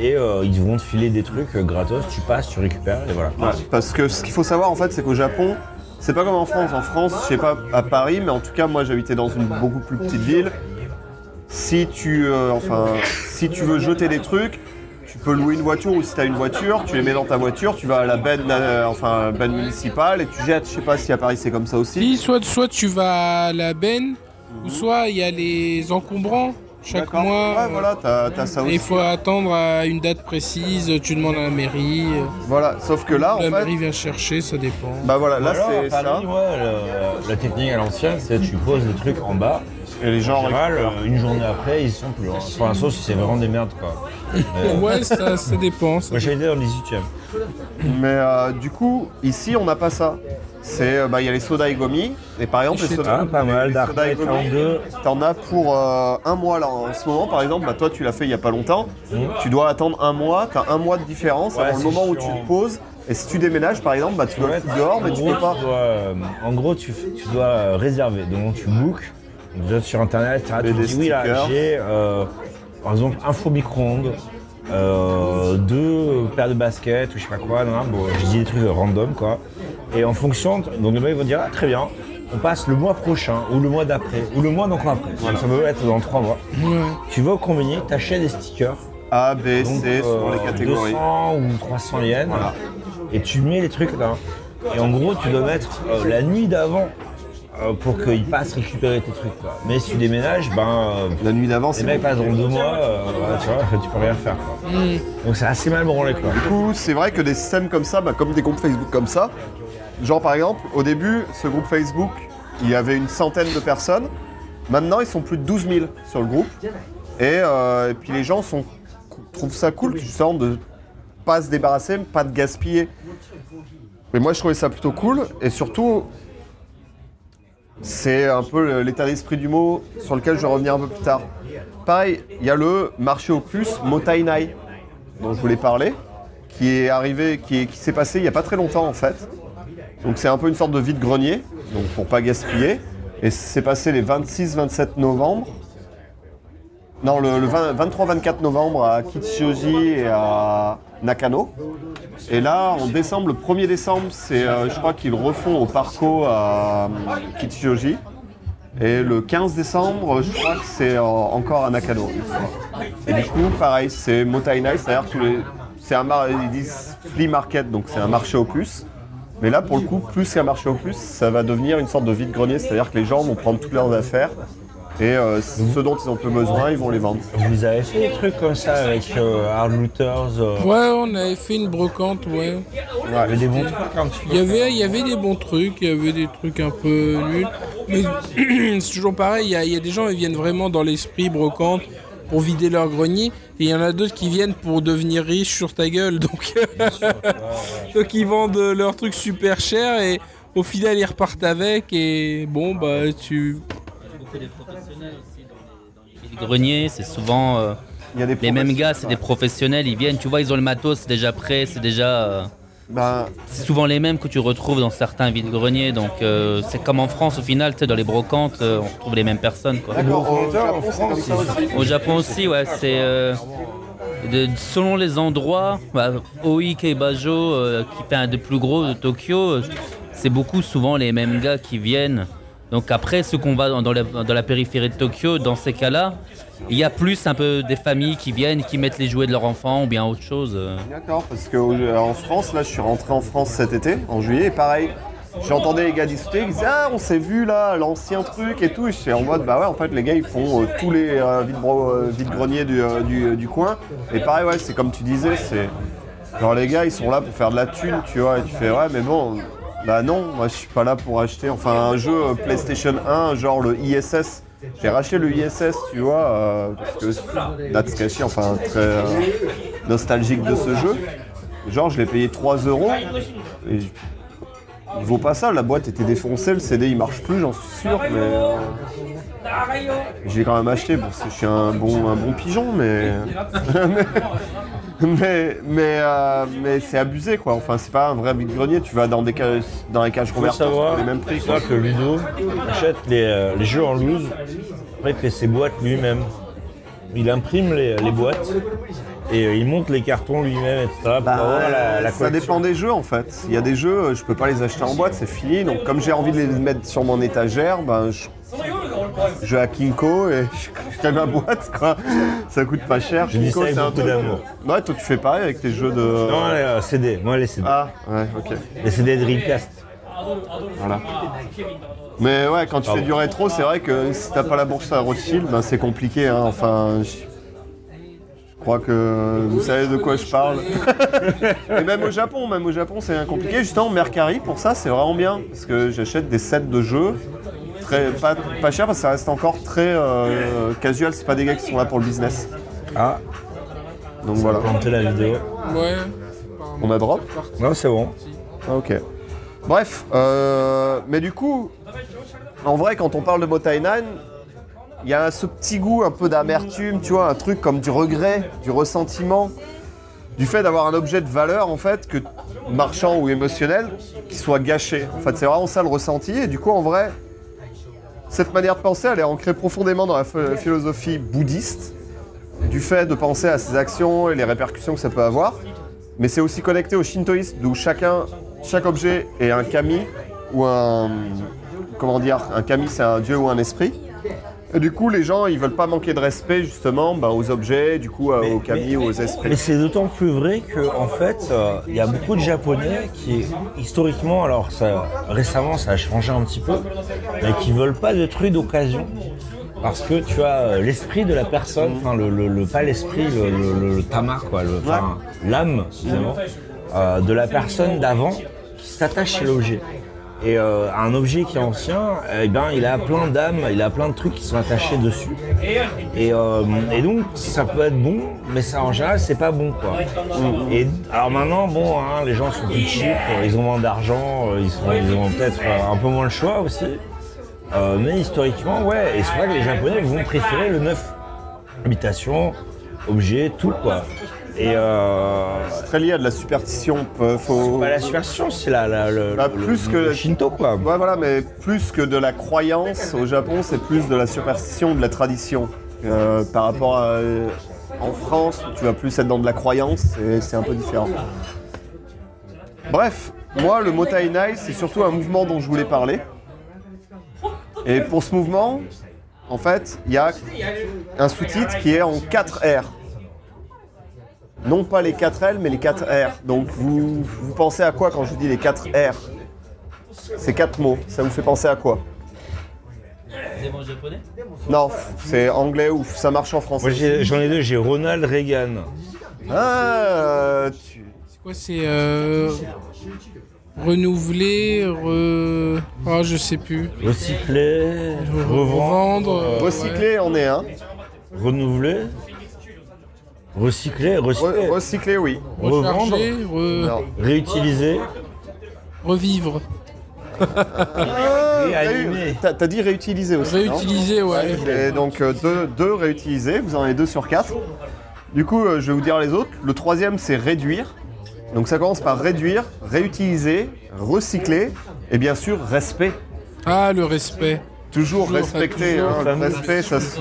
Et euh, ils vont te filer des trucs euh, gratos, tu passes, tu récupères et voilà.
Ouais, parce que ce qu'il faut savoir en fait, c'est qu'au Japon, c'est pas comme en France. En France, je sais pas à Paris, mais en tout cas, moi j'habitais dans une beaucoup plus petite ville. Si tu, euh, enfin, si tu veux jeter des trucs, tu peux louer une voiture ou si tu as une voiture, tu les mets dans ta voiture, tu vas à la benne, euh, enfin, benne municipale et tu jettes. Je sais pas si à Paris c'est comme ça aussi.
Si, soit, soit tu vas à la benne, ou soit il y a les encombrants chaque
Mhm. D'accord.
mois. euh,
Ouais, voilà, t'as t'as ça
Et
aussi.
il faut attendre à une date précise, tu demandes à la mairie,
Voilà, sauf que là, en
la
fait,
mairie vient chercher, ça dépend.
bah voilà, là
Alors,
c'est
à
ça.
Paris, ouais, le- la technique à l'ancienne, c'est tu poses le truc en bas.
Et les
En
gens.
général, euh, une journée après, ils sont plus loin. Pour l'instant, si c'est vraiment des merdes, quoi. Euh, moi,
Ouais, ça, ça dépend. ça
j'ai été dans le 18 e
Mais euh, du coup, ici, on n'a pas ça. C'est, euh, bah, il y a les soda et gomi. Et par exemple, les soda,
Ah, pas mal,
les
Dark
soda et
Knight
gomi,
42.
T'en as pour euh, un mois là. En ce moment, par exemple, bah, toi, tu l'as fait il y a pas longtemps. Tu dois attendre un mois. T'as un mois de différence
Mmh. Ouais,
avant le
c'est
moment où tu
chiant.
le poses. Et si tu déménages, par exemple, bah, tu dois le foutre dehors, mais
en,
tu
gros,
peux pas.
dois, euh, en gros, tu, f- tu dois euh, réserver. Donc, tu bookes. Donc, déjà, sur Internet, t'as- tu
Mets des
dis oui, là,
stickers.
j'ai euh, par exemple un faux micro-ondes, euh, deux paires de baskets ou je sais pas quoi. Non, non, bon, je dis des trucs euh, random, quoi. Et en fonction, donc le mec va dire ah, très bien, on passe le mois prochain ou le mois d'après ou le mois d'encore après. Ça peut être dans trois mois. Tu vas au convenu, t'achètes des stickers.
A, B,
Donc,
C, selon
euh,
les catégories.
200 ou 300 yens.
Voilà.
Et tu mets les trucs là. Et en gros, tu dois mettre euh, la nuit d'avant euh, pour qu'ils passent récupérer tes trucs. quoi. Mais si tu déménages, ben, euh,
La nuit d'avant, c'est
les mecs
compliqué.
passent dans deux mois, euh, ouais, tu vois, tu peux rien faire. quoi. Donc c'est assez mal branlé. Quoi.
Du coup, c'est vrai que des systèmes comme ça, bah, comme des groupes Facebook comme ça, genre par exemple, au début, ce groupe Facebook, il y avait une centaine de personnes. Maintenant, ils sont plus de 12 000 sur le groupe. Et, euh, et puis les gens sont, trouvent ça cool, justement, de pas se débarrasser, pas de gaspiller. Mais moi, je trouvais ça plutôt cool. Et surtout, c'est un peu l'état d'esprit du mot sur lequel je vais revenir un peu plus tard. Pareil, il y a le marché aux puces Motainai dont je voulais parler, qui est arrivé, qui est- qui s'est passé il n'y a pas très longtemps en fait. Donc c'est un peu une sorte de vide-grenier, donc pour pas gaspiller. Et c'est passé les 26-27 novembre. Non, le, 23-24 novembre à Kitsuji et à Nakano. Et là, en décembre, le 1er décembre, c'est, euh, je crois qu'ils refont au Parco à euh, Kitsuji. Et le 15 décembre, je crois que c'est euh, encore à Nakano. une fois. Et du coup, pareil, c'est Motainai, c'est-à-dire tous les. C'est un mar... Ils disent flea market, donc c'est un marché aux puces. Mais là, pour le coup, plus qu'un marché aux puces, ça va devenir une sorte de vide-grenier, c'est-à-dire que les gens vont prendre toutes leurs affaires et euh, ce dont ils ont peu besoin, ils vont les vendre.
Vous avez fait des trucs comme ça avec euh, Hard Looters euh,
Ouais, on avait fait une brocante, ouais.
Il y avait des bons trucs hein, un petit peu.
Il y avait, il y avait des bons trucs, il y avait des trucs un peu nuls. Mais c'est toujours pareil, il y, a, il y a des gens qui viennent vraiment dans l'esprit brocante pour vider leur grenier. Et il y en a d'autres qui viennent pour devenir riches sur ta gueule. Donc,
Ah,
donc ils vendent leurs trucs super cher et au final ils repartent avec. Et bon, bah tu.
Beaucoup des professionnels aussi dans les, greniers, c'est souvent euh,
Il y a des
les mêmes
promesses.
gars, c'est des professionnels, ils viennent, tu vois, ils ont le matos, c'est déjà prêt, c'est déjà. euh,
Ben,
c'est souvent les mêmes que tu retrouves dans certains vides-greniers, donc euh, c'est comme en France au final, tu sais, dans les brocantes, euh, on retrouve les mêmes personnes quoi.
D'accord, au Japon, c'est comme ça Ah aussi.
Au Japon aussi, ouais, c'est. euh, de- selon les endroits, bah, Oi Keibajo, euh, qui fait un des plus gros de Tokyo, euh, c'est beaucoup souvent les mêmes gars qui viennent. Donc après, ce qu'on va dans, dans la, dans la périphérie de Tokyo, dans ces cas-là, il y a plus un peu des familles qui viennent, qui mettent les jouets de leurs enfants ou bien autre chose. euh.
D'accord, parce qu'en France, là, je suis rentré en France cet été, en juillet, et pareil, j'entendais les gars discuter, ils disaient Ah, on s'est vu là, à l'ancien truc et tout. Et j'étais en mode Bah ouais, en fait, les gars, ils font euh, tous les euh, vide- euh, vide-greniers du, euh, du- du coin. Et pareil, ouais, c'est comme tu disais, c'est. Genre, les gars, ils sont là pour faire de la thune, tu vois, et tu fais Ouais, mais bon. Bah non, moi je suis pas là pour acheter. Enfin, un jeu euh, PlayStation 1, genre le ISS. J'ai racheté le ISS, tu vois, euh, parce que Natsukashi, enfin, très euh, nostalgique de ce jeu. Genre, je l'ai payé 3 euros. Et je- Il vaut pas ça, la boîte était défoncée, le CD il marche plus, j'en suis sûr, mais. euh, Je l'ai quand même acheté parce que je suis un bon, un bon pigeon, mais. mais mais, euh, mais c'est abusé quoi, enfin c'est pas un vrai vide-grenier, tu vas dans des cages, dans les cages
Il faut
couvertes
savoir
pour les mêmes prix
tu
quoi.
vois, que Ludo achète les, euh, les jeux en loose, après il fait ses boîtes lui-même. Il imprime les, les boîtes et euh, il monte les cartons lui-même, etc. pour
Bah,
avoir la, la
ça
collection.
dépend des jeux euh, en fait. Il y a des jeux, je peux pas les acheter en boîte, c'est fini. Donc comme j'ai envie de les mettre sur mon étagère, ben je Je vais à Kinko et je crée ma boîte, quoi. Ça coûte pas cher.
Je dis
Kinko,
ça avec
c'est un
beaucoup
truc-
d'amour.
Ouais, toi, tu fais pareil avec tes jeux de.
Non, les euh, CD, moi les CD.
Ah, ouais, ok.
Les CD de Dreamcast.
Voilà. Mais ouais, quand tu fais
Pardon.
du rétro, c'est vrai que si t'as pas la bourse à Rothschild, ben c'est compliqué. hein. Enfin, je je crois que vous savez de quoi je parle. Et même au Japon, même au Japon, c'est compliqué. Justement, Mercari, pour ça, c'est vraiment bien parce que j'achète des sets de jeux. Très, pas, pas cher parce que ça reste encore très euh, casual, c'est pas des gars qui sont là pour le business.
Ah,
Donc voilà.
planter la vidéo.
Ouais.
On a drop
Non, c'est bon.
Ah, ok. Bref, euh, mais du coup, en vrai, quand on parle de Motainan, il y a ce petit goût un peu d'amertume, tu vois, un truc comme du regret, du ressentiment, du fait d'avoir un objet de valeur, en fait, que marchand ou émotionnel, qui soit gâché. En fait, c'est vraiment ça le ressenti, et du coup, en vrai, cette manière de penser, elle est ancrée profondément dans la ph- philosophie bouddhiste, du fait de penser à ses actions et les répercussions que ça peut avoir. Mais c'est aussi connecté au shintoïsme, d'où chacun, chaque objet est un kami ou un. Comment dire Un kami, c'est un dieu ou un esprit. Et du coup, les gens, ils veulent pas manquer de respect justement ben, aux objets, du coup, euh, aux kami
mais-
ou aux esprits.
Mais c'est d'autant plus vrai que en fait, euh, il y a beaucoup de Japonais qui, historiquement, alors ça, récemment ça a changé un petit peu, mais qui veulent pas de trucs d'occasion. Parce que tu as euh, l'esprit de la personne, enfin le, le- le- pas l'esprit, le, le, le- le tama quoi, le- enfin, l'âme finalement, euh, de la personne d'avant qui s'attache à l'objet. Et euh, un objet qui est ancien, eh ben, il a plein d'âmes, il a plein de trucs qui sont attachés dessus. Et, euh, et donc, ça peut être bon, mais ça, en général, c'est pas bon. Quoi. Et, alors maintenant, bon, hein, les gens sont plus cheap, euh, ils ont moins d'argent, euh, ils, sont- ils ont peut-être euh, un peu moins le choix aussi. Euh, mais historiquement, ouais, et c'est vrai que les Japonais vont préférer le neuf. Habitation, objet, tout quoi. Et euh,
C'est très lié à de la superstition. peu- Faut...
pas la superstition, c'est la, la- le,
Bah,
le-
plus que-
le Shinto quoi.
Ouais, voilà, mais plus que de la croyance au Japon, c'est plus de la superstition, de la tradition. Euh, par rapport à. En France, où tu vas plus être dans de la croyance, et c'est un peu différent. Bref, moi, le Motai Nai, c'est surtout un mouvement dont je voulais parler. Et pour ce mouvement, en fait, il y a un sous-titre qui est en 4 R. Non pas les 4 L, mais les 4 R. Donc, vous, vous pensez à quoi quand je vous dis les 4 R ces quatre mots, ça vous fait penser à quoi
Des mots japonais
Non, c'est anglais ou ça marche en français.
Moi j'ai- j'en ai, deux, j'ai Ronald Reagan.
Ah, euh, tu-
C'est quoi C'est euh, renouveler, re... ah je sais plus.
Recycler, revendre,
Revendre. euh, ouais.
Recycler en est hein? un.
renouveler, recycler, recycler,
Re- recycler, oui.
revendre,
Recharger, re-
Non.
réutiliser.
revivre,
Ah, t'as eu-
Réanimer.
T'as t'as dit réutiliser aussi. non
réutiliser, ouais.
Et donc euh, deux, deux réutilisés, vous en avez deux sur quatre. Du coup, euh, je vais vous dire les autres. Le troisième, c'est réduire. Donc ça commence par réduire, réutiliser, recycler et bien sûr respect.
Ah le respect.
Toujours
Toujours,
respecter,
toujours.
hein, le respect, ça se...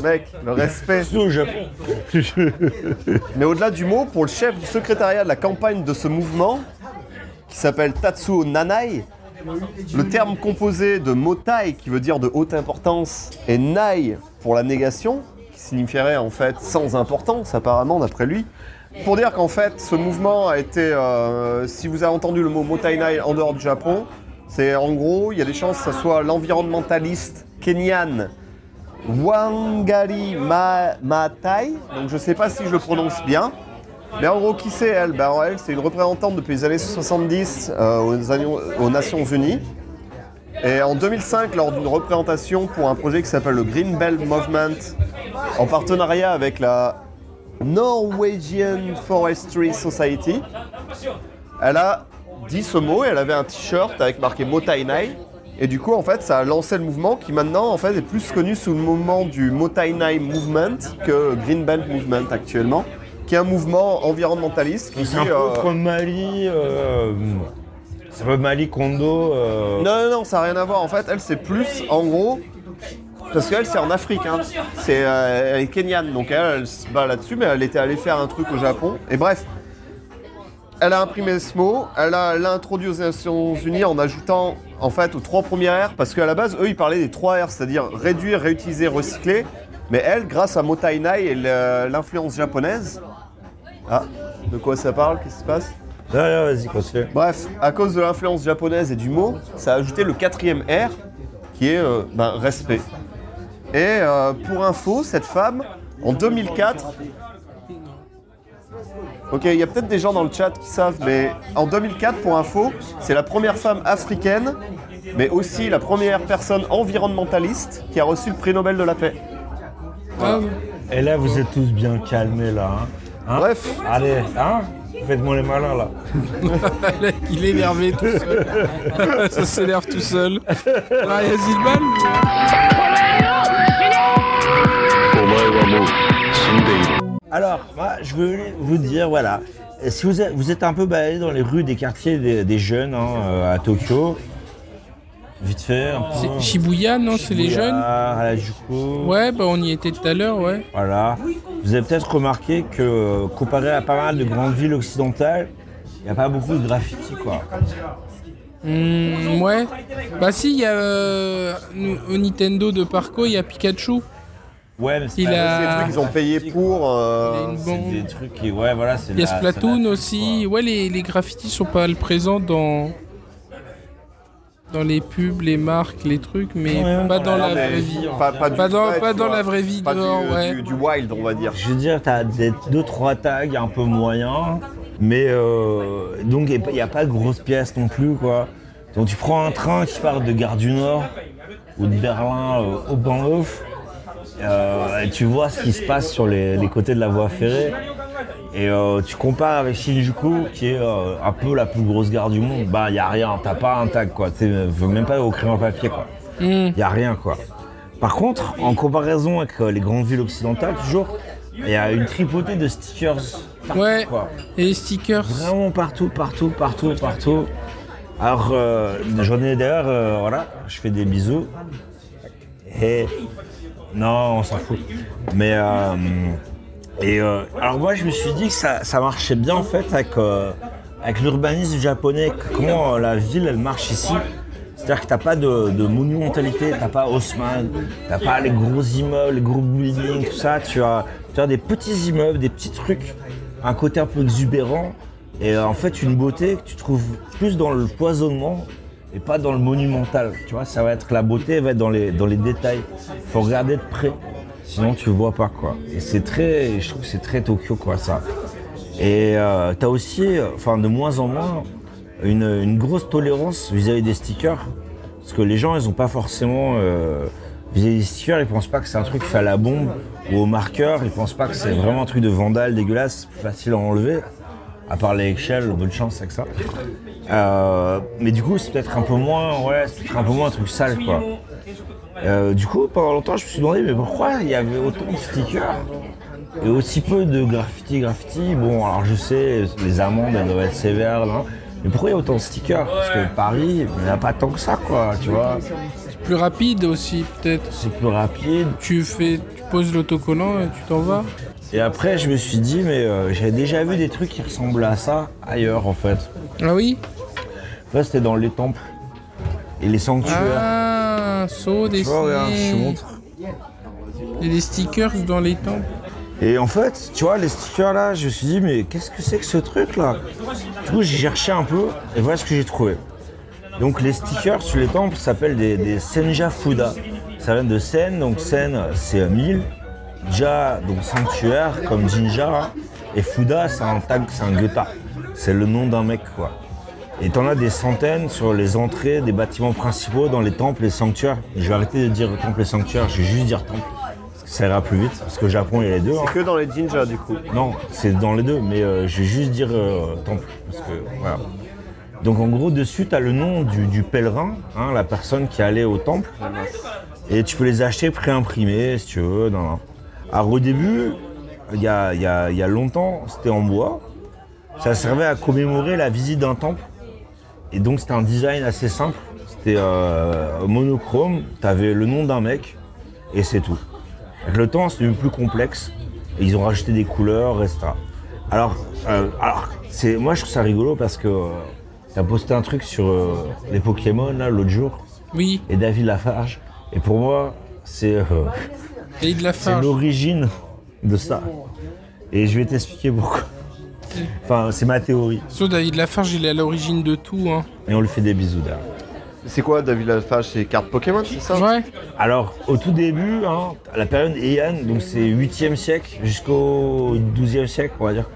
Mec, le respect.
Surtout au Japon.
Mais au-delà du mot, pour le chef du secrétariat de la campagne de ce mouvement, qui s'appelle Tatsuo Nanai, le terme composé de motai, qui veut dire de haute importance, et nai pour la négation, qui signifierait en fait sans importance apparemment d'après lui, pour dire qu'en fait ce mouvement a été, euh, si vous avez entendu le mot motai nai en dehors du Japon, c'est en gros, il y a des chances que ce soit l'environnementaliste kenyan Wangari Ma- Maathai, donc je sais pas si je le prononce bien. Mais en gros, qui c'est elle Ben, Elle, c'est une représentante depuis les années 70 euh, aux, années- aux Nations Unies. Et en 2005, lors d'une représentation pour un projet qui s'appelle le Green Belt Movement, en partenariat avec la Norwegian Forestry Society, elle a dit ce mot et elle avait un t-shirt avec marqué Motai Nai. Et du coup, en fait, ça a lancé le mouvement qui maintenant, en fait, est plus connu sous le mouvement du Motai Nai Movement que Green Belt Movement actuellement, qui est un mouvement environnementaliste qui
C'est un
dit,
peu
euh,
comme Mali, euh, c'est un peu Mali Kondo. euh,
Non, non, non, ça n'a rien à voir. En fait, elle, c'est plus, en gros, parce qu'elle, c'est en Afrique. hein. C'est, euh, elle est kenyane, donc elle, elle se bat là-dessus, mais elle était allée faire un truc au Japon. Et bref, elle a imprimé ce mot, elle a- elle l'a introduit aux Nations Unies en ajoutant en fait, aux trois premières R, parce qu'à la base, eux, ils parlaient des trois R, c'est-à-dire réduire, réutiliser, recycler. Mais elle, grâce à Motainai et le- l'influence japonaise. Ah, de quoi ça parle Qu'est-ce qui se passe
Non, non, Ah, vas-y, continue.
Bref, à cause de l'influence japonaise et du mot, ça a ajouté le quatrième R, qui est euh, ben, respect. Et euh, pour info, cette femme, en 2004... Ok, il y a peut-être des gens dans le chat qui savent, mais en 2004, pour info, c'est la première femme africaine, mais aussi la première personne environnementaliste qui a reçu le prix Nobel de la paix.
Ah, ouais.
Et là, vous êtes tous bien calmés, là. hein. Hein
Bref.
Allez, hein Faites-moi les malins, là.
Alec, il est énervé tout seul. Ça s'énerve tout seul. Raya Zilman
Alors, moi, je veux vous dire, voilà, si vous êtes, vous êtes un peu baladé dans les rues des quartiers des, des jeunes hein, euh, à Tokyo, vite fait, un peu.
C'est Shibuya, non C'est les
Shibuya,
jeunes
Harajuku,
Ouais, bah on y était tout à l'heure, ouais.
voilà. Vous avez peut-être remarqué que, euh, comparé à pas mal de grandes villes occidentales, il n'y a pas beaucoup de graffiti, quoi.
Hmm, ouais. Bah si, il y a euh, nous- au Nintendo de Parco, il y a Pikachu.
Ouais, mais c'est
Il
pas-
a-
C'est des trucs qu'ils ont payé pour...
Il a
euh,
une
C'est des
bombe.
trucs qui, ouais, voilà, c'est
Il y a
la-
Splatoon
c'est la-
aussi. Ouais, les, les graffitis sont pas présents dans dans les pubs, les marques, les trucs, mais
Ouais,
pas dans
dans
la
la-
vraie
mais
vie.
Pas, du
Pas dans,
vrai,
pas
tu
dans
vois.
la vraie vie
Pas
dehors,
du-
ouais.
du- du wild, on va dire.
Je veux dire, t'as des, deux, trois tags un peu moyens, mais euh, donc il n'y a pas de grosse pièce non plus, quoi. Donc tu prends un train qui part de Gare du Nord ou de Berlin euh, au Bahnhof, euh, et tu vois ce qui se passe sur les, les côtés de la voie ferrée. Et euh, tu compares avec Shinjuku, qui est euh, un peu la plus grosse gare du monde, bah il n'y a rien, t'as pas un tag, quoi. Tu veux même pas au crayon à papier, quoi. Il n'y a rien, quoi. Par contre, en comparaison avec euh, les grandes villes occidentales, toujours, il y a une tripotée de stickers. partout,
Ouais.
quoi.
Et les stickers.
Vraiment partout, partout, partout, partout. Alors, euh, j'en ai d'ailleurs, euh, voilà, je fais des bisous. Et. Non, on s'en fout. Mais. euh, et euh, alors, moi, je me suis dit que ça, ça marchait bien, en fait, avec, euh, avec l'urbanisme japonais. que Comment euh, la ville, elle marche ici. C'est-à-dire que t'as pas de, de monumentalité, t'as pas Haussmann, t'as pas les gros immeubles, les gros buildings, tout ça. Tu as, tu as des petits immeubles, des petits trucs, un côté un peu exubérant. Et euh, en fait, une beauté que tu trouves plus dans le poisonnement et pas dans le monumental. Tu vois, ça va être la beauté, elle va être dans les, dans les détails. Faut regarder de près. Sinon, tu vois pas, quoi. Et c'est très, je trouve que c'est très Tokyo, quoi, ça. Et euh, t'as aussi, euh, enfin, de moins en moins, une, une grosse tolérance vis-à-vis des stickers. Parce que les gens, ils ont pas forcément. euh, Vis-à-vis des stickers, ils pensent pas que c'est un truc fait à la bombe ou au marqueur. Ils pensent pas que c'est vraiment un truc de vandale dégueulasse, plus facile à enlever. À part les échelles, bonne chance avec ça. Euh, mais du coup, c'est peut-être un peu moins, ouais, c'est peut-être un peu moins un truc sale, quoi. Euh, du coup, pendant longtemps, je me suis demandé, mais pourquoi il y avait autant de stickers et aussi peu de graffiti, graffiti. Bon, alors je sais, les amendes, elles doivent être sévères, là. Mais pourquoi il y a autant de stickers Parce que Paris, il n'y en a pas tant que ça, quoi, tu vois.
Plus rapide aussi, peut-être.
C'est plus rapide.
Tu fais, tu poses l'autocollant et tu t'en vas.
Et après, je me suis dit, mais euh, j'avais déjà vu des trucs qui ressemblaient à ça ailleurs, en fait.
Ah oui
Là, c'était dans les temples et les sanctuaires.
Ah, saut
tu vois, regarde, je te
dessiné.
montre.
Il y a des stickers dans les temples.
Et en fait, tu vois, les stickers là, je me suis dit, mais qu'est-ce que c'est que ce truc là Du coup, j'ai cherché un peu et voilà ce que j'ai trouvé. Donc, les stickers sur les temples s'appellent des, des Senja Fuda. Ça vient de Sen, donc Sen c'est euh, mille, Ja donc sanctuaire comme Jinja, hein. et Fuda c'est un tag, c'est un geta. C'est le nom d'un mec quoi. Et t'en as des centaines sur les entrées des bâtiments principaux dans les temples et sanctuaires. Et je vais arrêter de dire temple et sanctuaire, je vais juste dire temple. parce que Ça ira plus vite, parce que au Japon il y a les deux. hein.
Que dans les ninjas, du coup.
Non, c'est dans les deux, mais euh, je vais juste dire euh, temple. Parce que, voilà. Donc en gros, dessus, tu as le nom du, du pèlerin, hein, la personne qui allait au temple. Et tu peux les acheter pré-imprimés, si tu veux. dans la- Alors au début, il y a, il y a- il y a longtemps, c'était en bois. Ça servait à commémorer la visite d'un temple. Et donc c'était un design assez simple. C'était euh, monochrome, tu avais le nom d'un mec, et c'est tout. Avec le temps, c'est devenu plus complexe. Et ils ont rajouté des couleurs, etc. Alors, euh, alors c'est, moi, je trouve ça rigolo parce que euh, T'as posté un truc sur euh, les Pokémon là l'autre jour
Oui,
et David Lafarge. Et pour moi, c'est euh,
et de la
c'est
farge.
l'origine de ça. Et je vais t'expliquer pourquoi. Enfin, c'est ma théorie.
So, David Lafarge, il est à l'origine de tout. Hein.
Et on lui fait des bisous derrière.
C'est quoi David Lafarge C'est cartes Pokémon, c'est ça
Ouais,
Alors, au tout début, hein, à la période Heian, donc c'est 8e siècle jusqu'au 12e siècle, on va dire,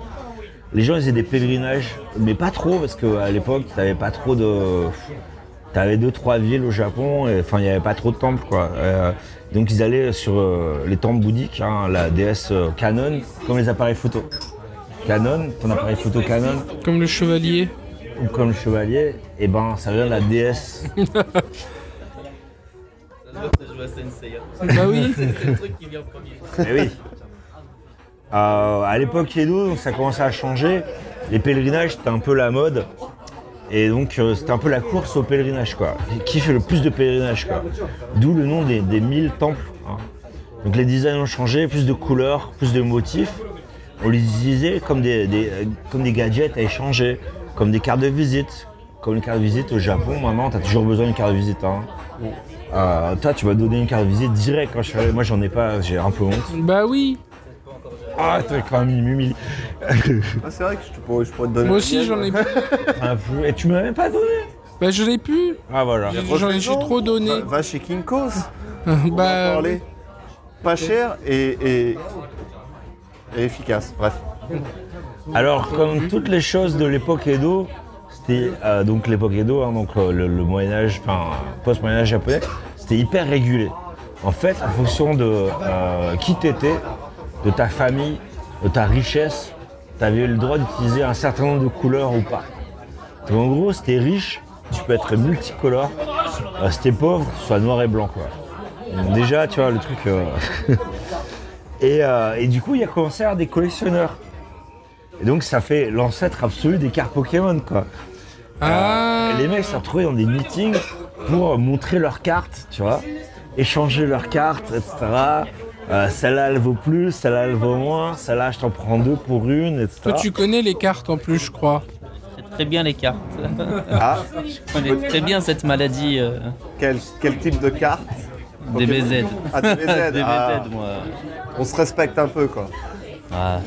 les gens ils faisaient des pèlerinages, mais pas trop, parce qu'à l'époque, t'avais pas trop de. T'avais deux, trois villes au Japon, et enfin, il n'y avait pas trop de temples, quoi. Euh, donc, ils allaient sur euh, les temples bouddhiques, hein, la déesse euh, Canon, comme les appareils photo. Canon, ton appareil photo Canon,
comme le chevalier.
ou comme le chevalier, et ben, ça vient de la déesse
Bah oui,
Eh oui. Euh, à l'époque Edo, donc, ça commençait à changer. Les pèlerinages, c'était un peu la mode. Et donc, euh, c'était un peu la course au pèlerinage, quoi. Qui fait le plus de pèlerinage, quoi. D'où le nom des, des 1000 temples. hein. Donc, les designs ont changé, plus de couleurs, plus de motifs. On les utilisait comme des, des- euh, comme des gadgets à échanger, comme des cartes de visite. Comme une carte de visite au Japon, maintenant, t'as toujours besoin d'une carte de visite. hein. Euh, toi, tu vas donner une carte de visite direct. quand je suis allé. Moi, j'en ai pas, j'ai un peu honte.
bah oui.
Ah, t'es quand même, il m'humilie.
Ah, c'est vrai que je pourrais, je pourrais te donner.
Moi aussi, j'en ai plus.
Un fou. Ah, Et tu m'as même pas donné
Bah, je l'ai plus.
Ah, voilà.
J'en ai j'ai trop donné.
Va, va chez Kinkos, Bah, on va en
Bah,
parler. Pas cher et, et, et efficace, bref.
Alors, comme toutes les choses de l'époque Edo, c'était euh, donc l'époque Edo, hein, donc euh, le, Moyen-Âge, enfin, post-Moyen-Âge japonais, c'était hyper régulé. En fait, en fonction de euh, qui t'étais, de ta famille, de ta richesse, t'avais le droit d'utiliser un certain nombre de couleurs ou pas. Donc, en gros, si t'es riche, tu peux être multicolore. Euh, si t'es pauvre, soit noir et blanc, quoi. Donc, déjà, tu vois, le truc. euh, et, euh, et du coup, il y a commencé à y avoir des collectionneurs. Et donc ça fait l'ancêtre absolu des cartes Pokémon quoi.
ah,
Et les mecs se retrouvaient dans des meetings pour montrer leurs cartes, tu vois, échanger leurs cartes, etc. Euh, celle-là elle vaut plus, celle-là elle vaut moins, celle-là je t'en prends deux pour une, etc.
toi, tu connais les cartes en plus, je crois.
Très bien les cartes.
Ah,
Je connais très bien cette maladie euh,
quel, quel type de carte
des BZ.
Ah, des BZ,
Des
ah.
BZ, moi.
On se respecte un peu, quoi.
Ah,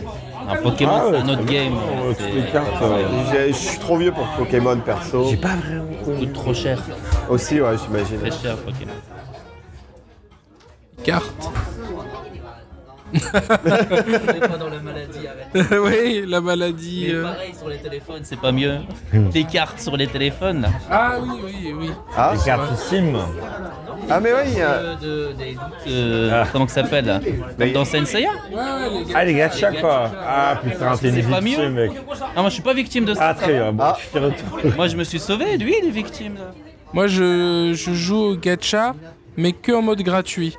un Pokémon,
Ah ouais,
c'est un autre
très bien.
game.
Oh,
Euh, toutes les
C'est-
cartes, euh,
J'ai- Je suis trop vieux pour Pokémon, perso.
J'ai pas vraiment
Ça
connu.
coûte trop cher.
Aussi, ouais, j'imagine.
Très cher, Pokémon.
Cartes.
dans la maladie,
oui, la maladie. euh.
pareil, sur les téléphones, c'est pas mieux.
Hmm.
Les cartes sur les téléphones, là.
Ah oui, oui, oui.
Ah,
Les cartes SIM.
ah mais oui, il y a-
Euh, de- des- euh,
Ah.
Comment que ça s'appelle là Comme dans Senseiya
Ouais, ouais, les gars.
Ah les gachas quoi. Ah putain t'es une
C'est hein pas
victime
mieux
mec.
Non, moi je suis pas victime de ça.
Ah très bien, bon
Ah.
je suis retour.
Moi je me suis sauvé, lui il est victime. Là.
Moi, je, je joue au gacha, mais que en mode gratuit.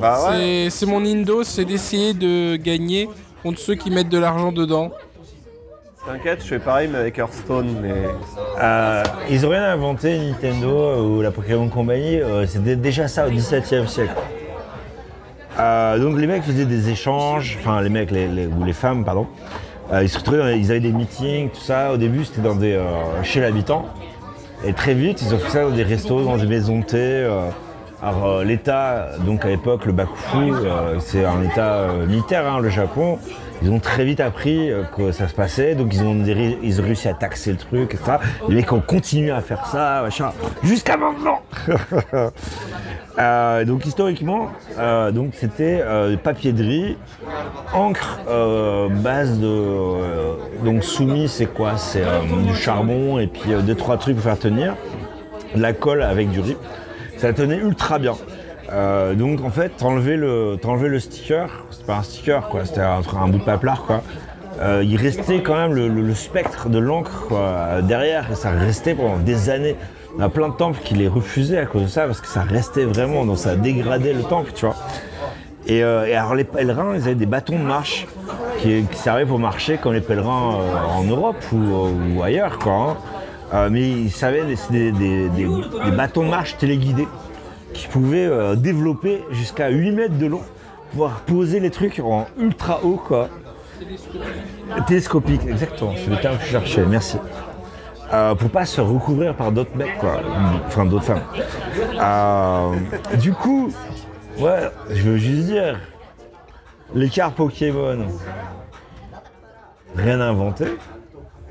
bah ouais.
C'est- C'est mon indo, c'est d'essayer de gagner contre ceux qui mettent de l'argent dedans.
T'inquiète, je fais pareil mais avec Hearthstone, mais
Euh, ils ont rien inventé, Nintendo euh, ou la Pokémon Company, euh, c'était déjà ça au XVIIe siècle. Euh, donc les mecs faisaient des échanges, enfin les mecs les- les- ou les femmes, pardon. Euh, ils se retrouvaient, dans- ils avaient des meetings, tout ça. Au début, c'était dans des euh, chez l'habitant. Et très vite, ils ont fait ça dans des restos, dans des maisons de thé. euh. alors euh, l'État, donc à l'époque, le Bakufu, euh, c'est un État euh, militaire, hein, le Japon. Ils ont très vite appris euh, que ça se passait, donc ils ont, des ré- ils ont réussi à taxer le truc, etc. Les mecs ont continué à faire ça, machin, jusqu'à maintenant. Euh, donc historiquement, euh, donc c'était euh, papier de riz, encre euh, base de euh, donc soumis c'est quoi C'est euh, du charbon et puis euh, deux trois trucs pour faire tenir, de la colle avec du riz. Ça tenait ultra bien. Euh, donc en fait, t'enlevais le t'enlevais le sticker, c'était pas un sticker quoi, c'était un, un bout de paplard quoi. Euh, il restait quand même le, le- le spectre de l'encre quoi, euh, derrière et ça restait pendant des années. On a plein de temples qui les refusaient à cause de ça parce que ça restait vraiment, donc ça dégradait le temple, tu vois. Et, euh, et alors les pèlerins, ils avaient des bâtons de marche qui, qui servaient pour marcher comme les pèlerins euh, en Europe ou, euh, ou ailleurs, quoi. hein. Euh, mais ils savaient des, des- des- des- des bâtons de marche téléguidés qui pouvaient euh, développer jusqu'à 8 mètres de long, pouvoir poser les trucs en ultra haut, quoi. Télescopique, exactement. C'est le terme que je cherchais. Merci. euh, pour pas se recouvrir par d'autres mecs, quoi. Enfin, d'autres femmes. Euh, du coup, ouais, je veux juste dire, l'écart Pokémon, rien inventé,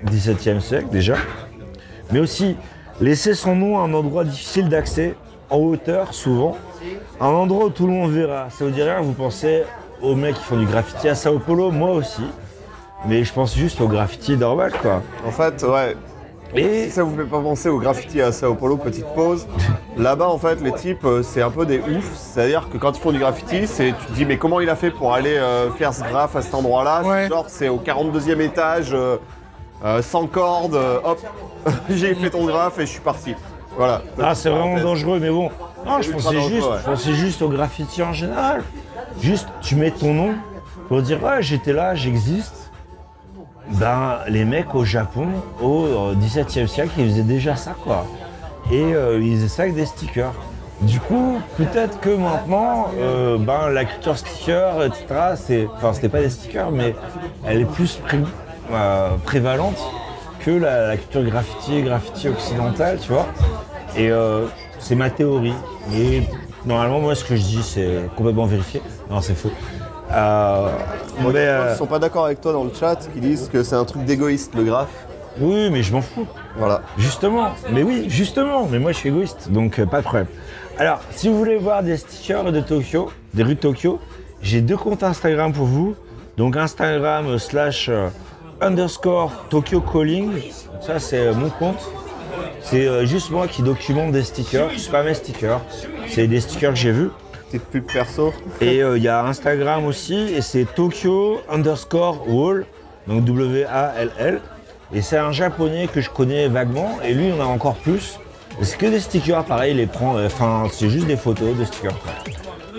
17e siècle déjà, mais aussi laisser son nom à un endroit difficile d'accès, en hauteur souvent, un endroit où tout le monde verra. Ça vous dit rien, vous pensez aux mecs qui font du graffiti à Sao Paulo, moi aussi. Mais je pense juste au graffiti normal, quoi.
En fait, ouais.
Et
Si ça vous fait pas penser au graffiti à Sao Paulo, petite pause. Là-bas, en fait, les types, euh, c'est un peu des oufs. C'est-à-dire que quand ils font du graffiti, c'est tu te dis, mais comment il a fait pour aller euh, faire ce graff à cet endroit-là
Ouais.
Genre, c'est au 42e étage, euh, euh, sans corde, euh, hop, j'ai fait ton graff et je suis parti. Voilà.
Ah, c'est vraiment
Parenthèse.
dangereux, mais bon. Non, je
ultra
pensais,
dangereux,
juste,
ouais.
je pensais juste au graffiti en général. Juste, tu mets ton nom pour dire ouais, j'étais là, j'existe. Ben, les mecs au Japon, au XVIIe siècle, ils faisaient déjà ça, quoi. Et euh, ils faisaient ça avec des stickers. Du coup, peut-être que maintenant, euh, ben, la culture sticker, etc., c'est. Enfin, c'était pas des stickers, mais elle est plus pré- euh, prévalente que la, la culture graffiti, graffiti occidentale, tu vois. Et euh, c'est ma théorie. Et normalement, moi, ce que je dis, c'est complètement vérifié. Non, c'est faux. Euh, mais,
Ils
euh,
sont pas d'accord avec toi dans le chat, qui disent que c'est un truc d'égoïste, le graff.
oui, mais je m'en fous.
Voilà.
Justement, mais oui, justement, mais moi je suis égoïste, donc euh, pas de problème. Alors, si vous voulez voir des stickers de Tokyo, des rues de Tokyo, j'ai deux comptes Instagram pour vous. Donc Instagram euh, slash euh, underscore Tokyo Calling, ça c'est euh, mon compte. C'est euh, juste moi qui documente des stickers, c'est pas mes stickers, c'est des stickers que j'ai vus.
Petite pub perso.
Et euh, il y a Instagram aussi, et c'est Tokyo underscore Wall, donc W-A-L-L. Et c'est un japonais que je connais vaguement, et lui, on a encore plus. Et C'est que des stickers, pareil, il les prend, euh, enfin, c'est juste des photos de stickers. quoi.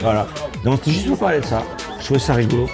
Voilà. Donc c'était juste pour parler de ça. Je trouve ça rigolo.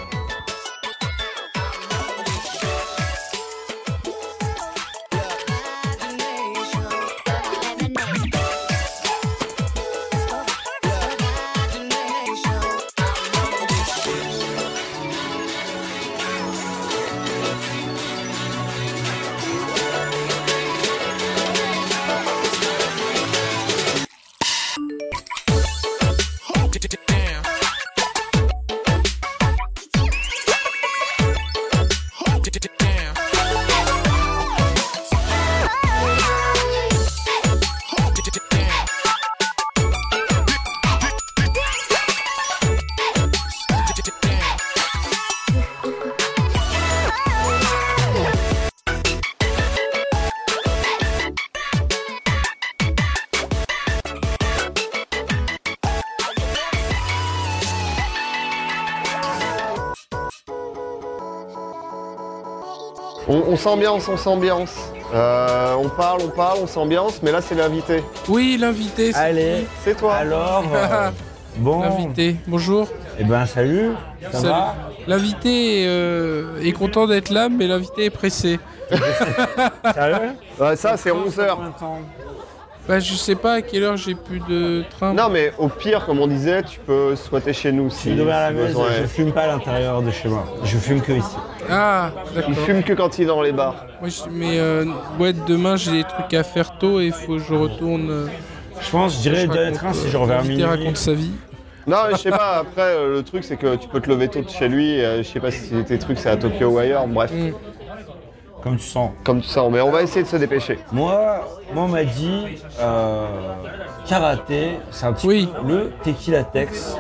On, on s'ambiance, on s'ambiance. Euh, on parle, on parle, on s'ambiance, mais là, c'est l'invité.
Oui, l'invité, c'est
Allez,
C'est toi.
alors. euh, bon.
l'invité. Bonjour.
Eh ben, salut. Ça
Salut.
va
L'invité euh, est content d'être là, mais l'invité est pressé.
Sérieux
Ouais, ça, c'est 11h.
Bah, je sais pas à quelle heure j'ai plus de train.
Non, mais au pire, comme on disait, tu peux squatter chez nous
Je
si,
suis devant la
si
messe,
besoin est.
je fume pas à l'intérieur de chez moi. Je fume que ici.
Ah,
Il
d'accord.
fume que quand il est dans les bars.
Moi, je- Mais euh, ouais, demain, j'ai des trucs à faire tôt et il faut que je retourne. euh,
Je pense, je dirais, le dernier
raconte,
train, c'est
euh,
genre vers
l'invité
minuit.
raconte sa vie.
Non, mais je sais pas, après, euh, le truc, c'est que tu peux te lever tôt de chez lui. euh, je sais pas si tes trucs, c'est à Tokyo ou ailleurs. Bref,
Mm.
Comme tu sens.
comme tu sens. Mais on va essayer de se dépêcher.
Moi, moi on m'a dit euh, karaté, c'est un petit
Oui.
peu le tequila tex,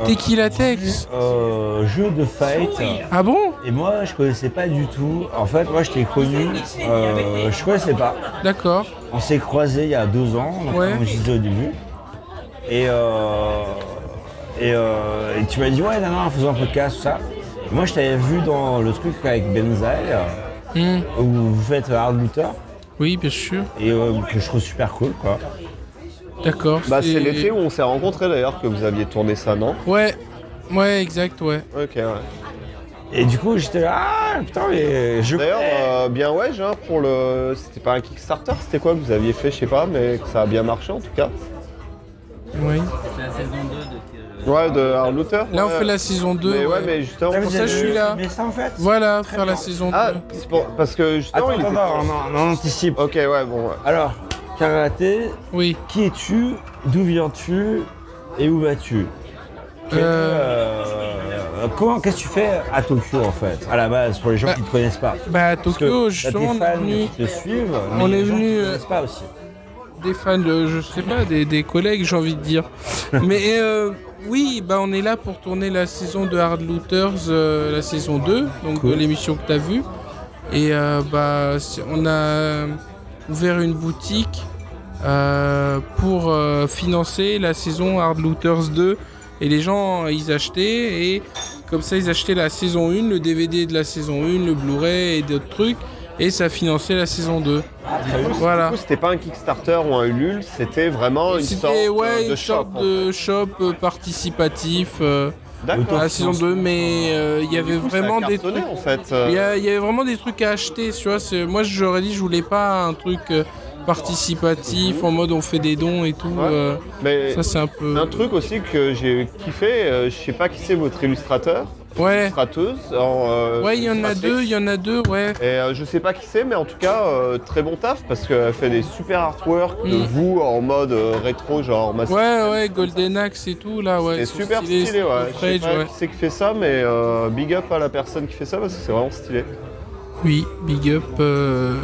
Ah.
Tequila Tex.
euh, jeu de fight.
Ah bon
Et moi, je connaissais pas du tout. En fait, moi, je t'ai connu, euh, je connaissais pas.
D'accord.
On s'est croisés il y a deux ans, donc,
Ouais.
comme je disais au début. Et, euh, et, euh, et tu m'as dit, ouais, non, non, faisons un podcast, tout ça. Et moi, je t'avais vu dans le truc avec Benzaï, euh,
Hmm.
où vous faites Hard Looter,
Oui, bien sûr.
et euh, que je trouve super cool, quoi.
D'accord.
Bah, c'est l'été où on s'est rencontrés d'ailleurs, que vous aviez tourné ça, non
Ouais. Ouais, exact, ouais.
Ok, ouais.
Et du coup, j'étais là, ah putain, mais je.
D'ailleurs, euh, bien ouais, genre, pour le. C'était pas un Kickstarter, c'était quoi que vous aviez fait, je sais pas, mais que ça a bien marché en tout cas.
Oui.
C'est la saison 2 de
Ouais, de alors, l'auteur
Là, on
ouais.
fait la saison 2.
Mais ouais,
ouais.
mais justement,
Ah,
pour
vous
ça,
avez
je suis là.
filmé ça en fait
Voilà, faire la saison 2.
Ah, c'est pour- parce que justement,
Attends,
il
attends,
était.
attends, on, en- on en anticipe.
Ok, ouais, bon. ouais.
Alors, karaté,
Oui.
qui es-tu D'où viens-tu Et où vas-tu Quel- euh, Comment Qu'est-ce que tu fais à Tokyo en fait À la base, pour les gens
Bah,
qui ne te connaissent pas.
Bah, à
Parce que
Tokyo,
t'as des
justement, on est
fans
venu-
qui te suivent, mais
on
les
est
gens qui
venu,
te
euh,
connaissent pas aussi.
des fans, euh, je sais pas, des, des collègues, j'ai envie de dire. Mais euh, oui, bah, on est là pour tourner la saison de Hard Looters, euh, la saison 2, donc
Cool.
de l'émission que tu as vue. Et euh, bah, c'est- on a ouvert une boutique euh, pour euh, financer la saison Hard Looters 2. Et les gens, ils achetaient, et comme ça, ils achetaient la saison 1, le DVD de la saison 1, le Blu-ray et d'autres trucs, et ça finançait la saison 2.
Du
Voilà.
coup, c'était pas un Kickstarter ou un Ulule, c'était vraiment une sorte
C'était
euh,
ouais,
de shop.
une sorte
en
de shop euh, participatif euh,
fait. D'accord.
à la saison 2, mais euh, il y avait
Du coup, ça a
vraiment des
cartonné,
trucs.
en fait.
Il y,
euh,
a- il y avait vraiment des trucs à acheter, tu vois. c'est- Moi, j'aurais dit, je voulais pas un truc euh, participatif en mode on fait des dons et tout.
Ouais.
euh,
Mais
ça, c'est un peu.
un truc aussi que j'ai kiffé, euh, je sais pas qui c'est votre illustrateur,
Ouais,
illustrateuse. en, euh,
ouais, il y en a
illustratrice.
deux, il y en a deux, ouais.
Et euh, je sais pas qui c'est, mais en tout cas, euh, très bon taf parce qu'elle fait des super artworks de
Mm.
vous en mode euh, rétro, genre Mass
Ouais, ouais, Golden Axe et tout, là, ouais.
C'est
sont
super
stylés,
stylé, ouais.
Stone
Je sais
Fridge,
pas
ouais.
qui c'est qui fait ça, mais euh, big up à la personne qui fait ça parce que c'est vraiment stylé.
Oui, big up. euh,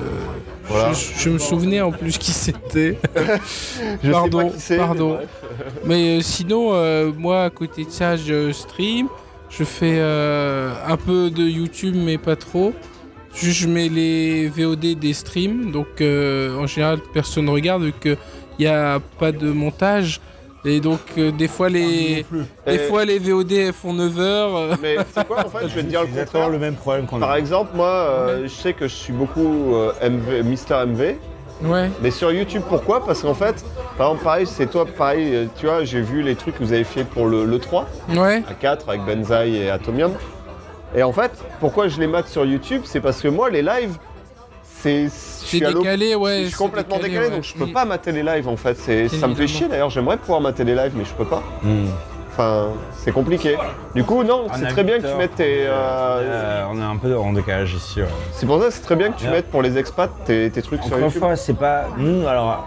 Voilà.
je, je me souvenais en plus qui c'était.
Je sais
Pardon,
pas qui c'est. mais
pardon.
bref.
Mais euh, sinon, euh, moi, à côté de ça, je stream. Je fais euh, un peu de YouTube, mais pas trop. Je, je mets les VOD des streams. Donc, euh, en général, personne ne regarde vu qu'il n'y a pas de montage. Et donc, euh, des fois, les, des
Euh,
fois, les VOD elles font 9 heures. euh.
Mais c'est quoi en fait Je vais te dire le
exactement
contraire.
le même problème qu'on
Par
a.
exemple, moi, euh, je sais que je suis beaucoup euh, MV, Mister MV,
Ouais,
mais sur YouTube, pourquoi Parce qu'en fait, par exemple, pareil, c'est toi, pareil, euh, tu vois, j'ai vu les trucs que vous avez fait pour le, le 3,
ouais,
à 4 avec Benzaï et Atomium. Et en fait, pourquoi je les mate sur YouTube C'est parce que moi, les lives, c'est. je
c'est
suis à l'op-
décalé, ouais.
je suis
c'est
complètement décalé,
ouais.
donc je peux
Mm.
pas mater les lives en fait. C'est, ça me fait
Évidemment.
chier d'ailleurs, j'aimerais pouvoir mater les lives, mais je peux pas.
Hmm.
Enfin, c'est compliqué. Du coup, non,
On
c'est
a
très bien
huit
que tu
heures.
mettes tes. euh,
Euh, on est un peu en décalage ici. ouais.
C'est pour ça que c'est très bien que tu
Bien.
mettes pour les expats tes, tes trucs sur
Encore une
YouTube.
fois, c'est pas. Nous, alors,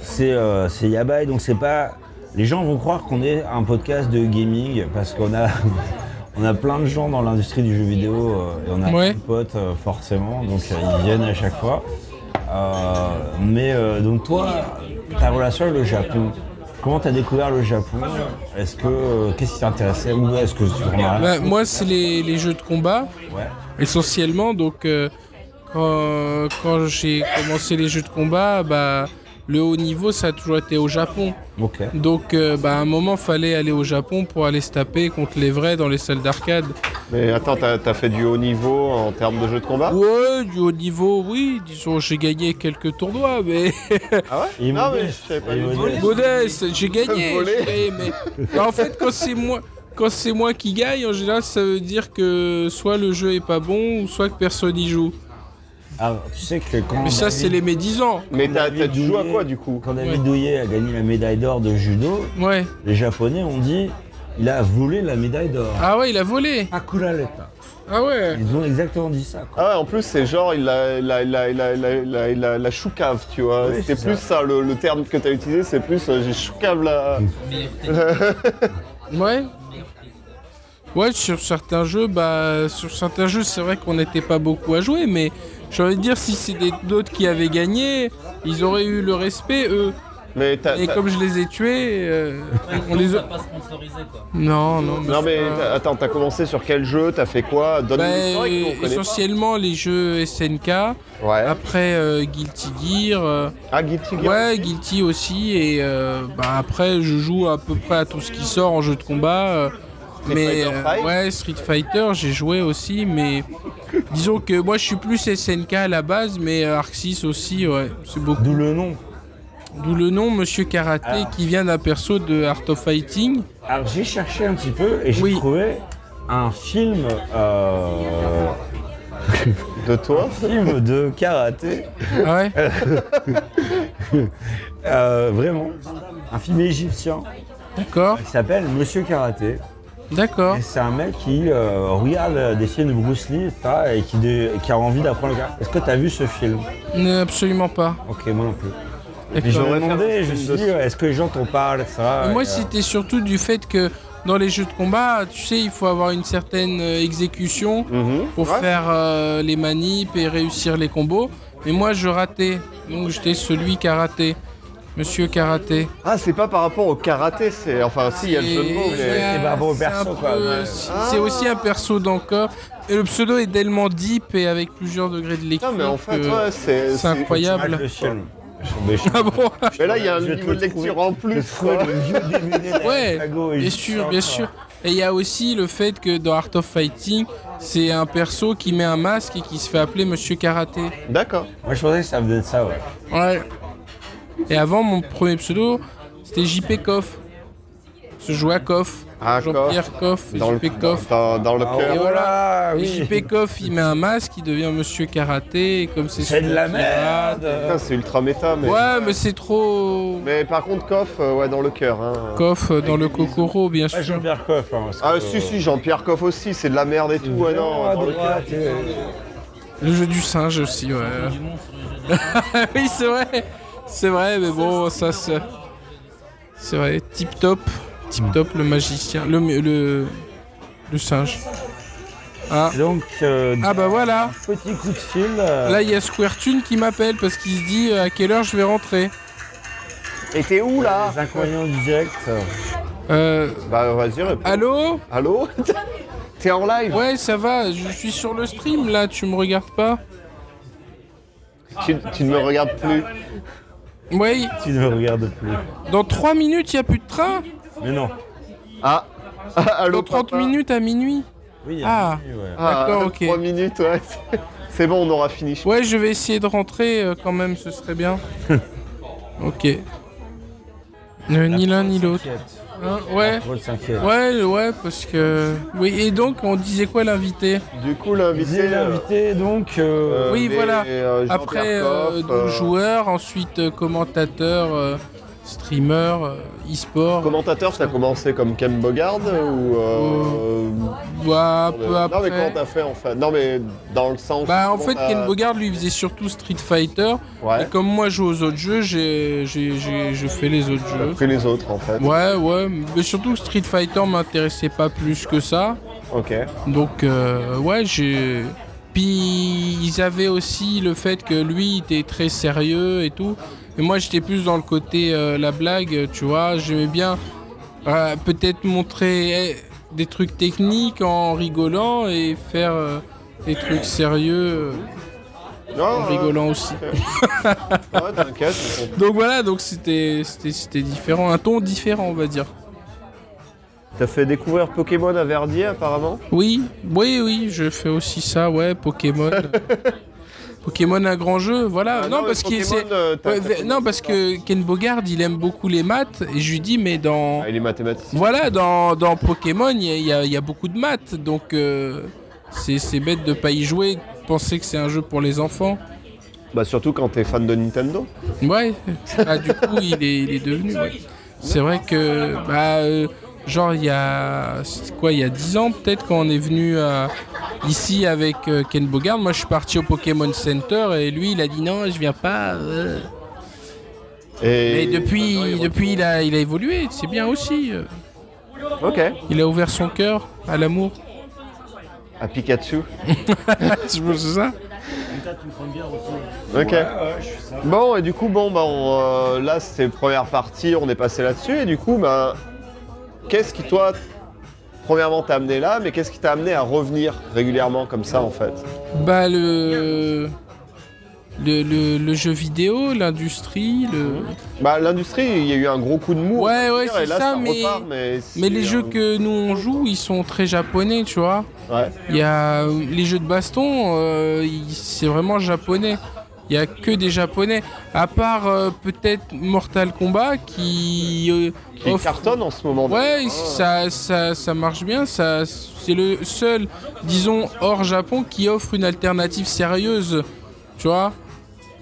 c'est euh, c'est Yabai, donc c'est pas. Les gens vont croire qu'on est un podcast de gaming parce qu'on a. On a plein de gens dans l'industrie du jeu vidéo euh, et on a
Ouais.
plein de potes euh, forcément, donc euh, ils viennent à chaque fois. Euh, mais euh, donc toi, ta relation avec le Japon, comment t'as découvert le Japon Est-ce que euh, qu'est-ce qui t'intéressait Où est-ce que tu remarques
Bah, moi, c'est les, les jeux de combat.
Ouais.
Essentiellement, donc, euh, quand, quand j'ai commencé les jeux de combat, bah, le haut niveau, ça a toujours été au Japon.
Ok.
Donc, euh, bah, à un moment, fallait aller au Japon pour aller se taper contre les vrais dans les salles d'arcade.
Mais attends, t'as, t'as fait du haut niveau en termes de jeu de combat
Ouais, du haut niveau, oui, disons, j'ai gagné quelques tournois, mais.
Ah ouais
Et
Non, mais
modeste.
je savais pas
Et
du tout.
modeste.
Modeste, j'ai gagné,
Volé.
j'ai gagné, mais. Bah, en fait, quand c'est moi. Quand c'est moi qui gagne, en général, ça veut dire que soit le jeu est pas bon, ou soit que personne y joue.
Ah, tu sais que quand.
Mais ça, c'est les médisants.
Mais Ah, t'as,
David
t'as joué à
Douillet.
quoi du coup
Quand David
Ouais.
Douillet a gagné la médaille d'or de judo,
Ouais.
les Japonais ont dit il a volé la médaille d'or.
Ah ouais, il a volé.
Akulaleta.
Ah ouais.
Ils ont exactement dit ça. quoi.
Ah ouais, en plus, c'est genre, il a la, la, la, la, la, la, la choucave, tu vois.
Oui,
c'est
c'est
plus ça, le, le terme que t'as utilisé, c'est plus euh, j'ai choucave la.
Ouais. Ouais, sur certains jeux, bah, sur certains jeux, c'est vrai qu'on n'était pas beaucoup à jouer, mais j'ai envie de dire, si c'est des- d'autres qui avaient gagné, ils auraient eu le respect, eux.
Mais t'as-
Et
t'as-
comme je les ai tués, euh, on les a.
pas sponsorisé quoi.
Non, non,
Non mais
c'est pas-
t'as- attends, t'as commencé sur quel jeu T'as fait quoi Donne
Bah,
nous l'historique, nous, on connaît
essentiellement les jeux SNK,
pas. Ouais.
après euh, Guilty Gear, euh,
Ah, Guilty Gear.
ouais Guilty aussi, et euh, bah, après je joue à peu près à tout ce qui sort en jeu de combat. euh,
Street
mais
Fighter
euh,
V.
ouais, Street Fighter, j'ai joué aussi, mais disons que moi je suis plus SNK à la base, mais euh, Arc 6 aussi, ouais, c'est beaucoup.
D'où le nom.
D'où le nom Monsieur Karaté
Alors.
qui vient d'un perso de Art of Fighting.
Alors j'ai cherché un petit peu et j'ai
Oui.
trouvé un film, euh,
De toi
film de karaté.
Ah ouais
Euh, vraiment. Un film égyptien
D'accord,
Il s'appelle Monsieur Karaté.
d'accord.
Et c'est un mec qui euh, regarde des films de Bruce Lee ça, et qui, dé- qui a envie d'apprendre le karaté. Est-ce que tu as vu ce film
Non, Absolument pas.
Ok, moi non plus. Je
D'accord.
j'aurais
me demandais,
préféré
je me suis
une
dit,
de-
est-ce que les gens t'en parlent, ça
Et moi,
et, euh,
c'était surtout du fait que dans les jeux de combat, tu sais, il faut avoir une certaine euh, exécution pour
Mhm. Ouais.
faire euh, les manips et réussir les combos. Mais moi, je ratais. Donc, j'étais celui qui a raté. Monsieur Karaté.
Ah, c'est pas par rapport au karaté, c'est. Enfin, si, il eh ben, y a le jeu de mots,
Et,
mais.
euh,
c'est par rapport au
c'est un
perso, quoi,
peu-
ouais.
c'est- C'est aussi un perso dans le corps. Et le pseudo est tellement deep et avec plusieurs degrés de lecture.
Non, mais en fait,
que-
ouais, c'est.
c'est incroyable.
le film. Je- je-
Ah bon
Mais là, il y a un
Je vais te
niveau de
le trouver.
lecture en
Je
plus.
trouvais
quoi.
le vieux DVD de
Ouais,
Chicago et
Bien
je
sûr,
sors,
bien
quoi.
sûr. Et il y a aussi le fait que dans Art of Fighting, c'est un perso qui met un masque et qui se fait appeler Monsieur Karaté.
D'accord.
Moi, je pensais que ça venait de ça, ouais.
Ouais. Et avant, mon premier pseudo, c'était JP Koff. Se jouait à Koff.
Ah,
Jean-Pierre Koff,
Dans le,
JP Koff.
dans, dans le
Ah,
cœur.
voilà,
Et
oui.
JP Koff, il met un masque, il devient Monsieur Karaté, et comme c'est
C'est de la
super pirate,
merde.
Putain, c'est ultra méta, mais.
Ouais, mais c'est trop.
Mais par contre, Koff, euh, ouais, dans le cœur. hein.
Koff euh, dans le Kokoro, bien
Pas
sûr.
Jean-Pierre Coff. Hein, parce
Ah,
que-
si, si, Jean-Pierre Koff aussi, c'est de la merde et tout. Ouais, non,
Ah,
dans le cœur.
droite, euh,
Le jeu du singe aussi, ouais. oui, c'est vrai. C'est vrai, mais bon, ça se. C'est vrai. Tip top. Tip top, le magicien. Le. Le, le singe. Ah.
Donc, euh,
ah, bah voilà.
petit coup de fil. euh,
Là, il y a Squaretune qui m'appelle parce qu'il se dit euh, à quelle heure je vais rentrer.
Et t'es où là
les inconvénients du direct.
Euh,
Bah, vas-y, réponds.
allô
Allô T'es en live
Ouais, ça va. Je suis sur le stream là. Tu me regardes pas
tu, tu ne me regardes plus.
Ouais.
Tu ne me regardes plus.
Dans 3 minutes, il n'y a plus de train.
Mais non.
Ah Allô
Dans 30
papa
minutes à minuit.
Oui, il y
Ah.
une nuit, ouais.
Ah,
D'accord, ok.
3 minutes, ouais. C'est bon, on aura fini.
Ouais, je vais essayer de rentrer euh, quand même, ce serait bien. ok. Ne- ni l'un ni l'autre. Hein, ouais.
Trop de s'inquiète.
Ouais, ouais, parce que. Oui, et donc, on disait quoi l'invité
Du coup,
Visez
l'invité. euh,
l'invité, donc. euh,
euh,
Oui,
les-
voilà.
euh, Jean-Pierre
Après,
Coff,
euh, donc,
euh,
joueur, ensuite euh, commentateur, euh, streamer, euh, e-sport.
Commentateur, ça a commencé comme Ken Bogard ou. euh,
Bah, un
euh,
peu
Non, mais comment
après.
t'as fait en fait Non, mais dans le sens.
Bah, en
comment
fait,
t'as-
Ken Bogard, lui, faisait surtout Street Fighter. Et
Ouais,
comme moi, je joue aux autres jeux, j'ai, j'ai, j'ai- je fais les autres
t'as
jeux.
pris les autres en fait.
Ouais, ouais, mais surtout que Street Fighter m'intéressait pas plus que ça.
Ok.
Donc, euh, ouais, j'ai. Puis, ils avaient aussi le fait que lui il était très sérieux et tout. Et moi, j'étais plus dans le côté euh, la blague, tu vois. J'aimais bien euh, peut-être montrer eh, des trucs techniques en rigolant et faire euh, des trucs sérieux euh, en
Non,
rigolant aussi.
Ouais, ouais, t'inquiète. c'est bon.
Donc, voilà, donc c'était, c'était, c'était différent, un ton différent, on va dire.
T'as fait découvrir Pokémon à Verdier apparemment
Oui, oui, oui, je fais aussi ça, ouais, Pokémon. Pokémon, un grand jeu, voilà.
Ah
non,
mais
parce qu'il
Pokémon,
essaie-
euh, t'as-
Ouais,
t'as
ve-
fait-
non, parce que Ken Bogard, il aime beaucoup les maths, et je lui dis, mais dans...
Ah, il est mathématicien.
Voilà, dans, dans Pokémon, il y a- il y, a- il y a beaucoup de maths, donc euh, c'est c'est bête de pas y jouer, de penser que c'est un jeu pour les enfants.
Bah, surtout quand t'es fan de Nintendo.
Ouais, ah, du coup, il est, il est devenu, ouais. C'est vrai que, bah, euh, genre, il y a, c'est quoi, il y a 10 ans, peut-être, quand on est venu euh, ici avec euh, Ken Bogard, moi, je suis parti au Pokémon Center, et lui, il a dit, non, je viens pas... euh. Mais
Et
depuis,
Maintenant, il
depuis il, a, il a évolué, c'est bien aussi. euh.
re- Ok.
Il a ouvert son cœur à l'amour.
À Pikachu.
Je pense que c'est ça.
Ok. Bon, et du coup, bon, bah, on, euh, là, c'est première partie, on est passé là-dessus. Et du coup, bah, qu'est-ce qui, toi, premièrement, t'a amené là, mais qu'est-ce qui t'a amené à revenir régulièrement comme ça, en fait
Bah le le, le, le jeu vidéo, l'industrie, le
Bah, l'industrie, il y a eu un gros coup de mou.
Ouais,
on va
ouais,
dire,
c'est
et là,
ça,
ça,
mais-
repart, mais. c'est euh,
mais les
un-
jeux que nous on joue, ils sont très japonais, tu vois.
Ouais.
Il y a euh, les jeux de baston, euh, ils- c'est vraiment japonais. Il y a que des japonais, à part euh, peut-être Mortal Kombat qui, euh,
Qui
offre-
cartonnent en ce moment.
Ouais,
d'ailleurs, hein.
ça, ça, ça marche bien. Ça, c'est le seul, disons, hors Japon qui offre une alternative sérieuse. Tu vois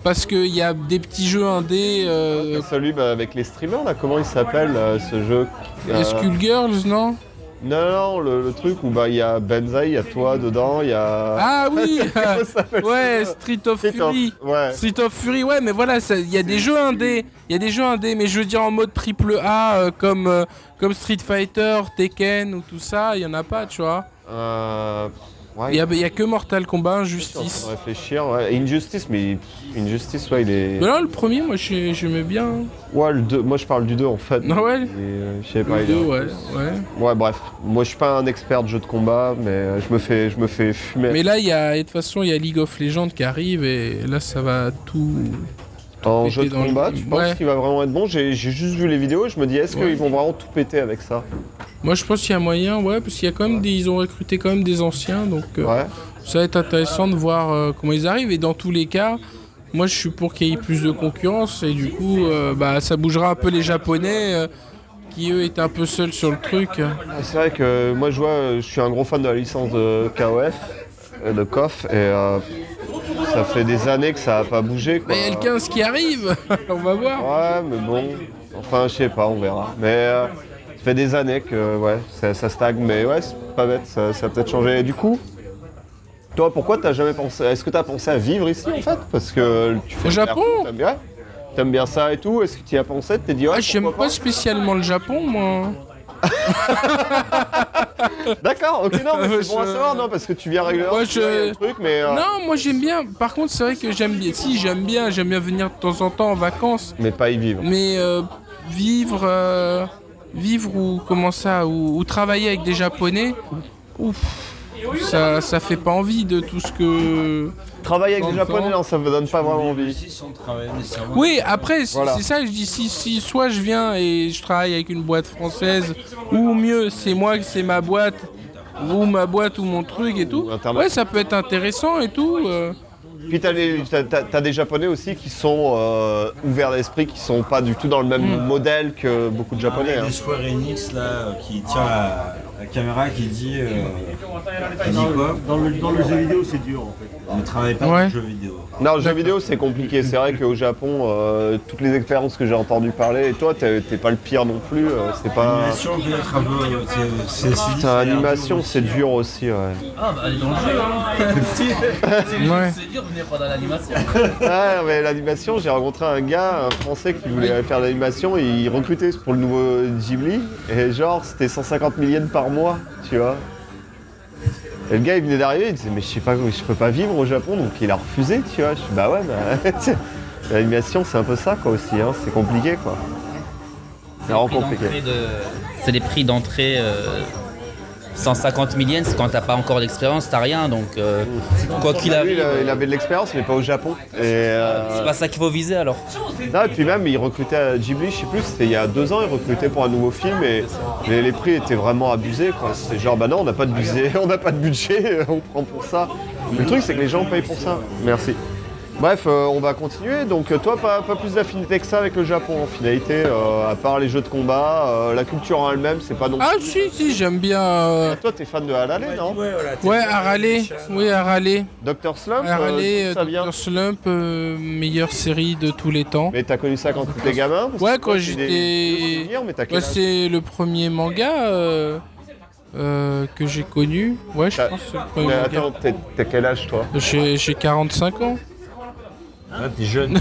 parce qu'il y a des petits jeux indés. Euh,
Celui bah, avec les streamers, là, comment il s'appelle euh, ce jeu Euh,
les Skullgirls, non
Non, non, le, le truc où bah, il y a Benzaï, il y a toi dedans, il y a.
Ah oui
Comment ça s'appelle
Ouais, Street of
C'est un-
Fury
Ouais.
Street of Fury, ouais, mais voilà, ça- il y a des jeux indés, il y a des jeux indés, mais je veux dire en mode triple A euh, comme, euh, comme Street Fighter, Tekken ou tout ça, il y en a pas, tu vois.
Euh, ouais,
Il y a, il y a que Mortal Kombat,
Je suis en train
Injustice.
de réfléchir. ouais. Et Injustice, mais pff, Injustice, ouais, il est.
Mais là, le premier, moi, j'ai- j'aimais bien. hein.
Ouais, le 2. Moi, je parle du 2 en fait.
Ah ouais
Et, euh, je sais pas.
Le
il est-
deux, ouais, ouais.
Ouais, bref. Moi, je suis pas un expert de jeux de combat, mais euh, je me fais, je me fais fumer.
Mais là, il y a, et de toute façon, il y a League of Legends qui arrive et là, ça va tout.
en
péter
jeu de
dans le-
combat, tu penses
Ouais.
qu'il va vraiment être bon J'ai j'ai juste vu les vidéos et je me dis, est-ce
Ouais.
qu'ils vont vraiment tout péter avec ça
Moi, je pense qu'il y a moyen, ouais, parce qu'il y a quand même des, ils ont recruté quand même des anciens, donc euh,
Ouais.
ça va être intéressant de voir euh, comment ils arrivent. Et dans tous les cas, moi, je suis pour qu'il y ait plus de concurrence et du coup, euh, bah, ça bougera un peu les Japonais. euh, qui eux étaient un peu seuls sur le truc.
Ah, C'est vrai que moi je vois, euh, je suis un gros fan de la licence de KOF, euh, de KOF, et euh, ça fait des années que ça n'a pas bougé. Quoi.
Mais L15 qui arrive, on va voir.
Ouais, mais bon, enfin je sais pas, on verra. Mais euh, ça fait des années que ouais, ça, ça stagne, mais ouais, c'est pas bête, ça, ça a peut-être changé. Et du coup, toi pourquoi t'as jamais pensé, est-ce que t'as pensé à vivre ici en fait Parce que tu fais.
Au Japon
T'aimes bien, t'aimes bien ça et tout, est-ce que tu y as pensé T'es dit ouais,
Ah, j'aime
pourquoi
pas spécialement le Japon, moi.
pas D'accord, ok, non, mais c'est bon à
Je-
savoir, non, parce que tu viens régulièrement,
Moi,
tu vois, il y a
je-
un truc, mais. euh,
Non, moi j'aime bien. Par contre, c'est vrai que j'aime bien. Si, j'aime bien. J'aime bien venir de temps en temps en vacances.
Mais pas y vivre.
Mais euh, vivre, euh, vivre ou comment ça, ou, ou travailler avec des Japonais, ouf, ça, ça fait pas envie de tout ce que.
Travailler avec
En
des
même
japonais,
temps,
non, ça me donne pas vraiment envie.
sans travailler nécessairement.
Oui, après, c-
Voilà.
c'est ça, je dis si, si soit je viens et je travaille avec une boîte française, ou mieux, c'est moi, c'est ma boîte, ou ma boîte, ou mon truc et tout.
Ou Internet.
Ouais, ça peut être intéressant et tout. euh.
Puis t'as, les- t'as- t'as- t'as des japonais aussi qui sont euh, ouverts d'esprit, qui sont pas du tout dans le même modèle que beaucoup de japonais.
Il y a
hein.
des Square Enix là euh, qui tient la, la caméra qui dit. euh, qui dit quoi
Dans le, dans le jeu vidéo, c'est dur en fait.
Ne travaille pas
Ouais.
dans le jeu vidéo.
Non, jeux vidéo c'est compliqué. C'est vrai qu'au Japon, euh, toutes les expériences que j'ai entendu parler, et toi t'es, t'es pas le pire non plus. euh, c'est pas.
L'animation peut être un peu. euh, c'est- C'est c'est dit,
Putain,
c'est un
animation
peu-
c'est dur aussi. Ouais.
Ah, bah, elle est dans le jeu, hein. C'est juste-
Ouais.
C'est dur de venir pendant l'animation.
Ah, mais l'animation, j'ai rencontré un gars, un français qui voulait faire de l'animation, et il recrutait pour le nouveau Ghibli, et genre, c'était 150 000 yens par mois, tu vois. Et le gars, il venait d'arriver, il disait, mais je sais pas, je peux pas vivre au Japon, donc il a refusé, tu vois. Je dis, bah ouais, bah, tu sais, l'animation, c'est un peu ça, quoi, aussi, hein, c'est compliqué, quoi. C'est vraiment
prix
compliqué.
d'entrée de- C'est les prix d'entrée. euh, 150 000 yens, quand t'as pas encore d'expérience, t'as rien. Donc, euh, quoi qu'il
Lui,
arrive,
il a- il avait de l'expérience, mais pas au Japon. Et, euh,
c'est pas ça qu'il faut viser alors.
Non, et puis même, il recrutait à Ghibli, je sais plus, c'était il y a deux ans, il recrutait pour un nouveau film et les, les prix étaient vraiment abusés. quoi. C'était genre, bah non, on n'a pas de budget, on n'a pas de budget, on prend pour ça. Mais le truc, c'est que les gens payent pour ça. Merci. Bref, euh, on va continuer. Donc, euh, toi, pas, pas plus d'affinité que ça avec le Japon en finalité, euh, à part les jeux de combat, euh, la culture en elle-même, c'est pas non
Ah, si, si, j'aime bien. euh,
Toi, t'es fan de Halale, non
Ouais, à râler, oui, à râler.
Dr. Slump, euh,
Alors, allez,
d'où
euh,
ça vient
Dr. Slump, euh, meilleure série de tous les temps.
Mais t'as connu ça quand t'étais gamin Parce que
Ouais,
toi,
quand
t'es des-
j'étais-
souvenirs, mais t'as
Ouais,
quel âge
c'est le premier manga euh, euh, que j'ai connu. Ouais, je
T'as-
pense que c'est le premier
Mais
manga.
attends, t'es- t'as quel âge, toi
J'ai j'ai 45 ans.
Ah, t'es jeune.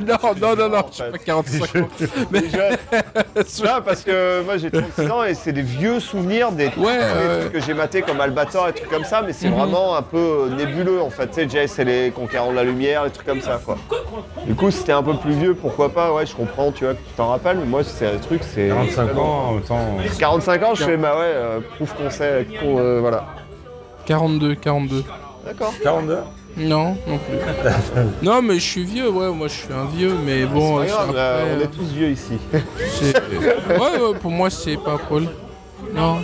non, non, non, non, j'ai
fait.
pas 45 ans.
Déjà, là, parce que moi j'ai 36 ans et c'est des vieux souvenirs des, des
euh,
trucs que j'ai maté comme Albator et trucs comme ça, mais c'est vraiment un peu euh, nébuleux en fait. Tu sais, Jess et les conquérants de la lumière, les trucs comme ça quoi. Du coup, si t'es un peu plus vieux, pourquoi pas, ouais, je comprends, tu vois, que tu t'en rappelles, mais moi c'est un truc, c'est.
45 ans,
euh,
autant.
45 ans, je fais, bah ouais, euh, prouve qu'on sait, qu'on, euh, voilà.
42, 42.
D'accord.
42
Non, non plus. non, mais je suis vieux, ouais, moi je suis un vieux, mais bon,
Pas
c'est
grave,
après,
euh, on
euh,
est tous vieux ici.
c'est- ouais, ouais, pour moi c'est pas Paul. Non.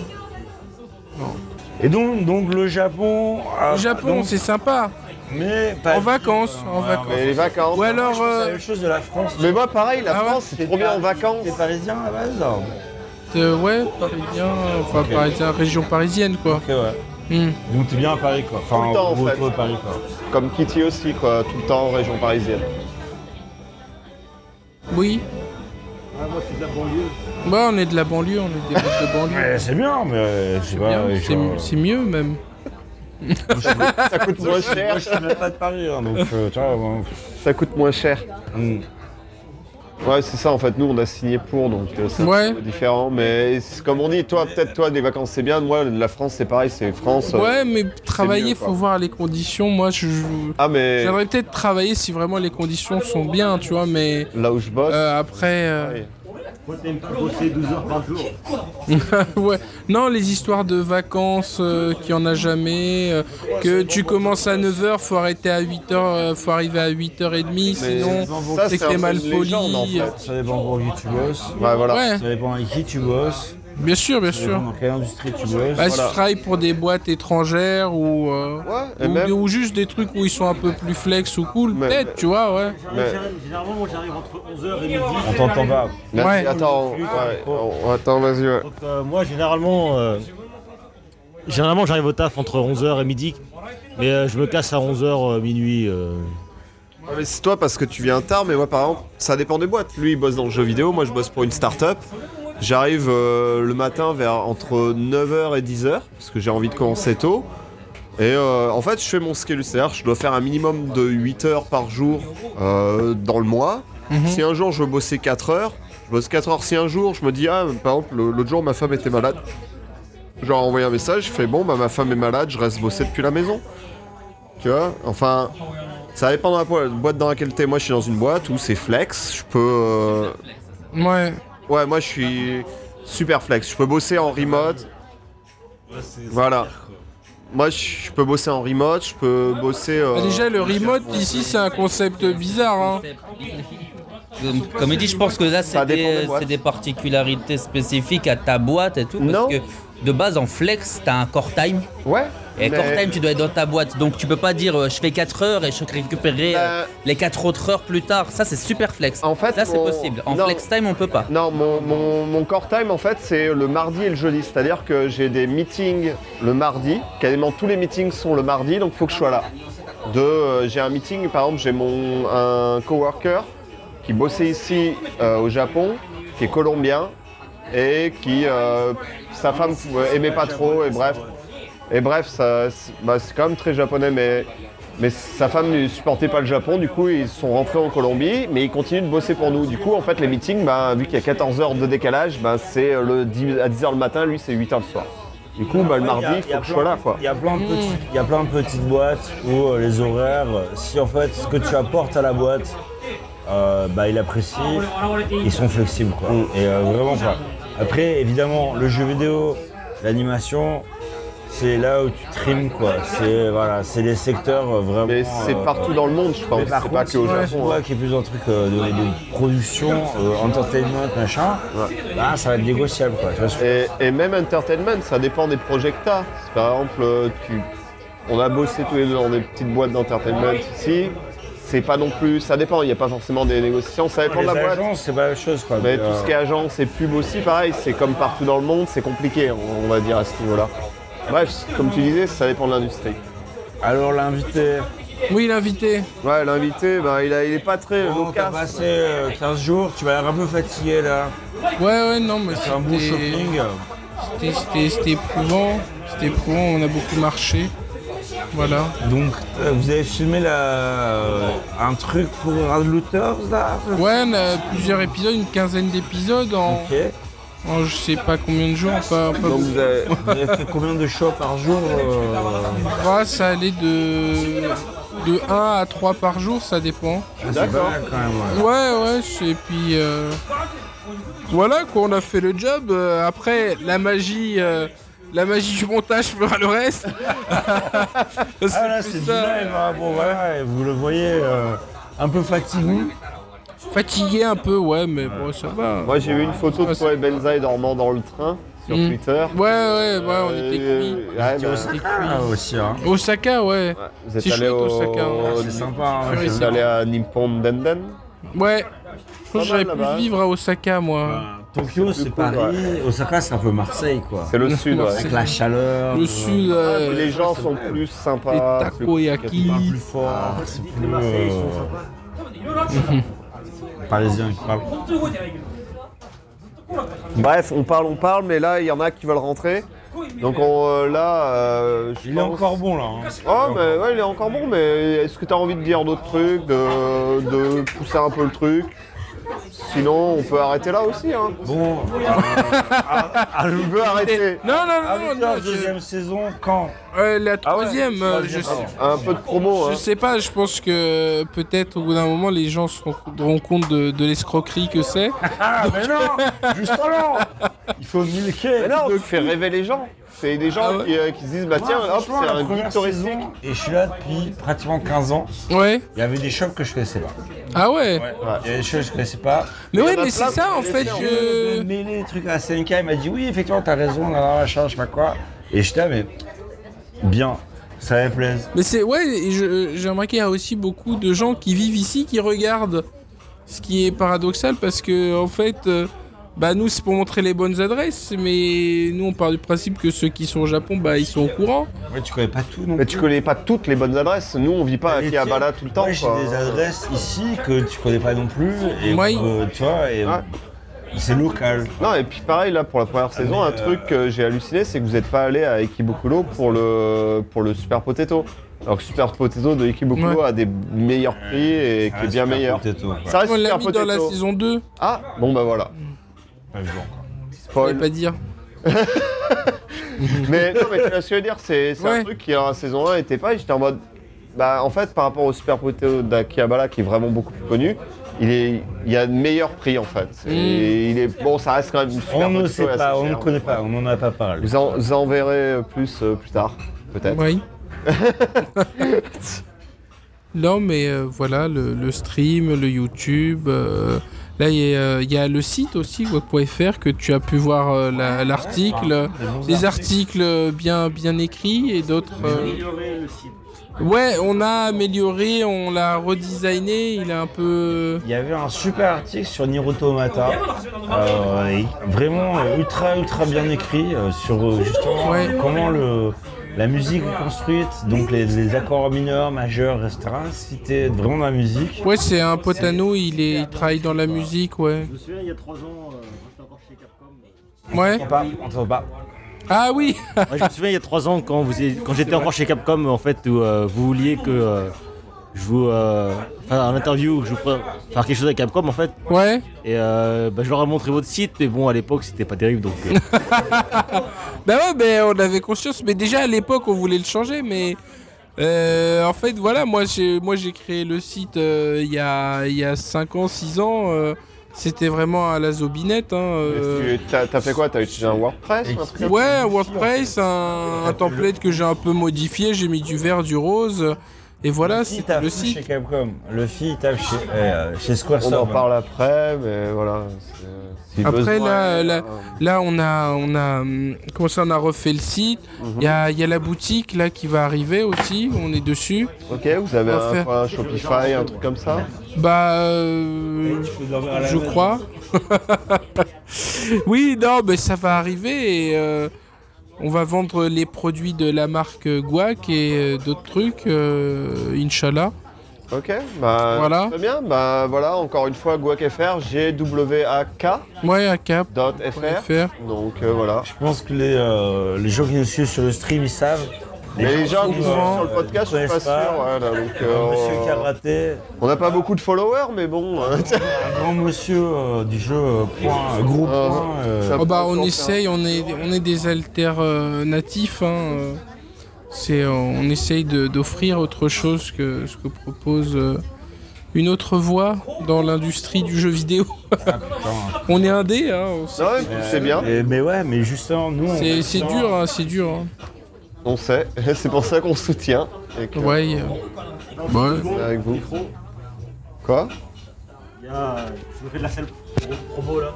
Et donc, donc le Japon. ah,
Le Japon,
donc-
c'est sympa.
Mais pas
En vacances, en
Ouais,
vacances.
Mais les vacances.
Ou
Alors,
alors.
c'est la
euh,
même chose de la France.
Mais moi pareil, la
Ah ouais
France c'est trop bien en vacances.
T'es parisien à la base non
Euh, ouais, parisien, enfin parisien, région parisienne quoi.
Ok, ouais.
Hmm.
Donc t'es bien à Paris, quoi. Enfin,
Tout le temps,
en
en
gros,
fait.
toi, à Paris, quoi.
Comme Kitty aussi quoi, tout le temps en région parisienne.
Oui.
Ah, moi, je suis de la banlieue.
Bah, on est de la banlieue, on est des mecs de banlieue.
Ouais, c'est bien, mais euh, je sais pas.
Bien,
euh,
c'est-
genre,
C'est mieux même.
Ça coûte moins
Moi,
cher.
je suis même pas de Paris, hein, donc euh, tu vois. bon,
Ça coûte moins cher.
hmm.
Ouais, c'est ça, en fait, nous, on a signé pour, donc euh, c'est un
Ouais.
petit peu différent. Mais c'est comme on dit, toi, peut-être, toi, des vacances, c'est bien. Moi, la France, c'est pareil, c'est France. euh,
Ouais, mais travailler,
mieux, quoi.
faut voir les conditions. Moi, je. je-
Ah, mais
J'aimerais peut-être travailler si vraiment les conditions sont bien, tu vois, mais
là où je bosse,
euh, après. euh,
Moi, t'aimes pas bosser 12 heures par jour.
ouais. Non, les histoires de vacances, euh, qu'il y en a jamais, euh, que tu commences à 9h, faut arrêter à 8h, faut arriver à 8h30,
mais
sinon
ça,
c'est que t'es
un
mal
peu une
poli.
légende, en fait.
Ça dépend pour qui tu bosses.
Ouais, voilà.
Ouais,
Ça dépend avec qui tu bosses.
bien sûr, bien
Ça dépend
sûr.
dans quelle industrie tu bosses.
Bah, Si
Voilà.
tu travailles pour des boîtes étrangères ou, euh,
Ouais, et
ou,
même-
ou juste des trucs où ils sont un peu plus flex ou cool,
Mais-
peut-être, tu vois, ouais.
Mais-
Généralement, Généralement, moi, j'arrive entre 11h et midi.
On t'entend pas.
Vas-y,
Ouais.
Attends, ouais, on- attends, vas-y. ouais.
Donc, euh, moi, généralement, euh, généralement, j'arrive au taf entre 11h et midi. Mais euh, je me casse à 11h, minuit. euh.
Ouais, mais c'est toi parce que tu viens tard, mais moi par exemple, ça dépend des boîtes. Lui, il bosse dans le jeu vidéo, moi je bosse pour une start-up. J'arrive euh, le matin vers entre 9h et 10h, parce que j'ai envie de commencer tôt. Et euh, en fait, je fais mon schedule, c'est-à-dire je dois faire un minimum de 8 heures par jour euh, dans le mois. Si un jour je veux bosser 4 heures, je bosse 4 heures. Si un jour je me dis, ah, par exemple, le- l'autre jour ma femme était malade, genre envoyé un message, je fais, bon, bah ma femme est malade, je reste bosser depuis la maison. Tu vois Enfin, ça dépend de la po- boîte dans laquelle t'es. Moi, je suis dans une boîte où c'est flex. Je peux. euh,
Ouais.
Ouais, moi, je suis super flex. Je peux bosser en remote. Voilà. Moi, je je peux bosser en remote. Je peux bosser. euh,
Bah, déjà, le remote ici, c'est un concept bizarre, hein.
Comme, comme il dit, je pense que là, c'est
Ça dépend des
des,
boîtes.
c'est des particularités spécifiques à ta boîte et tout. Parce
Non.
que de base, en flex, t'as un core time.
Ouais.
Et
mais-
core time, tu dois être dans ta boîte. Donc tu peux pas dire euh, je fais 4 heures et je vais récupérer euh,
Bah.
les 4 autres heures plus tard. Ça, c'est super flex.
En fait,
là, c'est
mon-
possible. En
non.
flex time, on peut pas.
Non, mon, mon, mon core time, en fait, c'est le mardi et le jeudi. C'est-à-dire que j'ai des meetings le mardi. Quasiment tous les meetings sont le mardi, donc faut que je sois là. De, euh, j'ai un meeting, par exemple, j'ai mon un coworker qui bossait ici euh, au Japon, qui est colombien et qui euh, sa femme euh, aimait pas trop et bref. Et bref, ça- c'est bah, c'est quand même très japonais, mais, mais sa femme ne supportait pas le Japon, du coup ils sont rentrés en Colombie, mais ils continuent de bosser pour nous. Du coup, en fait, les meetings, bah, vu qu'il y a 14 heures de décalage, bah, c'est le 10 à 10 heures le matin, lui c'est 8 heures le soir. Du coup, bah, le mardi, il faut que je sois là, quoi.
Il y a plein de petits- il y a plein de petites boîtes où euh, les horaires, euh, si en fait ce que tu apportes à la boîte, euh, bah ils apprécient, ils sont flexibles quoi.
Mm.
Et euh, vraiment quoi. Après évidemment le jeu vidéo, l'animation, c'est là où tu trimes quoi. C'est voilà, c'est les secteurs euh, vraiment.
Mais c'est
euh,
partout dans le monde, je pense.
mais par
C'est pas
contre,
que au
si tu
Japon.
vois
hein.
qu'il y a plus un truc euh, de, de production, euh, entertainment, machin, bah, ça va être négociable quoi. Tu vois ce que-
Et, et même entertainment, ça dépend des projets que t'as. Par exemple, euh, tu- on a bossé tous les deux dans des petites boîtes d'entertainment ici. C'est pas non plus. Ça dépend, il n'y a pas forcément des négociations, ça dépend de
les
la boîte.
agences, c'est pas la chose quoi.
Mais
Euh,
tout ce qui est agence et pub aussi, pareil, c'est comme partout dans le monde, c'est compliqué, on on va dire à ce niveau-là. Bref, comme tu disais, ça dépend de l'industrie.
Alors l'invité.
Oui, l'invité.
Ouais, l'invité, bah, il, a- il est pas très
Bon, Oh, t'as
loquace.
passé euh, 15 jours, tu vas l'air un peu fatigué là.
Ouais, ouais, non, mais
C'est un bon
c'était-
shopping.
c'était- C'était c'était éprouvant. C'était éprouvant, on a beaucoup marché. Voilà.
Donc, euh, vous avez filmé la, euh, un truc pour Grand Looters là
Ouais, on a plusieurs épisodes, une quinzaine d'épisodes en,
Ok.
en je sais pas combien de jours. Pas, pas
Donc
beaucoup.
vous avez-
Vous avez fait combien de shows par jour euh,
Ouais, ça allait de, de 1 à 3 par jour, ça dépend.
D'accord.
Quand même, ouais.
Ouais, ouais, je- et puis. euh, Voilà, quoi, on a fait le job. Euh, Après, la magie. euh, La magie du montage fera le reste. Parce que
Ah là,
plus
c'est du
ça,
live. hein. Bon, voilà, et vous le voyez euh, un peu fatigué.
Fatigué un peu, ouais, mais bon, ça va.
Moi j'ai vu une photo de
Ouais,
toi et Benzaï dormant dans le train sur
Mm.
Twitter.
Ouais, ouais, ouais, on
Euh,
était cuits.
ouais, bah,
On était
Ah,
cuits.
aussi, hein.
Osaka, ouais.
vous êtes
C'est
allé
chouette,
au...
Osaka, hein.
C'est sympa. hein.
Vous êtes allé à Nippon Denden
Ouais. Je pense
Pas mal, hein.
que j'aurais
là-bas.
pu vivre à Osaka, moi.
Ah, Tokyo,
C'est
c'est
plus cool,
Paris. Osaka, c'est un peu Marseille, quoi.
C'est le sud, ouais.
c'est-
Avec la chaleur.
Le
euh,
sud,
Ouais,
euh,
puis Les gens sont plus sympas.
les takoyaki.
Ah, plus-
plus fort. c'est plus, euh, Parisien qui parle.
Bref, on parle, on parle, mais là, il y en a qui veulent rentrer. Donc on, euh, là, euh, je
Il est
pense-
encore bon là. hein.
Oh, mais ouais, il est encore bon, mais est-ce que t'as envie de dire d'autres trucs, de, de pousser un peu le truc Sinon, on peut arrêter là aussi, hein.
Bon,
Je veux arrêter.
Eh, Non,
ah,
non, non,
putain,
non, je-
deuxième saison, quand
euh,
Ah
la troisième, euh, je,
Un peu de promo, hein.
je sais pas, je pense que peut-être au bout d'un moment les gens se rendront compte de, de l'escroquerie que c'est.
Ah, mais non Justement Il faut milquer
Mais non, tu fais rêver les gens. C'est des gens
Ah ouais.
qui, euh, qui se disent, bah
Moi,
tiens, hop,
franchement,
c'est
la
un
première
guide touristique.
saison, Et je suis là depuis pratiquement 15 ans.
Ouais.
Il y avait des shops que je connaissais pas.
Ah ouais.
Il y a des choses que je connaissais pas.
Il
Mais
y
ouais,
en a plein
mais c'est ça
pour
en
les
fait.
faire.
Je...
Il m'a mêlé les trucs à la CNK, il m'a dit oui, effectivement, t'as raison, là, là, machin, je sais pas quoi. Et j'étais là, mais bien, ça me plaise.
Mais c'est ouais, et je- j'ai remarqué qu'il y a aussi beaucoup de gens qui vivent ici qui regardent, ce qui est paradoxal parce que en fait, euh, bah nous c'est pour montrer les bonnes adresses, mais nous on part du principe que ceux qui sont au Japon, bah ils sont au courant.
Ouais, tu connais pas tout non
Mais tu connais pas toutes les bonnes adresses. Nous, on vit pas à
Et tiens,
Akihabara tout le temps,
Moi, j'ai
quoi.
des adresses ici que tu connais pas non plus. Et
Oui.
euh, tu vois, et,
Ouais.
c'est local.
Non, et puis pareil, là, pour la première saison,
mais,
un
euh,
truc que j'ai halluciné, c'est que vous n'êtes pas allé à Ikibukulo pour le, pour le Super Potato. Alors que Super Potato de Ikibukulo
Ouais.
a des meilleurs prix et
Ah,
qui est bien meilleur. Ça reste
On l'a
Ah, Super
mis dans la
Potato.
saison 2,
Ah, bon bah voilà.
fallait
Spoil.
pas dire.
Mais non, mais tu vois ce que je veux dire, c'est c'est un
Ouais.
truc qui en saison 1 était pas, et j'étais en mode. Bah en fait, par rapport au Super Potato d'Akihabara qui est vraiment beaucoup plus connu, il, est, il y a de meilleurs prix en fait.
Mm.
Et il est, bon, ça reste quand même une Super
On ne
Potato
sait
assez
pas, on ne
cher.
connaît pas, on n'en a pas parlé.
Vous en, vous en verrez plus euh, plus tard, peut-être.
Oui. non, mais euh, voilà, le, le stream, le YouTube. euh, là, il y, a, euh, il y a le site aussi, web.fr, que tu as pu voir euh, la- l'article. des articles bien, bien écrits et d'autres. euh, Ouais, on a amélioré, on l'a redesigné, il est un peu.
Il y avait un super article sur Nier Automata, euh, et vraiment euh, ultra ultra bien écrit euh, sur euh, justement
Ouais.
comment le, la musique est construite, donc les, les accords mineurs, majeurs, etc. Si t'es vraiment dans la musique,
Ouais, c'est un pote à nous, il, est, il travaille dans la musique, ouais.
Je me souviens, il y a 3 ans, euh, quand j'étais encore chez Capcom.
Ouais.
on pas, on t'entend pas.
Ah oui
Moi, je me souviens, il y a 3 ans, quand, vous étiez- quand j'étais encore chez Capcom, en fait, où euh, vous vouliez que euh, je vous. euh, Enfin, en interview, que je vous prenne- faire quelque chose avec Capcom, en fait.
Ouais
Et euh, bah, je leur ai montré votre site, mais bon, à l'époque, c'était pas terrible, donc. euh,
Bah ouais, mais on avait conscience. Mais déjà à l'époque, on voulait le changer. Mais euh, en fait, voilà, moi j'ai moi j'ai créé le site euh, il y a il y a 5 ans, 6 ans. euh, C'était vraiment à la zobinette. Hein, euh.
Tu- T'as t'as fait quoi T'as utilisé un WordPress ou un truc comme ça
Ouais, un WordPress, un, un template que j'ai un peu modifié. J'ai mis du vert, du rose. Et voilà,
si
c'était
tape
le
chez
site.
Capcom, le fille tape chez, euh, chez
On en
Squaresoft.
parle après, mais voilà. c'est- si
Après,
besoin,
là,
euh,
là-
euh,
Là, on a, on a, hum, comment ça, on a refait le site. Il y, a, il y a la boutique là qui va arriver aussi. On est dessus.
Ok, vous avez
on
un,
va faire-
quoi, un Shopify, un truc comme ça
Bah, euh, je crois. oui, non, mais ça va arriver et euh, on va vendre les produits de la marque Guac et euh, d'autres trucs, euh, Inch'Allah.
Ok, bah.
Voilà.
Très bien, bah voilà, encore une fois, GuacFR, G-W-A-K.fr.
Ouais, à cap. .fr.
Donc euh, voilà.
Je pense que les, euh, les gens qui nous suivent sur le stream, ils savent.
Mais les gens qui
trouvent,
sont sur le
euh,
podcast, je
ils
suis
connaissent
pas
pas.
sûr. voilà, donc, euh,
Monsieur Karaté,
on n'a pas beaucoup de followers, mais bon. hein, tiens,
un grand monsieur euh, du jeu euh, point, euh, gros
Euh,
point. euh,
ça
Oh bah,
prend
on
encore-
essaye, on est, on est des alternatifs. Hein, euh, c'est, euh, on essaye de- d'offrir autre chose que ce que propose euh, une autre voie dans l'industrie du jeu vidéo.
putain.
On est indé, hein, on sait.
Non, ouais, c'est bien,
Et- mais ouais, mais justement, nous. on-
C'est, c'est dur, hein, c'est dur. hein.
on sait. c'est pour ça qu'on soutient. et que-
Ouais. euh, ouais.
on est avec vous. Quoi
Il y a, euh, je me fais de la salle promo là.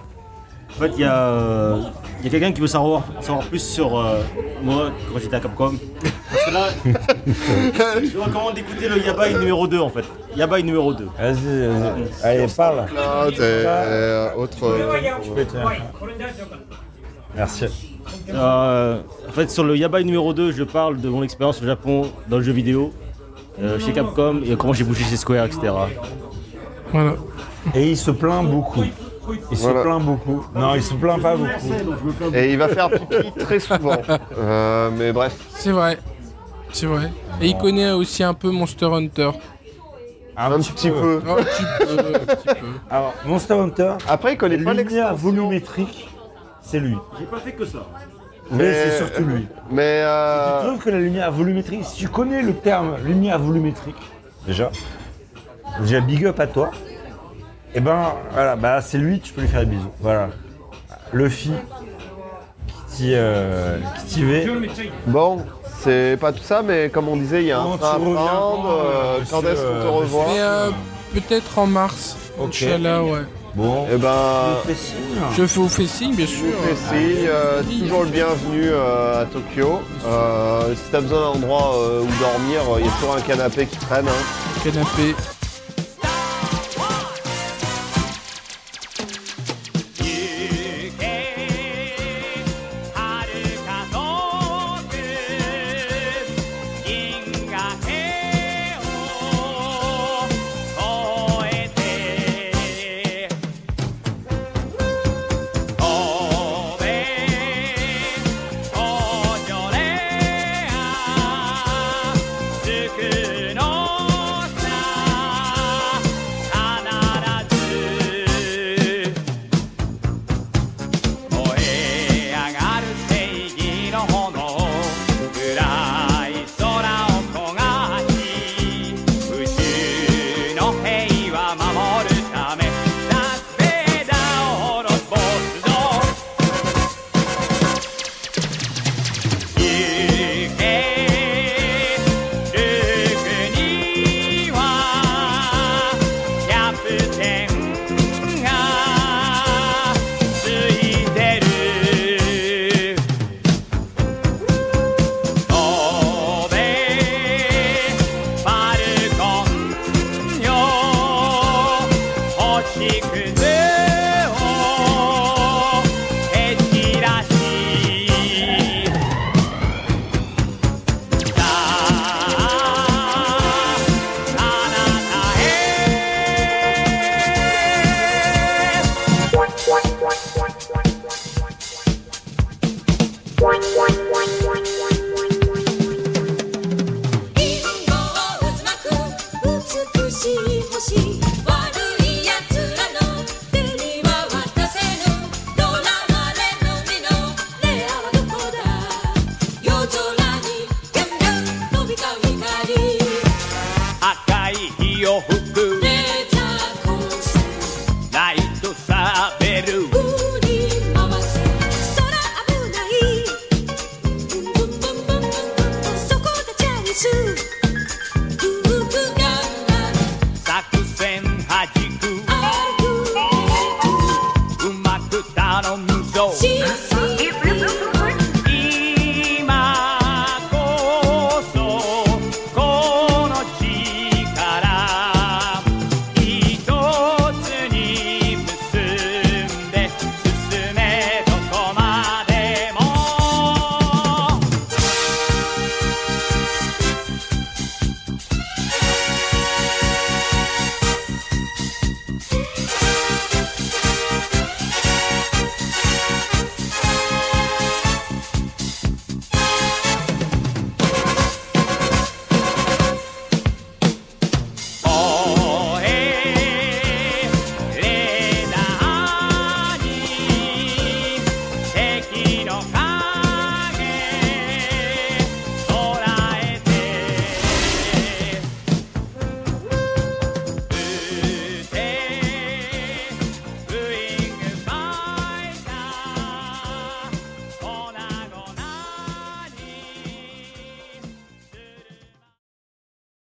En fait, il y a, euh, il y a quelqu'un qui veut savoir, savoir plus sur euh, moi quand j'étais à Capcom. Parce que là, je vous recommande d'écouter le Yabai numéro 2 en fait. Yabai numéro 2.
Vas-y, vas-y. Allez, parle.
Là, t'es euh, autre.
Merci.
Euh, en fait, sur le Yabai numéro 2, je parle de mon expérience au Japon dans le jeu vidéo, euh, chez Capcom et comment j'ai bougé chez Square, etc.
Voilà.
Et il se plaint beaucoup. Il
Voilà.
se plaint beaucoup. Non, il se plaint pas beaucoup.
Et il va faire pipi très souvent. Euh, mais bref.
C'est vrai. C'est vrai. Et il connaît aussi un peu Monster Hunter. Oh,
Un,
Un petit peu.
Un petit peu, un petit peu.
Alors, Monster Hunter,
Après, il connaît
lumière
pas l'extension.
volumétrique, c'est lui.
J'ai pas fait que ça.
Mais, c'est surtout lui.
Mais
Tu
euh,
trouves que la lumière volumétrique, si tu connais le terme lumière volumétrique, déjà, déjà big up à toi, et ben voilà, bah c'est lui, tu peux lui faire des bisous. Voilà. Luffy, qui euh, qui t'y va.
bon, c'est pas tout ça, mais comme on disait, il y a un
Quand
train à
tu reviens,
prendre. euh,
monsieur,
Quand est-ce qu'on te
euh,
revoit
Mais euh, peut-être en mars.
Ok.
Inch'Allah, ouais.
Bon.
Eh ben,
Il fait signe.
Je vous fais signe, bien sûr.
Merci, euh, t'es toujours le bienvenu euh, à Tokyo. Euh, si t'as besoin d'un endroit euh, où dormir, il y a toujours un canapé qui traîne. hein.
Canapé.
「美しい星笑